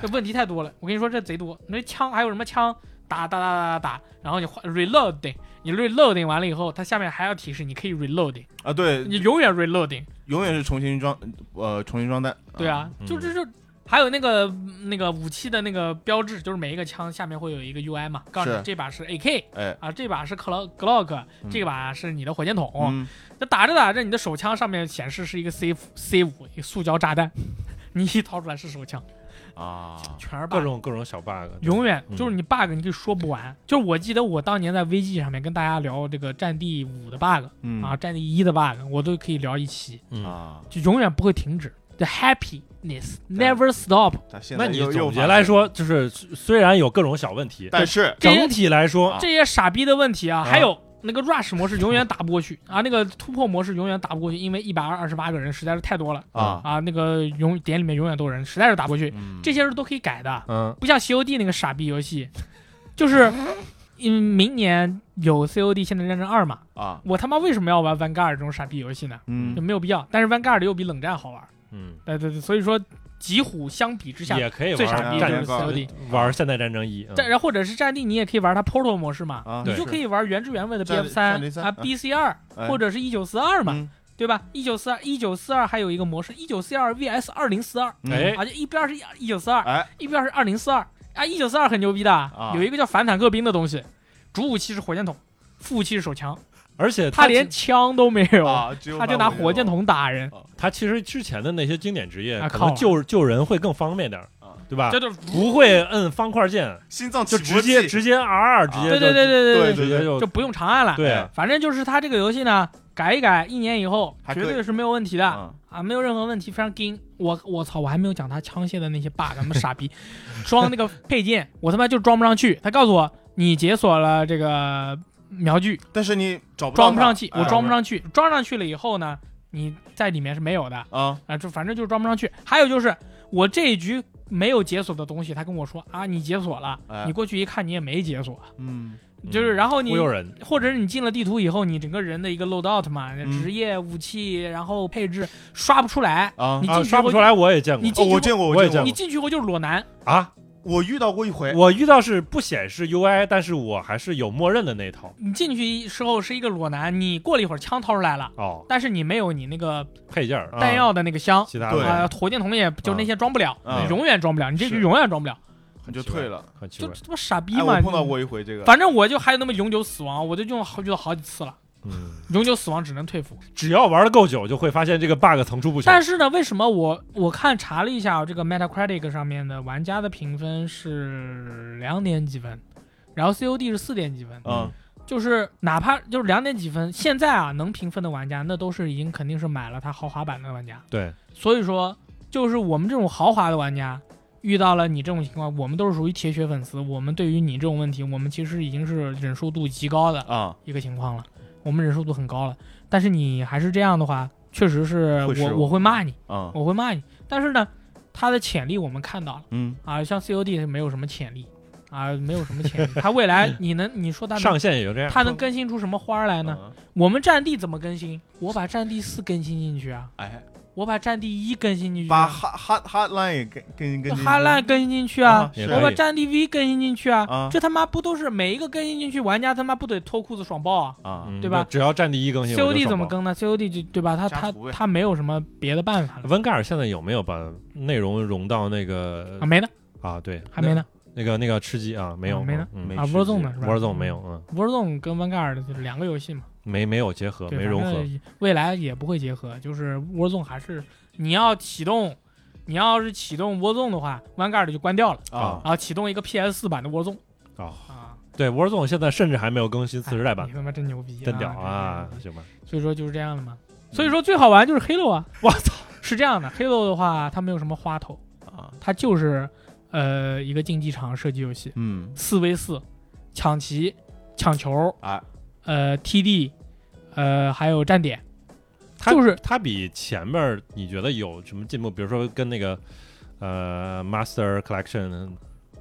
C: 这问题太多了。我跟你说这贼多，那枪还有什么枪打打打打打打，然后你换 reloading，你 reloading 完了以后，它下面还要提示你可以 reloading，
B: 啊，对，啊
C: 你永远 reloading。
B: 永远是重新装，呃，重新装弹，
C: 对啊，
A: 嗯
C: 就这就还有那个那个武器的那个标志，就是每一个枪下面会有一个 UI 嘛，告诉你
B: 是
C: 这把是 AK
B: 哎，
C: 啊，这把是 Glock Glock，
B: 嗯
C: 这把是你的火箭筒。
B: 嗯，
C: 那打着打着，你的手枪上面显示是一个 C C 五，一个塑胶炸弹， 你一掏出来是手枪，
B: 啊，
C: 全是
A: 各
C: bug。
A: 种各种小 bug，
C: 永远
A: 嗯
C: 就是你 bug，你可以说不完。就是我记得我当年在 VG 上面跟大家聊这个《战地五》的 bug
B: 嗯
C: 啊，《战地一》的 bug，我都可以聊一期，
A: 嗯，
B: 啊，
C: 就永远不会停止。The happiness never stop。
B: 他现在
A: 那你
B: 又
A: 总结来，说，就是虽虽然有各种小问题
B: 又，但是
C: 这些
A: 整体来说
B: 啊
C: 这些傻逼的问题啊，
A: 啊
C: 还有那个 rush 模式永远打不过去啊，那个突破模式永远打不过去，因为一百二十八个人实在是太多了
B: 啊
C: 啊，那个永点里面永远都有人，实在是打不过去，
B: 嗯
C: 这些是都可以改的，
A: 嗯，
C: 不像 COD 那个傻逼游戏， 就是。嗯，明年有 COD 现代战争二嘛？
B: 啊，
C: 我他妈为什么要玩 Vanguard 这种傻逼游戏呢？就
B: 嗯，
C: 没有必要。但是 Vanguard 又比冷战好玩，
A: 嗯
C: 对对对，所以说极虎相比之下，
A: 也可以
C: 最
A: 玩
C: 傻
B: 逼
C: 逼
A: 战
C: 就是
B: 这个
C: COD。
A: 玩现代战争一，嗯
C: 战，然后或者是战地，你也可以玩它 Portal 模式嘛，
B: 啊
A: 对
C: 你就可
B: 以
C: 以玩原汁原味的
B: 战
C: BF
B: 战
C: 三
B: 地三
C: 啊
B: 啊
C: BC 二
B: 哎
C: 或者是一九四二嘛，
B: 嗯
C: 对吧？一九四二一九四二还有一个模式一九四二 VS 二零四二
B: 嗯
A: 哎
C: 啊，就一边是一九四二，
B: 哎，啊
C: 一边是二零四二啊，一九四二很牛逼的，有一个叫反坦克兵的东西，主武器是火箭筒，副武器是手枪，
A: 而且
C: 他
A: 它
C: 连枪都没有，
B: 啊，只有
C: 他就拿火箭筒打人，
A: 他其实之前的那些经典职业
C: 啊，
A: 可
C: 靠
A: 能救救人会更方便点儿
B: 啊，
A: 对吧
C: 这？就
A: 不会摁方块键，
B: 心脏
A: 就
B: 起
A: 直
B: 搏
A: 接
B: 器
A: 直接 R 直接
C: 啊
A: 就
C: 对对对对对
B: 对
A: 直接就
C: 就不用长按了。
A: 对啊
B: 哎
C: 反正就是他这个游戏呢，改一改，一年以后
B: 还可
C: 绝
B: 以
C: 对是没有问题的。
B: 啊，
C: 啊，没有任何问题，非常硬。我我操，我还没有讲他枪械的那些 bug，他妈傻逼，装那个配件，我他妈就装不上去。他告诉我，你解锁了这个瞄具，
B: 但是你找不到
C: 装不
B: 它
C: 上去，
B: 哎
C: 我装不上去。装上去了以后呢，你在里面是没有的
B: 啊，
C: 啊，就反正就是装不上去。还有就是我这一局没有解锁的东西，他跟我说啊，你解锁了，
B: 哎
C: 你过去一看你也没解锁，
B: 嗯，
C: 就是然后你
A: 忽悠人，
C: 或者是你进了地图以后，你整个人的一个 loadout 嘛，
B: 嗯
C: 职业、武器，然后配置刷不出来，
B: 啊
C: 你进
A: 啊，
C: 去
A: 刷不
C: 会
A: 出来，我也见
C: 你
A: 过
C: 进
B: 哦，
C: 去
B: 我见过，
A: 我也
B: 见
A: 见
C: 你
A: 过
C: 进去以后就是裸男，
A: 啊。
B: 我遇到过一回，
A: 我遇到是不显示 UI，但是我还是有默认的那一套
C: 你进去时候是一个裸男，你过了一会儿枪掏出来了，
A: 哦，
C: 但是你没有你那个
A: 配件儿啊
C: 弹药的那个箱，
A: 其他
B: 对
A: 的
C: 啊，火箭筒也就是那些装不了，
B: 啊
C: 你永远装不了，你这局
B: 是
C: 永远装不了，
B: 你就退了。
A: 很奇
C: 就
A: 怪。
C: 这不傻逼
B: 哎，
C: 吗？
B: 我碰到过一回这个，
C: 反正我就还有那么永久死亡，我就用好遇到好几次了，
A: 嗯，
C: 永久死亡只能退服。
A: 只要玩的够久，就会发现这个 bug 层出不穷。
C: 但是呢，为什么我我看查了一下、这个 Metacritic 上面的玩家的评分是两点几分，然后 COD 是四点几分，
B: 嗯，
C: 就是哪怕就是两点几分，现在啊能评分的玩家，那都是已经肯定是买了它豪华版的玩家。
A: 对，
C: 所以说，就是我们这种豪华的玩家，遇到了你这种情况，我们都是属于铁血粉丝，我们对于你这种问题，我们其实已经是忍受度极高的
B: 啊，
C: 一个情况了，我们忍受度很高了。但是你还是这样的话，确实是
B: 会失
C: 我
B: 望
C: 我会骂你，
B: 啊，
C: 我会骂你。但是呢，它的潜力我们看到了
B: 嗯，
C: 啊，像 COD 是没有什么潜力啊，没有什么潜力。它 未来你能你说它能
A: 上线也就这样。
C: 它能更新出什么花儿来呢？
B: 嗯，
C: 我们战地怎么更新？我把战地四更新进去啊，
B: 哎，
C: 我把战地一更新进去、啊，
B: 把哈哈哈兰也跟跟跟
C: 哈兰更新进去啊，
A: 也
B: 是
A: 可
C: 我把
A: 以
C: 战地 V 更新进去啊，
B: 啊
C: 这他妈不都是每一个更新进去，玩家他妈不得脱裤子爽爆啊
B: 啊，
A: 嗯
C: 对吧
A: 那只要战地一更新我就爽
C: ？COD
A: 爆
C: 怎么？更呢？COD 就对吧？他
B: 加
C: 他
B: 图呗
C: 他没有什么别的办法了
A: 温盖尔现在有没有把内容融到那个
C: 啊，没呢，
A: 啊？对，
C: 还没呢
A: 那个那个吃鸡啊，没有
C: 啊没呢，
A: 嗯
B: 没
C: 啊
B: 吃
C: ，Warzone
B: 鸡
C: 呢是吧
A: 玩总没有，嗯，
C: ，Warzone 跟 Vanguard 就是两个游戏嘛，
A: 没没有结合，
C: 对，
A: 没融
C: 反
A: 合，
C: 正未来也不会结合，就是 Warzone 还是你要启动，你要是启动 Warzone 的话，Vanguard 就关掉了，
A: 啊
C: 然后启动一个 PS 4版的 Warzone
A: 哦，
C: 啊，
A: 对，Warzone 现在甚至还没有更新次时代
C: 哎
A: 版
C: 你，他妈真牛逼，
A: 真屌
C: 真
A: 啊
C: 牛逼！
A: 行吧，
C: 所以说就是这样的嘛。所以说最好玩就是 Halo 啊，
A: 我
C: 操，是这样的，Halo 的话它没有什么花头，
B: 啊，
C: 它就是呃一个竞技场射击游戏，
B: 嗯，
C: 四 v 四，抢旗、抢球，
B: 哎，
C: 呃 TD，呃还有站点，
A: 它
C: 就是
A: 它比前面儿你觉得有什么进步？比如说跟那个呃 Master Collection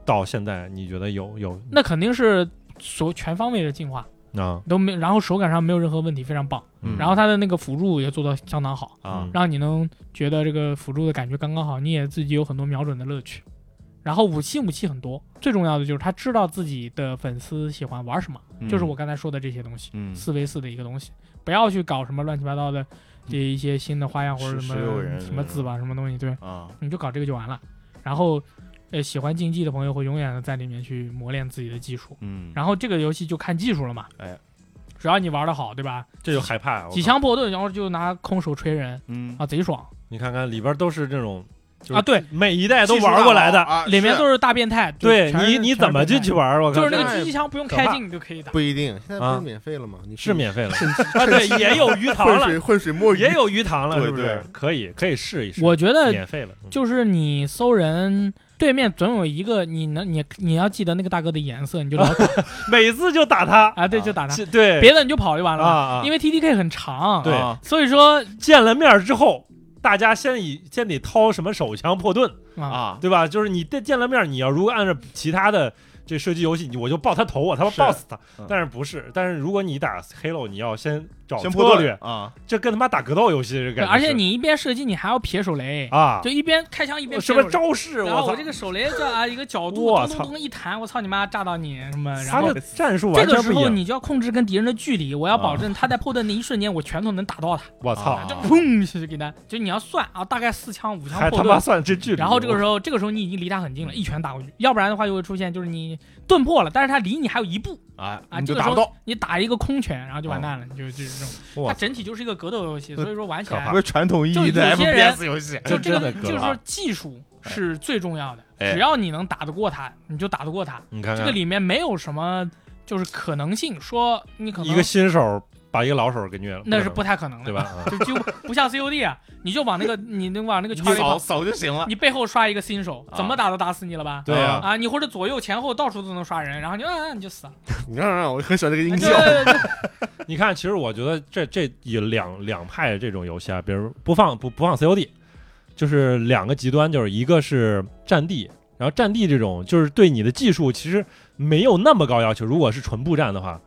A: 到现在，你觉得有有
C: 那肯定是所全方位的进化
A: 啊？
C: 都没，然后手感上没有任何问题，非常棒。
A: 嗯
C: 然后它的那个辅助也做得相当好，
B: 啊
A: 嗯
C: 让你能觉得这个辅助的感觉刚刚好，你也自己有很多瞄准的乐趣。然后武器武器很多，最重要的就是他知道自己的粉丝喜欢玩什么，就是我，刚才说的这些东西，
B: 嗯，
C: 四 v 四的一个东西，不要去搞什么乱七八糟的这一些新的花样或者
B: 十
C: 什
B: 十六人
C: 么什么字吧什么东西，对，
B: 啊，
C: 你就搞这个就完了。然后，呃，喜欢竞技的朋友会永远的在里面去磨练自己的技术。
B: 嗯，
C: 然后这个游戏就看技术了嘛，
B: 哎，
C: 只要你玩的好，对吧？
A: 这就害怕。我靠
C: 几枪破盾，然后就拿空手锤人
B: 嗯
C: 啊，贼爽
A: 你看看里边都是这种就是
C: 啊！对，
A: 每一代都玩过来的，
B: 啊，
C: 里面
B: 是
C: 都是大变态。就
A: 对
C: 全是
A: 你你怎么进去？玩儿？我
C: 全
A: 靠，
C: 是变态就是那
A: 这
C: 个狙击枪不用开镜就可以打。
D: 不 一定，现在不
A: 啊
D: 是免费了吗？你
A: 是免费了啊，
D: 啊
A: 对，也有鱼塘
D: 浑
A: 了
D: 水，浑水摸鱼，
A: 也有鱼塘了，
B: 对
A: 是不是
B: 对？
A: 可以可以试一试，
C: 我觉得
A: 免费了，嗯
C: 就是你搜人，对面总有一个你能你你要记得那个大哥的颜色，你就老打
A: 每次就打他，
C: 啊，对，
B: 啊
C: 就打他，
A: 是对，
C: 别的你就跑就完了
A: 啊
C: 嘛。
A: 啊，
C: 因为 T D K 很长，
A: 对
B: 啊
C: 所以说
A: 见了面儿之后，大家先以先得掏什么手枪破盾，
C: 啊，
B: 啊，
A: 对吧？就是你见见了面儿，你要如果按照其他的这射击游戏，你我就爆他头，我他妈
B: 是
A: 爆死他
B: 嗯。
A: 但是不是？但是如果你打 Halo，你要先找
B: 先
A: 策
B: 破
A: 略，
B: 啊，
A: 这跟他妈打格斗游戏这个
C: 对，
A: 感觉是。
C: 而且你一边射击，你还要撇手雷，
A: 啊
C: 就，一边开枪一边
A: 什
C: 撇
A: 么
C: 手雷
A: 招式？
C: 然后
A: 操
C: 我这个手雷这啊一个角度，
A: 我
C: 咚
A: 操
C: 咚咚一弹，我操你妈炸到你什么？然
A: 他
C: 后
A: 的战术
C: 这
A: 完
C: 个
A: 全
C: 时
A: 不一
C: 候
A: 样。
C: 你就要控制跟敌人的距离，我要保
B: 啊
C: 证他在破盾的一瞬间，我拳头能打到他，
A: 我操
B: 啊，
C: 就砰一下就给他，就你要算啊，大概四枪五枪
A: 还
C: 破
A: 他妈
C: 盾。
A: 算这距离？
C: 然后这个时候，这个时候你已经离他很近了，一拳打过去，要不然的话就会出现就是你盾破了，但是他离你还有一步，
B: 哎，
C: 啊
B: 你就
C: 这个
B: 打
C: 时
B: 不
C: 候
B: 到，
C: 你打一个空拳，然后就完蛋了，你就就是这种。
A: 啊我
C: 它整体就是一个格斗游戏，
B: 对
C: 所以说玩起
A: 可
C: 来
A: 怕
B: 因为传统意义
C: 哎就
B: 的
C: 有些人
B: FPS 游戏，
C: 就这
A: 真的格斗啊
C: 个
A: 哎
C: 就是说技术是最重要的，
B: 哎
C: 只要你能打得过他，你就打得过他。
A: 你看
C: 这
A: 看
C: 个里面没有什么就是可能性，说你可
A: 一个
C: 能
A: 新手把一个老手给虐了，
C: 那是
A: 不
C: 不
A: 可
C: 太可能
A: 能对？
C: 的，
A: 吧？
C: 就就不像 COD 啊，你就往那个你能往那个圈
B: 你
C: 里跑
B: 扫，扫就行了，
C: 你背后刷一个新手，
B: 啊
C: 怎么打都打死你了吧？
A: 对呀
C: 啊，你或者左右前后到处都能刷人，然后你啊你就死了，
D: 你看啊，我很喜欢这个音
C: 对
D: 效。
A: 哎
C: 对对
A: 啊你看，其实我觉得这这有两两派这种游戏啊，比如不放不不放 COD，就是两个极端，就是一个是战地。然后战地这种就是对你的技术其实没有那么高要求，如果是纯步战的话，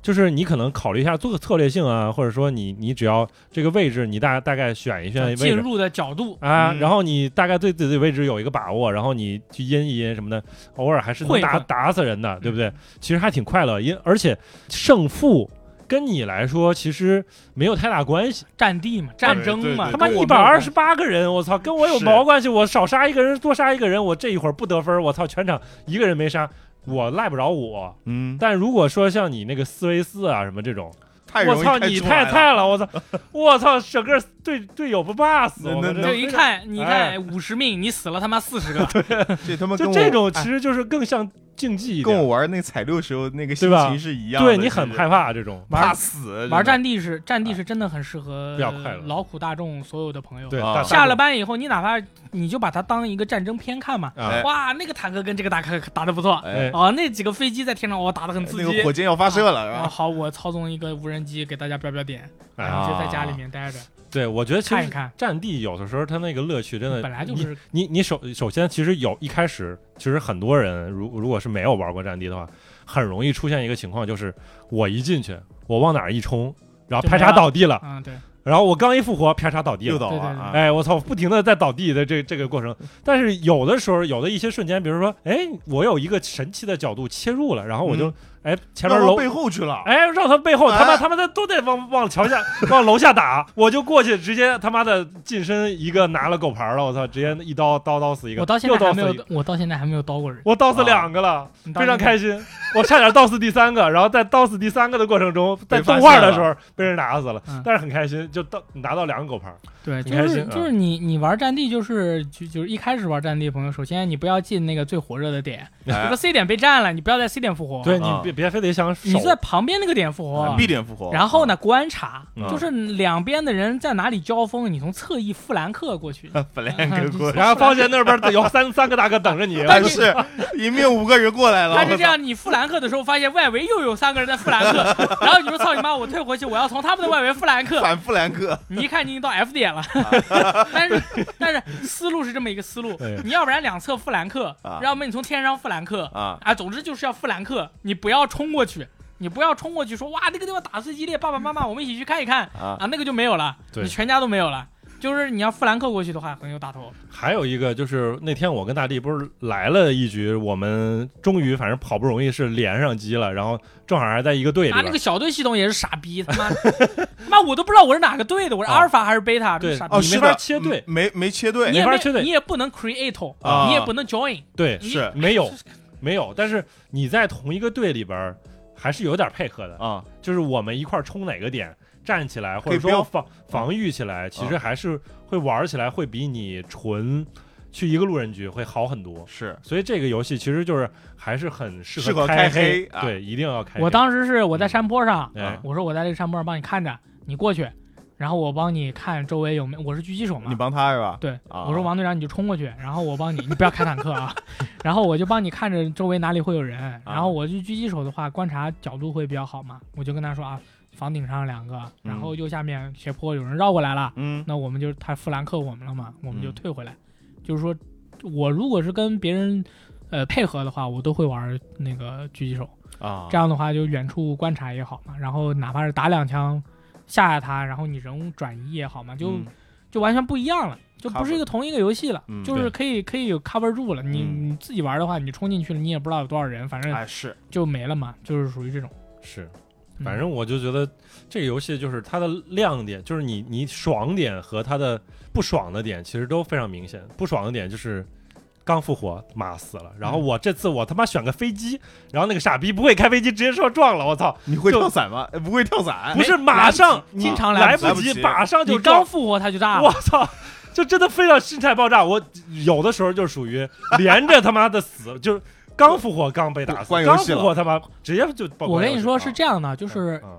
A: 就是你可能考虑一下做个策略性啊，或者说你你只要这个位置你大大概选一选位置，
C: 进入的角度
A: 啊，
B: 嗯
A: 然后你大概对自己的位置有一个把握，然后你去阴一阴什么的，偶尔还是能
C: 会
A: 打
C: 会
A: 打死人的，对不对？其实还挺快乐，因而且胜负跟你来说其实没有太大关系。
C: 战地嘛，战争嘛，
B: 对
A: 他妈
C: 跟我
A: 一
C: 们
A: 百
C: 有
A: 二
C: 关
A: 十
C: 系
A: 八个人，我操，跟我有
B: 是
A: 毛关系？我少杀一个人，多杀一个人，我这一会儿不得分，我操，全场一个人没杀，我赖不着我。
B: 嗯，
A: 但如果说像你那个四 v 四啊什么这种，
B: 太容
A: 我
B: 易
A: 操，
B: 开
A: 你
B: 出
A: 太
B: 来了
A: 菜了！ 我操，我操，整个队队友不骂死
B: 那
A: 我们
B: 那
A: 这，
C: 就一看，你
A: 哎
C: 看五十命，你死了他妈四十个，
B: 这他妈跟
A: 就
B: 我
A: 这种
B: 哎
A: 其实就是更像竞技一
B: 跟我
A: 点，
B: 玩那彩六时候那
A: 对
B: 个心
A: 吧
B: 情是一样的，
A: 对你很
B: 就是
A: 害怕这种，
B: 怕死，真的
C: 玩战地是战地是真的很适合
A: 比较快乐
C: 劳苦大众所有的朋友。
A: 对，
B: 啊
A: 大
C: 下了，班以后，你哪怕你就把它当一个战争片看
A: 啊
C: 嘛，
B: 哎
C: 哇，那个坦克跟这个坦克打得不错，
A: 哎
B: 哎，
C: 哦，那几个飞机在天上，我打得很刺
B: 那
C: 激
B: 个。火箭要发射
C: 啊，
B: 了，
C: 好，我操纵一个无人机给大家标标点，
A: 大
B: 啊
A: 哎，
C: 就在家里面待着
A: 对我觉得其
C: 看一
A: 实
C: 看。
A: 战地有的时候它那个乐趣真的
C: 本来就
A: 你
C: 是
A: 你你首首先，其实有一开始，其实很多人如如果是没有玩过战地的话，很容易出现一个情况，就是我一进去，我往哪儿一冲，然后
C: 就
A: 啪
C: 没
A: 嚓
C: 了
A: 倒地了，
C: 嗯，对，
A: 然后我刚一复活，啪嚓倒地
B: 又
A: 了。
B: 倒
C: 对
B: 了
C: 对对
B: 啊！嗯
A: 哎，我操！不停的在倒地的这这个过程，但是有的时候，有的一些瞬间，比如说，哎，我有一个神奇的角度切入了，然后我就，
B: 嗯
A: 哎，前面
B: 绕到
A: 楼
B: 背后去了，
A: 哎，让他背后，他妈
B: 哎
A: 他妈的都得往往桥下、往楼下打，我就过去直接他妈的近身一个拿了狗牌了，我操，直接一刀刀刀死一个，
C: 我到现在
A: 又刀
C: 还没
A: 死一个，
C: 有，我到现在还没有刀过人，
A: 我刀死
B: 啊
A: 两个了，
C: 你到
A: 非常
C: 现在
A: 开心，我差点刀死第三个，然后在刀死第三个的过程中，在
B: 被发
A: 动画
B: 现
A: 的
B: 了
A: 时候被人打死了，
C: 嗯
A: 但是很开心，就到拿到两个狗牌，
C: 对，
A: 挺
C: 就
A: 开
C: 是
A: 心啊
C: 就是你你玩战地就是就就是一开始玩战地的朋友，首先你不要进那个最火热的点，比如
B: 哎
C: 说 C 点被占了，你不要在 C 点复活，
A: 对你
B: 啊
A: 别别非得想手啊
C: 你就在旁边那个点复活。
B: 哎必点复活。
C: 然后呢，观察
B: 嗯
C: 就是两边的人在哪里交锋，你从侧翼富兰克过去。
B: 啊， 本来两个过 来，
A: 然后发现那边有三三个大哥等着 你，
B: 但是迎面五个人过来了，
C: 他是这样，你富兰克的时候，发现外围又有三个人在富兰克， 然后你说操你妈，我退回去，我要从他们的外围富兰克，
B: 反复 兰克，
C: 你一看你已经到 F 点 了，但是但是思路是这么一个思路
A: 对，
C: 你要不然两侧富兰克
B: 哎啊，
C: 要么你从天上富兰克
B: 啊
C: 总之就是要富兰克，你不要冲过去，你不要冲过去说哇那个地方打得最激烈，爸爸妈妈我们一起去看一看
B: 啊
C: 啊，那个就没有了，
A: 对
C: 你全家都没有了。就是你要富兰克过去的话，很有打头。
A: 还有一个就是那天我跟大地不是来了一局，我们终于反正好不容易是连上机了，然后正好还在一个队里
C: 啊，
A: 边。
C: 那个小队系统也是傻逼，他妈他妈我都不知道我是哪个队的，我是阿尔法还是贝塔，
A: 对
C: 这个傻逼
B: 哦，。
A: 你没
B: 是
A: 法
B: 的，
A: 切队
B: 没没切队，
C: 你也
A: 没法
C: 没
A: 缺队
C: 你也不能 create，
B: 啊
C: 你也不能 join，
A: 对，
C: 你
B: 是
A: 没有没有，但是你在同一个队里边儿还是有点配合的，
B: 啊，
A: 就是我们一块儿冲哪个点站起来，或
B: 可
A: 者
B: 以不要
A: 说防防御起来，其实还是会玩起来会比你纯去一个路人局会好很多。
B: 是
A: 所以这个游戏其实就是还是很适
B: 适合
A: 开
B: 开黑啊
A: 对，一定要开黑。
C: 我当时是我在山坡上，
A: 哎
C: 我说我在这个山坡上帮你看着，你过去，然后我帮你看周围有没有，我是狙击手
B: 你
C: 嘛。
B: 帮他是吧？
C: 对，
B: 啊
C: 我说王队长你就冲过去，然后我帮你，你不要开坦克啊，然后我就帮你看着周围哪里会有人，然后我就狙击手的话观察角度会比较好嘛，我就跟他说啊，房顶上两个，然后右下面斜坡有人绕过来了，
B: 嗯
C: 那我们就是他富兰克我们了嘛，我们就
B: 嗯
C: 退回来。就是说，我如果是跟别人呃配合的话，我都会玩那个狙击手。
B: 啊
C: 这样的话，就远处观察也好嘛，然后哪怕是打两枪吓吓他，然后你人物转移也好嘛，就、
B: 嗯
C: 就完全不一样了，就不
B: Cover
C: 是一个同一个游戏了，
B: 嗯
C: 就是可以可以有 cover 住了。你、
B: 嗯
C: 你自己玩的话，你冲进去了，你也不知道有多少人，反正
B: 哎是
C: 就没了嘛，就是属于这种。
A: 是
C: 嗯
A: 反正我就觉得这个游戏就是它的亮点，就是你你爽点和它的不爽的点其实都非常明显。不爽的点就是刚复活，妈死了。然后
C: 嗯
A: 我这次我他妈选个飞机，然后那个傻逼不会开飞机，直接说撞了。我操！
B: 你会
A: 就
B: 跳伞吗？哎不会跳伞，
A: 不是马上，
C: 及经常
A: 来
C: 嗯来
B: 不
A: 不
B: 及来
A: 及
B: 不，及
A: 马上就
C: 你刚
A: 撞。
C: 复啊活他就炸
A: 我
C: 了，
A: 操！就真的非常心态爆炸。我有的时候就属于连着他妈的死，就是刚复活刚被打死，
B: 关游
A: 刚
B: 戏
A: 复
B: 了
A: 活他妈直接就爆
C: 我
A: 关
C: 跟
A: 游
C: 你
A: 戏
C: 说
A: 了
B: 啊
C: 是这样的，就是
A: 嗯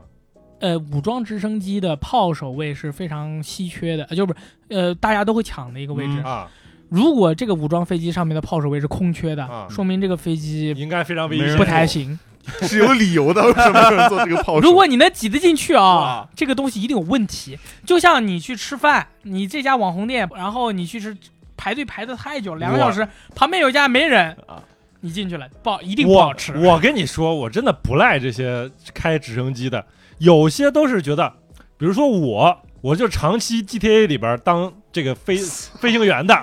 C: 呃，武装直升机的炮手位是非常稀缺的，呃就不是呃，大家都会抢的一个位置。
B: 嗯
A: 啊，
C: 如果这个武装飞机上面的炮手位是空缺的，
A: 啊
C: 说明这个飞机
A: 应该非常危
B: 没
A: 险。
B: 人
C: 不太行。
B: 是有理由的，为什么有人做这个
A: 哦
B: 炮手？
C: 如果你能挤得进去啊
B: 哇，
C: 这个东西一定有问题。就像你去吃饭，你这家网红店，然后你去吃，排队排的太久，两个小时，旁边有一家没人
B: 啊，
C: 你进去了，不好，一定不好
A: 我
C: 吃。
A: 我跟你说，我真的不赖这些开直升机的，有些都是觉得，比如说我，我就长期 GTA 里边当这个飞飞行员的，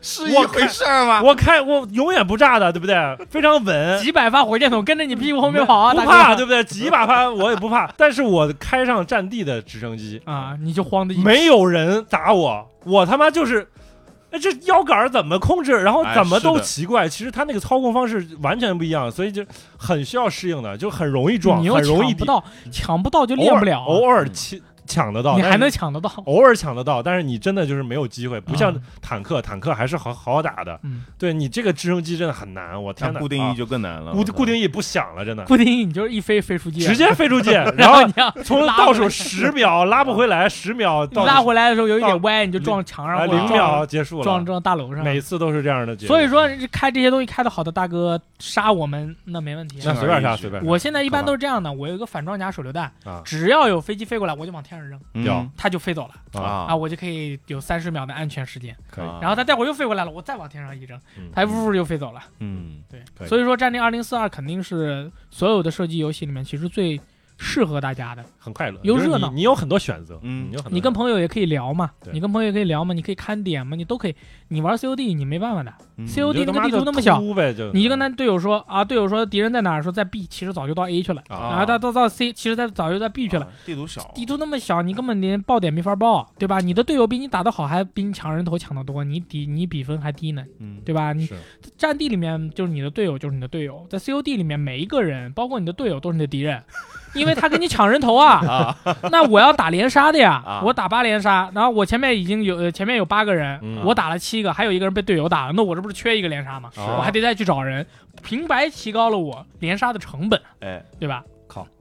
B: 是一回事儿吗？
A: 我开我永远不炸的，对不对？非常稳。
C: 几百发火箭筒跟着你屁股后面跑啊，
A: 不
C: 大
A: 怕，
C: 哥
A: 对不对？几把翻我也不怕，但是我开上战地的直升机，
C: 啊，你就慌的一
A: 没有人打我，我他妈就是哎，这腰杆儿怎么控制，然后
B: 哎
A: 怎么
B: 是
A: 都
B: 的
A: 奇怪。其实他那个操控方式完全不一样，所以就很需要适应的，就很容易撞，
C: 你又
A: 很容易
C: 抢不
A: 抵
C: 到，抢不到就
A: 偶
C: 练
A: 尔
C: 不了啊，
A: 偶尔
B: 嗯
A: 抢抢得到，
C: 你
A: 但
C: 还
A: 是
C: 能抢得到。
A: 偶尔抢得到，但是你真的就是没有机会，不像
C: 啊
A: 坦克，坦克还是好好打的。
C: 嗯，
A: 对你这个直升机真的很难，我
B: 像
A: 天哪！
B: 固定
A: 啊
B: 翼就更难了，
A: 固
B: 我操
A: 固定翼不响了，真的
C: 嗯不定义你就是一飞飞出去，
A: 直接飞 出去，然
C: 然
A: 后
C: 你要
A: 从
C: 拉
A: 倒
C: 回
A: 数
C: 来
A: 十秒拉不回来，十秒
C: 你
A: 倒
C: 拉
A: 数
C: 回来的时候有一
A: 到
C: 点歪，你就撞墙上
A: 哎
C: 或者
A: 零
C: 撞
A: 秒结束
C: 撞
A: 了，
C: 撞大楼上。
A: 每次都是这样的结嗯果。
C: 所以说开这些东西开的好的大哥杀我们那没问题。
A: 那随便杀随便杀
C: 我现在一般都是这样的，我有一个反装甲手榴弹
A: 啊，
C: 只要有飞机飞过来，我就往天上扔，
B: 嗯
A: 有
C: 它就飞走了
A: 啊，
C: 啊，我就可以有三十秒的安全时间。
A: 可以
B: 啊
C: 然后它待会儿又飞过来了，我再往天上一扔，
A: 嗯
C: 它呜呜就飞走了。
B: 嗯，
C: 对
A: 可，以
C: 所以说《战地二零四二》肯定是所有的射击游戏里面其实最适合大家的。
A: 很快乐，
C: 又
A: 就是
C: 热
A: 你
C: 闹
A: 你有很多选择，
B: 嗯
A: 你有很多
C: 你跟
A: 选
C: 朋友也可以聊嘛，
A: 对
C: 你跟朋友也可以聊嘛，你可以看点嘛，你都可以。你玩 COD 你没办法的
B: 嗯
A: 择
C: ，COD
A: 你就
C: 那
A: 他
C: 个
A: 妈
C: 地
A: 就
C: 图那么小，
A: 突呗，就
C: 你就跟他队友说啊，队友说敌人在哪儿，说在 B，其实早就到 A 去了，
A: 啊
C: 然后他到到 C，其实他早就在 B 去了。
B: 啊，地图小，
C: 地图那么小，你根本连爆点没法爆，对吧？你的队友比你打得好，还比你抢人头抢得多，你比你比分还低呢，
B: 嗯，
C: 对吧？你
A: 是
C: 战地里面就是你的队友就是你的队友，在 COD 里面每一个人，包括你的队友都是你的敌人，因为他跟你抢人 头啊。
B: 啊，
C: 那我要打连杀的呀，
B: 啊
C: 我打八连杀，然后我前面已经有呃前面有八个人，
A: 嗯
C: 我打了七个，还有一个人被队友打了，那我这不是缺一个连杀吗？
A: 是啊
C: 我还得再去找人，平白提高了我连杀的成本，
B: 哎，
C: 对吧？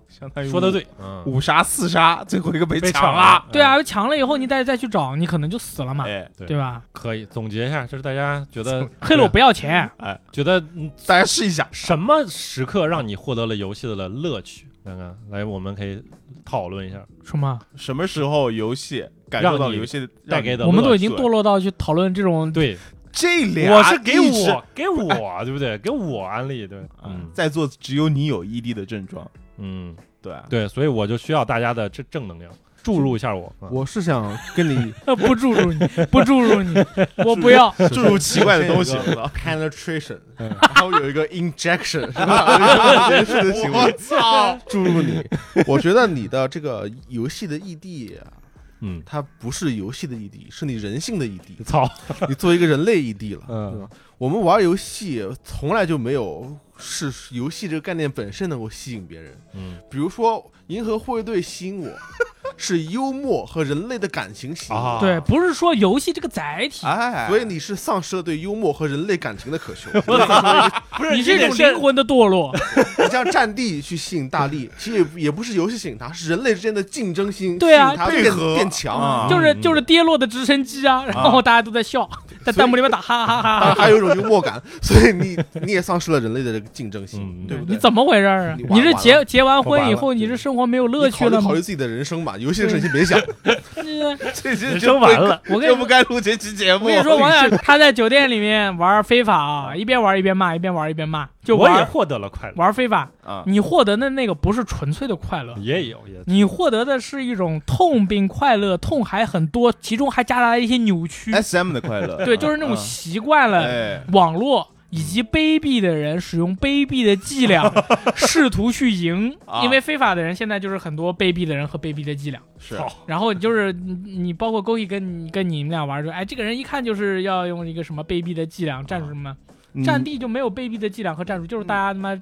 B: 相当于
A: 说的对，嗯，
B: 五杀四杀，最后一个被
A: 被
B: 抢
A: 了，
C: 对
A: 嗯
C: 啊，抢了以后你再再去找，你可能就死了嘛，
B: 哎，
A: 对
C: 对吧？
A: 可以总结一下，就是大家觉得
C: 黑了我不要钱，
A: 觉得嗯
B: 大家试一下，
A: 什么时刻让你获得了游戏的乐趣？看看，来，我们可以讨论一下。
C: 什么？
B: 什么时候游戏感受
A: 让
B: 到
A: 你
B: 了游戏的
A: 带给的
C: 我们都已经堕
B: 落
C: 落到去讨论 这种
A: 对，
B: 这俩，
A: 我是给我给我，对不对？给我安利，对，
B: 嗯
A: 嗯，
B: 在座只有你有 ED 的症状，
A: 嗯，
B: 对啊，
A: 对，所以我就需要大家的这正能量注入一下我。嗯
D: 我是想跟 你
C: 不注入你，不注入你，我不要。
B: 注入奇怪的东西，
D: 这
B: 我
D: penetration，然后有一个 injection，是吧？人事的行为
B: 操，
D: 注入你。我觉得你的这个游戏的异地，
A: 嗯，
D: 它不是游戏的异地，是你人性的异地。
A: 操，
D: 你作为一个人类异地了，
A: 嗯
D: 对吧？我们玩游戏从来就没有是游戏这个概念本身能够吸引别人。
A: 嗯
D: 比如说《银河护卫队》吸引我， 是幽默和人类的感情吸引我。
A: 啊，
C: 对，，不是说游戏这个载体，
B: 哎，
D: 所以你是丧失了对幽默和人类感情的渴 求。
A: 不是
C: 你这
A: 得
C: 种
A: 先
C: 灵魂的堕落。
D: 你像战地去吸引大力，其实也也不是游戏吸引他，是人类之间的竞争心
C: 对啊
D: 吸引他
B: 配
D: 变
B: 合
D: 变强。
B: 啊
C: 就是
A: 嗯
C: 就是跌落的直升机啊，然后大家都在笑，在弹幕里面打哈哈哈
D: 当然
C: 哈。
D: 还有一种幽默感， 所以你你也丧失了人类的这个竞争心，
A: 嗯
D: 对不
C: 你
D: 对？
C: 怎么回事儿啊
D: 你？
C: 你
D: 玩
C: 是结结完
A: 我
C: 婚
A: 完
C: 以
A: 了
C: 后，你是生活没有乐
D: 你
C: 趣
D: 考
C: 了
D: 虑
C: 吗
D: 考？虑自己的人生吧，游戏的事情别想。
C: 我
B: 这这
A: 人生完了，
C: 我跟
B: 就
C: 你
B: 不
C: 说
B: 该录这期节目。
C: 我跟你 说，王雅他在酒店里面玩非法啊，一边玩一边骂，一边玩一边骂，就
A: 我也
C: 玩
A: 获得了快乐，
C: 玩非法。
B: 啊，
C: 你获得的那个不是纯粹的快乐，
A: 也有也
C: 你获得的是一种痛并快乐，痛还很多，其中还夹杂了一些扭曲。
B: S M 的快乐，
C: 对，就是那种习惯了
B: 哎，
C: 网络以及卑鄙的人使用卑鄙的 伎俩，试图去赢。
B: 啊
C: 因为非法的人现在就是很多卑鄙的人和卑鄙的伎俩。
B: 是
A: 好
C: 然后就是你你包括勾一跟你跟你们俩玩说，哎，这个人一看就是要用一个什么卑鄙的伎俩战术什
A: 啊
C: 么，
A: 嗯
C: 战地就没有卑鄙的伎俩和战术，就是大家他妈。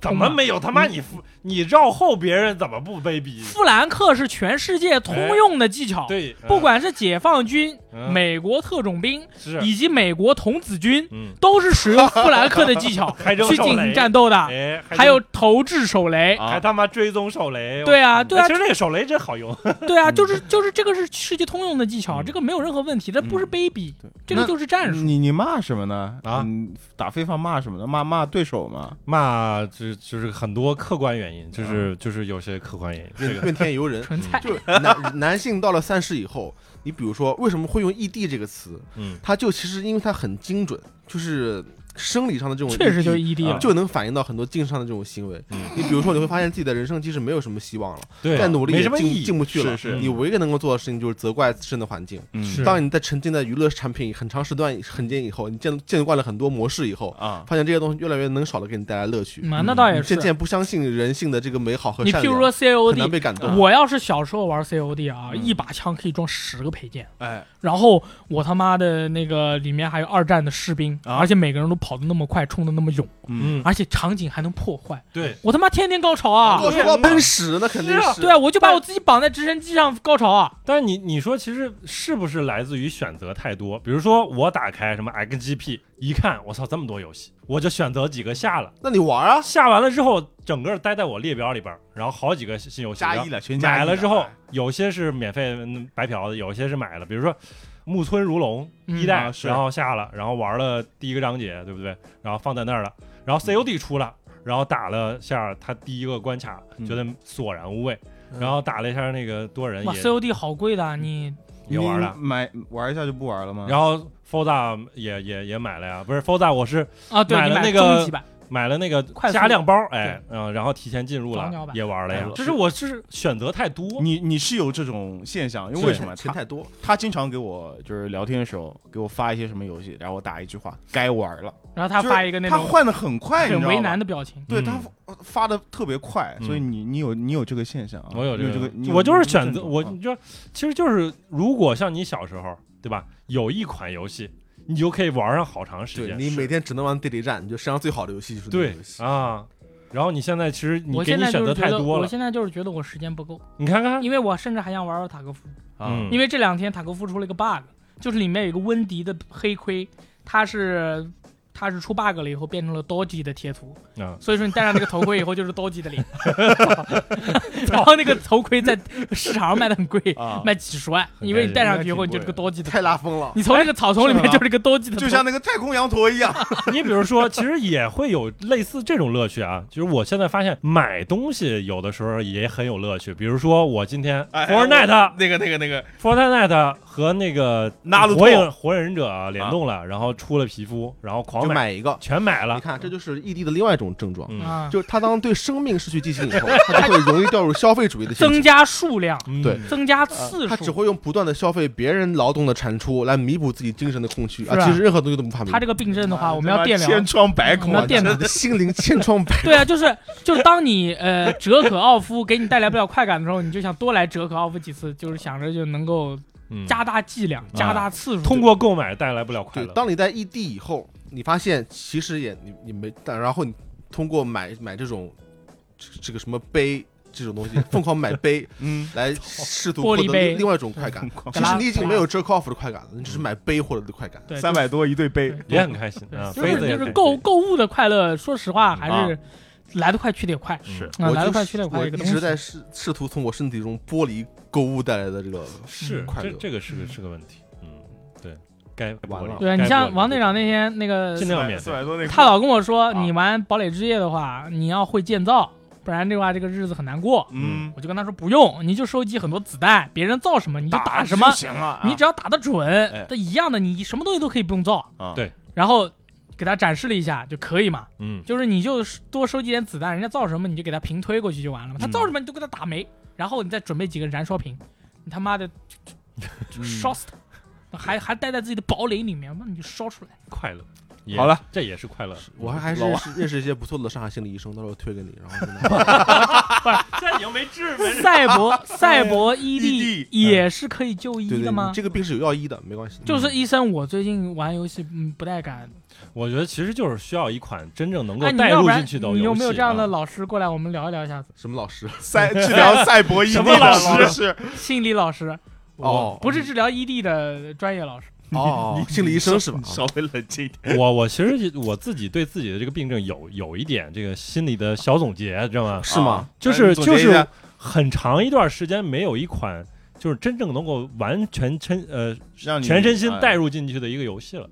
A: 怎么没有？他
C: 嗯
A: 妈你你绕后别人怎么不卑鄙？
C: 富兰克是全世界通用的技巧，
A: 对，
C: 不管是解放军、
A: 嗯
C: 美国特种兵
A: 是
C: 以及美国童子军，
A: 嗯，
C: 都是使用富兰克的 技巧
A: 还扔
C: 去
A: 手
C: 进
A: 雷
C: 行战斗的。
A: 哎，
C: 还有投掷手雷，
A: 还
B: 啊，
A: 他妈追踪手雷，
C: 对啊，
A: 嗯
C: 对啊
A: 其，实那个手雷真好 用，
C: 对啊，就是就是这个是世界通用的技巧，
A: 嗯
C: 这个没有任何问题，这不是
B: 嗯
C: 卑鄙
B: 对，
C: 这个
B: 那
C: 就是战术。
B: 你你骂什么呢？
A: 啊
B: 嗯，打非法骂什么呢？骂骂对手嘛。
A: 骂就就是很多客观原因，就是就是有些客 观原因，这
D: 怨
A: 个
D: 怨天尤人，
C: 纯菜，
D: 就是男 男性到了三十以后，“E 你比如说为什么会用异地这个词？
A: 嗯
D: 它就其实因为它很精准，就是生理上的这种
C: 确实就是
D: 异地
C: ED 了，
A: 啊
D: 就能反映到很多经商的这种行为。
B: 嗯
D: 你比如说，你会发现自己的人生其实没有什么希望了，
A: 对啊，
D: 再努力
A: 没
D: 也
A: 什么意
D: 进
A: 义
D: 进。不去了。
B: 是是
D: 你唯一能够做的事情就是责怪自身的环境。
B: 嗯
A: 是
D: 当你在沉浸在娱乐产品很长时段很间以后，你见见惯了很多模式以后，
B: 啊，
D: 发现这些东西越来越能少的给你带来乐趣。
C: 嗯，那倒也
D: 你
C: 是
D: 渐。渐不相信人性的这个美好和
C: 你
D: 善
C: 譬如
D: 良
C: 说，
D: 很难
C: COD，
D: 被感动。
C: 我要是小时候玩 COD 啊，
B: 嗯
C: 一把枪可以装十个配件，
B: 哎，
C: 然后我他妈的那个里面还有二战的士兵，
B: 啊
C: 而且每个人都跑得那么快，冲得那么勇，
B: 嗯，
C: 而且场景还能破坏，
A: 对，
C: 我他妈天天高潮啊！
D: 我说我喷屎，那肯定是
C: 对啊，我就把我自己绑在直升机上高潮啊！
A: 但是你你说，其实是不是来自于选择太多？比如说我打开什么 XGP，一看，我操，这么多游戏，我就选择几个下了。
D: 那你玩啊，
A: 下完了之后，整个待在我列表里边儿，然后好几个新游戏
B: 加
A: 然后
B: 一了，全加一啊哎
A: 买了之后，有些是免费嗯白嫖的，有些是买了。比如说木村如龙
C: 嗯
A: 一代
B: 啊，是
A: 然后下了，然后玩了第一个章节，对不对？然后放在那儿了，然后
B: 嗯
A: COD 出了。然后打了下他第一个关卡，
B: 嗯
A: 觉得索然无味，然后打了一下那个多人
C: 哇
A: 也
C: ，COD 好贵的啊，你
A: 也玩了
B: 你，买玩一下就不玩了吗？
A: 然后 Forza 也也也买了呀，不是 Forza 我是
C: 啊，对
A: 买了
C: 你买
A: 那个
C: 终极版，
A: 买了那个
C: 快速
A: 加量包，哎，嗯，然后提前进入
C: 早
A: 了
C: 鸟，版
A: 也玩了呀
D: 哎。
A: 就是我是选择太多，
B: 你你是有这种现象，因为为什么
D: 钱
B: 他
D: 太多，
B: 他经常给我就是聊天的时候给我发一些什么游戏，然后我打一句话，该玩了。
C: 然后他
B: 就是
C: 发一个那
B: 他
C: 种
B: 换的很快，
C: 很
B: 你知道
C: 为
B: 吗
C: 难的表情，
B: 对
A: 嗯
B: 他发的特别快，
A: 嗯
B: 所以你你有你有这个现象啊，
A: 我有
B: 你
A: 这
B: 有
A: 个，
B: 这你有
A: 我就是
B: 这个嗯
A: 选择
B: 症
A: 我，
B: 状
A: 你就其实就是，如果像你小时候，对吧，有一款游戏，你就可以玩上好长时
D: 对
A: 间。
D: 你每天只能玩地雷战，你就世界上最好的游戏就是那个
A: 对
D: 游戏。
A: 啊，然后你现在其实你
C: 我
A: 给
C: 现
A: 你
C: 在
A: 选
C: 就是
A: 择
C: 觉
A: 太
C: 得，
A: 多
C: 我
A: 了，
C: 现啊在就是觉得我时间不够，
A: 你看看，
C: 因为我甚至还想玩玩塔科夫。
B: 啊
A: 嗯
C: 因为这两天塔科夫出了一个 bug，就是里面有一个温迪的黑盔，它是它是出 bug 了以后变成了 Doji 的贴图，
A: 啊，
C: 所以说你戴上那个头盔以后就是 Doji 的脸，然后那个头盔在市场上卖的很贵，
B: 啊，
C: 卖几十万，
A: 很
C: 因为你戴上去以后
B: 开
C: 你
B: 心
C: 就是个 Doji 的
D: 太
C: 头，
D: 拉风了，
C: 你从那个草丛里面
B: 是吗
C: 就是一个 Doji 的头，
B: 就像那个太空羊驼一样，
A: 你比如说，其实也会有类似这种乐趣啊。就是我现在发现买东西有的时候也很有乐趣，比如说我今天
B: 哎
A: Fortnite
B: 那个那个那个
A: Fortnite 和那个
B: 纳鲁
A: 火
B: 特
A: 影火影忍者啊联动了，然后出了皮肤，然后狂
D: 就
A: 买，
D: 买 一个。
A: 全买
B: 啊
D: 你
A: 了。
D: 看，这就是异地的另外一种症状，
A: 嗯，
C: 啊，
D: 就是他当对生命失去激情以后，他就会容易掉入消费主义的陷
C: 增
D: 阱。
C: 加数量，
A: 嗯
D: 对
C: 增加
D: 呃
C: 次
D: 他只
C: 数。
D: 会用不断的消费别人劳动的产出来弥补自己精神的空虚
C: 是
D: 啊！
C: 啊
D: 其实任何东西都无法弥
C: 他
D: 补
C: 这。个病症的话，啊我们
B: 啊他
C: 要
B: 妈
C: 电疗。
B: 千疮百
C: 我
B: 孔
C: 们要
B: 啊，
C: 电
D: 我
C: 脑
D: 的心灵千疮百
C: 对啊，就是就是当你呃折可奥夫给你带来不了快感的时候，你就想多来折可奥夫几次，就是想着就能够
A: 嗯
C: 加大剂量、加大次数。
A: 通过购买带来不了快
D: 对
A: 乐，。
D: 当你在异地以后，你发现其实也你你没，但然后你通过买买这种这这个什么杯这种东西，疯狂买 杯
B: 嗯，
D: 来试图
C: 玻
D: 获
C: 璃
D: 得
C: 杯嗯
D: 另另外一种 快感。
C: 格
D: 其
C: 拉
D: 实你已经没有 jerk off 的快感了，你只是买杯获得的快感。
C: 对
B: 三百多一对杯
C: 对，
A: 也很开心
C: 对
A: 啊，
C: 就是
A: 杯子也
C: 就是
A: 很
C: 购
A: 开
C: 购物的快乐，说实话还是
B: 啊
C: 来得快去得也快。
A: 心是
C: 啊，
D: 我
C: 来得
D: 就
C: 快
D: 是
C: 去得也快
D: 我
C: 这个
D: 一
C: 东
D: 直在
C: 西。
D: 试试图从我身体中剥离购物带来的 这个
A: 是
D: 快
A: 这
D: 乐
A: 这个是个是个问题，嗯，对，该
D: 完
A: 剥离
D: 了
C: 对啊你
A: 该剥
C: 像
A: 离
C: 王队长那天那个，
A: 尽量免
B: 四
A: 费，
B: 百多那个
C: 他老跟我说，
B: 啊
C: 你玩堡垒之夜的话，你要会建造，不然的话这个日子很难过。
B: 嗯
C: 我就跟他说不用，你就收集很多子弹，别人造什么你就打什么
B: 就，行了啊，
C: 你只要打得准，
B: 哎
C: 它一样的，你什么东西都可以不用造。
B: 啊
A: 对
C: 然后给他展示了一下就可以嘛，
A: 嗯，
C: 就是你就多收集点子弹，人家造什么你就给他平推过去就完了嘛。他
B: 嗯
C: 造什么你就给他打没，然后你再准备几个燃烧瓶，你他妈的就就
B: 嗯
C: 烧死他，还还待在自己的堡垒里面，那你就 烧出来。
A: 快乐。也
B: 好了，
A: 这也是快乐。
D: 我还还是
B: 老
C: 啊
D: 认识认识一些不错的上海心理医生，到时候推给你，然后 真的
A: 现在已经没 治
C: 赛博赛博 ED
A: E
B: ED
C: 也是可以就
D: 对
C: 医
D: 对，
C: 的
D: 你
C: 吗？
D: 这个病是有药医的，没关系。
C: 就是医生，我最近玩游戏，嗯，不太敢。
A: 我觉得其实就是需要一款真正能够
C: 哎，你
A: 带
C: 要
A: 入
C: 不然
A: 进去的游戏。
C: 你有没有这样的
A: 啊
C: 老师过来，我们聊一聊一下子？
D: 什么老师？
B: 赛治疗赛博异
A: 什
B: 地
A: 么
B: 的
A: 老
B: 老
A: 师
B: 师
C: 心理老师，
D: 哦
C: 不是治疗 ED 的专业老师。
D: 哦，心理医生是吧？
B: 稍微冷静一点，
A: 我我其实就我自己对自己的这个病症有有一点这个心理的小总结，知道
C: 哎
A: 吗？
D: 是吗
B: 啊？
A: 就是
B: 总结一下
A: 就是很长一段时间没有一款就是真正能够完全身呃
B: 让你
A: 全身心
B: 哎
A: 带入进去的一个游戏了。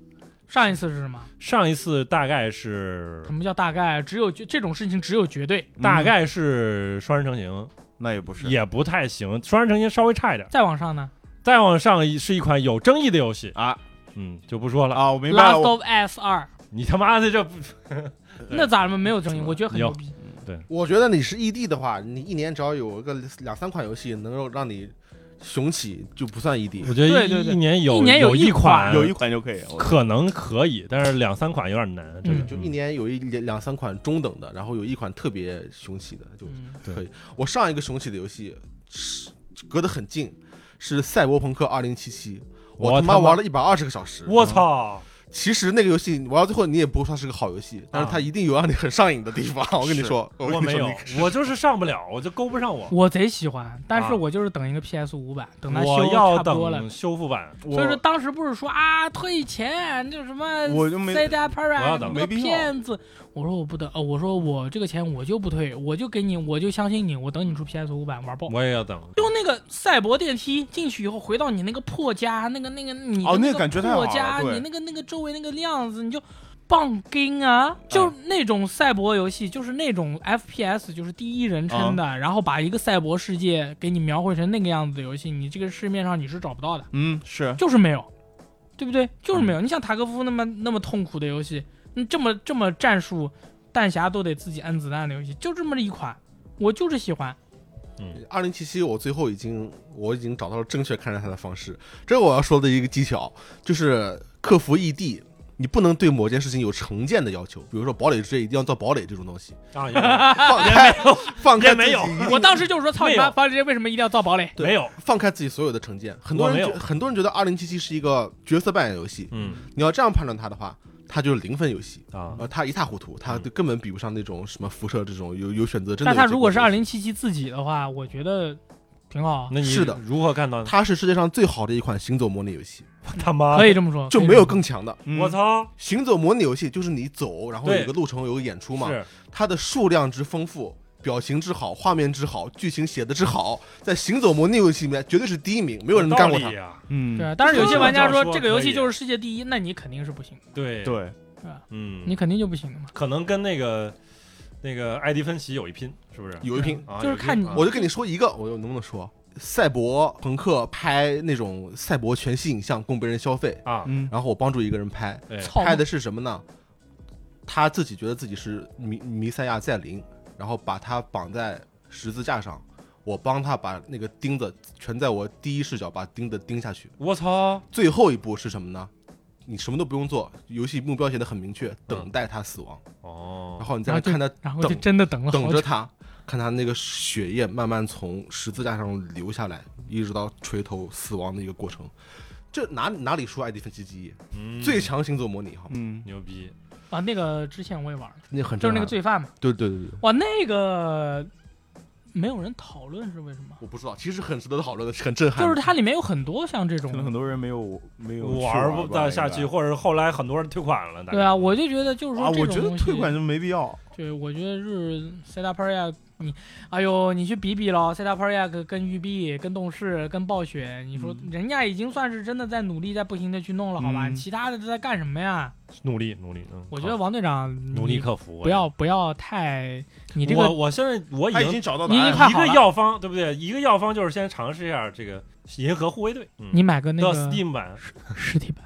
C: 上一次是什么？
A: 上一次大概是
C: 什么叫大概？只有绝这种事情只有绝对，
A: 大概是双人成行，
B: 那也不是
A: 也不太行，双人成行稍微差一点。
C: 再往上呢
A: 再往上是一款有争议的游戏，
B: 啊
A: 嗯，就不说了。
B: 啊，我明白了
C: ？Last
B: 我
C: of Us 二
A: 你他妈的这不
C: 那咱们没有争议，我觉得很牛
A: 有
C: 逼。
D: 我觉得你是异地的话，你一年只要有个两三款游戏能够让你雄起，就不算异 E 地。
A: 我觉得
C: 对
A: 一
C: 对对
A: 一年有
C: 一年有
A: 有
C: 一
A: 款
C: 款
B: 有一款就可以。我
A: 可能可以，但是两三款有点难，这个
C: 嗯
D: 就一年有一两两三款中等的，然后有一款特别雄起的，就
C: 嗯
D: 我上一个雄起的游戏是隔得很近，是《赛博朋克2077》，
A: 我
D: 我
A: 他妈
D: 他妈玩了一百二十个小时。
A: 嗯我操！
D: 其实那个游戏玩到最后你也不会说是个好游戏，但是它一定有让你很上瘾的地方。我跟你说，
A: 啊我
D: 跟你
A: 没
D: 说
A: 有
D: 你，
A: 我就是上不了，我就勾不上我。
C: 我贼喜欢，但是
A: 啊
C: 我就是等一个 PS 五
B: 啊
C: 版，等它
A: 我
C: 修
A: 要
C: 差不多了
A: 等。修复版，
D: 我
C: 所以说当时不是说啊退钱，就什么
B: 我就没
C: C 加 p a r
A: 我要
C: a
A: 等
B: 没必要
C: 骗子，我说我不等，呃，我说我这个钱我就不退，我就给你，我就相信你，我等你出 PS 五版玩爆。
A: 我也要等。
C: 就那个赛博电梯进去以后，回到你那个破家，那个那个你的
B: 哦那
C: 那
B: 个感觉太好
C: 破
B: 了
C: 家，
B: 对
C: 你那个那个周围那个样子，你就棒丁啊！就那种赛博游戏，就是那种 FPS，就是第一人称
B: 啊
C: 的，然后把一个赛博世界给你描绘成那个样子的游戏，你这个市面上你是找不到的，
B: 嗯，是
C: 就是没有，对不对？就是没有。你像塔科夫那么那么痛苦的游戏，你这么这么战术弹匣都得自己按子弹的游戏，就这么一款，我就是喜欢。
D: 二零七七，我最后已经我已经找到了正确看待它的方式。这我要说的一个技巧就是克服异地，你不能对某件事情有成见的要求，比如说堡垒之夜一定要造堡垒这种 东西，
A: 啊，也
D: 放开放开
A: 也没
D: 自己
A: 有
D: 一定
C: 我当时就是说，操你
A: 没
C: 妈！
A: 有
C: 法律为什么一定要造堡垒？
D: 对
A: 没有，
D: 放开自己所有的成见。很多
A: 我没
D: 人
A: 有
D: 觉很多人觉得二零七七是一个角色扮演游戏，
A: 嗯
D: 你要这样判断它的话，它就是零分游戏。
A: 啊，
D: 呃，它一塌糊涂，它
A: 嗯
D: 就根本比不上那种什么辐射这种有有选择真的
C: 但
D: 有结果的游戏。
C: 他如果是二零七七自己的话，我觉得挺好，啊
A: 那你
D: 是的
A: 如何看到呢？
D: 它是世界上最好的一款行走模拟游戏，
A: 他妈
C: 可以，这么说，
D: 就
C: 可以
D: 没有
C: 这么
D: 更强的。
B: 嗯
A: 我操！
D: 行走模拟游戏就是你走，然后
A: 对
D: 有个路程，有个演出嘛。
A: 是
D: 它的数量之丰富，表情之好，画面之好，剧情写的之好，在行走模拟游戏里面绝对是第一名，没有人干过它。
A: 呀。
B: 嗯
C: 说对啊。但是有些玩家说
A: 这么说
C: 这个游
A: 可
C: 戏
A: 以
C: 就是世界第一，那你肯定是不行的，
A: 对，
B: 对，啊
A: 嗯，
C: 你肯定就不行的嘛。
A: 可能跟那个那个艾迪芬奇有一拼，是不是？
D: 有一拼，
A: 啊，
C: 就是
A: 有一拼
C: 看你
A: 啊
D: 我就跟你说一个，我能不能说？赛博朋克拍那种赛博全息影像供别人消费，
A: 啊，哎
B: 嗯，
D: 然后我帮助一个人拍，
A: 对
C: 操
D: 拍的是什么呢？他自己觉得自己是弥弥赛亚在临，然后把他绑在十字架上，我帮他把那个钉子全在我第一视角把钉子钉下去。
A: 我操！哦
D: 最后一步是什么呢？你什么都不用做，游戏目标写的很明
C: 嗯
D: 确，等待他死亡，然
A: 哦，
D: 后你再
C: 然后
D: 看他
C: 然后就真的等了
D: 等
C: 好
D: 着
C: 久。
D: 他，看他那个血液慢慢从十字架上流下来，一直到垂头死亡的一个过程。这哪哪里输爱迪芬奇记忆？
A: 嗯
D: 最强行走模拟哈，
B: 嗯，
A: 牛逼，
C: 啊，那个之前我也玩了，
D: 那很
C: 就是
D: 震
C: 那个
D: 撼
C: 罪犯嘛。
D: 对对对对，
C: 哇，那个没有人讨论是为什么？
D: 我不知道，其实很值得讨论的，很震撼。
C: 就是它里面有很多像这
B: 可能很
C: 种，
B: 多人没有没有
A: 玩不到
B: 到
A: 下去，或者后来很多人退款了，大概
C: 对啊，我就觉得就是
B: 啊，
C: 说这
B: 我
C: 种
B: 觉得
C: 东西
B: 退款就没必要。
C: 对，我觉得是塞达帕利亚，你，哎呦，你去比比咯，塞达帕利亚跟跟育碧、跟动视、跟暴雪，你说
B: 嗯
C: 人家已经算是真的在努力，在不停的去弄了，好吧？
B: 嗯
C: 其他的都在干什么呀？
A: 努力努力，嗯，
C: 我觉得
A: 好
C: 王队长
A: 努力
C: 你
A: 克服，
C: 不要不要太，你这
A: 我
C: 个
A: 我现在我已
B: 他已
A: 经
B: 经找到
C: 你
B: 答
C: 已
B: 案
C: 经
B: 了，
C: 看
A: 一
C: 好
A: 个
C: 了
A: 药方，对不对？一个药方就是先尝试一下这个银河护卫队，嗯
C: 你买个那
A: 的
C: 个
A: Steam 版，
C: 实体版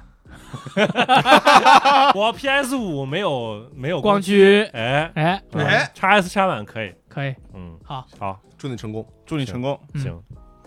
A: 我 PS 五没有没有
C: 光
A: 驱，
C: 驱，
A: 哎
C: 哎，
B: 对
A: ，x S 插版可以，
C: 可以，
A: 嗯，
C: 好，
A: 好，
D: 祝你成功，
B: 祝你成功。
C: 嗯
A: 行，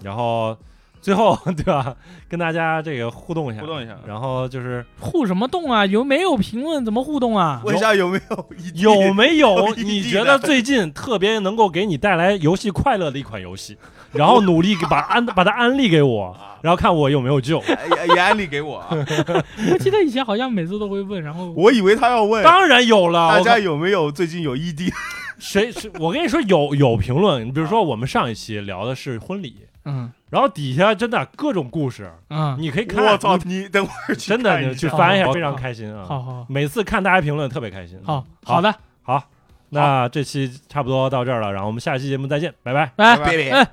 A: 然后最后 对吧，跟大家这个互动一下，
B: 互动一下
A: 然后就是
C: 互什么动啊？有没有评论？怎么互动啊？
B: 问一下有没 有一
A: 有没有
B: 有异
A: 你
B: 地
A: 觉
B: 的
A: 得最近特别能够给你带来游戏快乐的一款游戏，然后努力给把 安把它安利给我，
B: 啊
A: 然后看我有没有救。
B: 也也安利给我啊？
C: 我记得以前好像每次都会问，然后
B: 我以为他要问
A: 当然有了，
B: 大
A: 我
B: 家有没有最近有 E 异 地，
A: 谁是？我跟你说有有评论，你比如说我们上一期聊的是婚礼，
C: 嗯
A: 然后底下真的各种故事，
C: 嗯，
A: 你可以看。
B: 我操，你等会儿
A: 你
B: 去
A: 真的
B: 看
A: 你
B: 一
A: 去
B: 下
A: 翻一下，
C: 好
A: 非常开心啊！
C: 好好
A: 每次看大家评论特别开心。
C: 好
A: 好
C: 好的，
A: 那这期差不多到这儿了，然后我们下期节目再见，拜拜。
C: 来
B: 拜拜
C: 哎，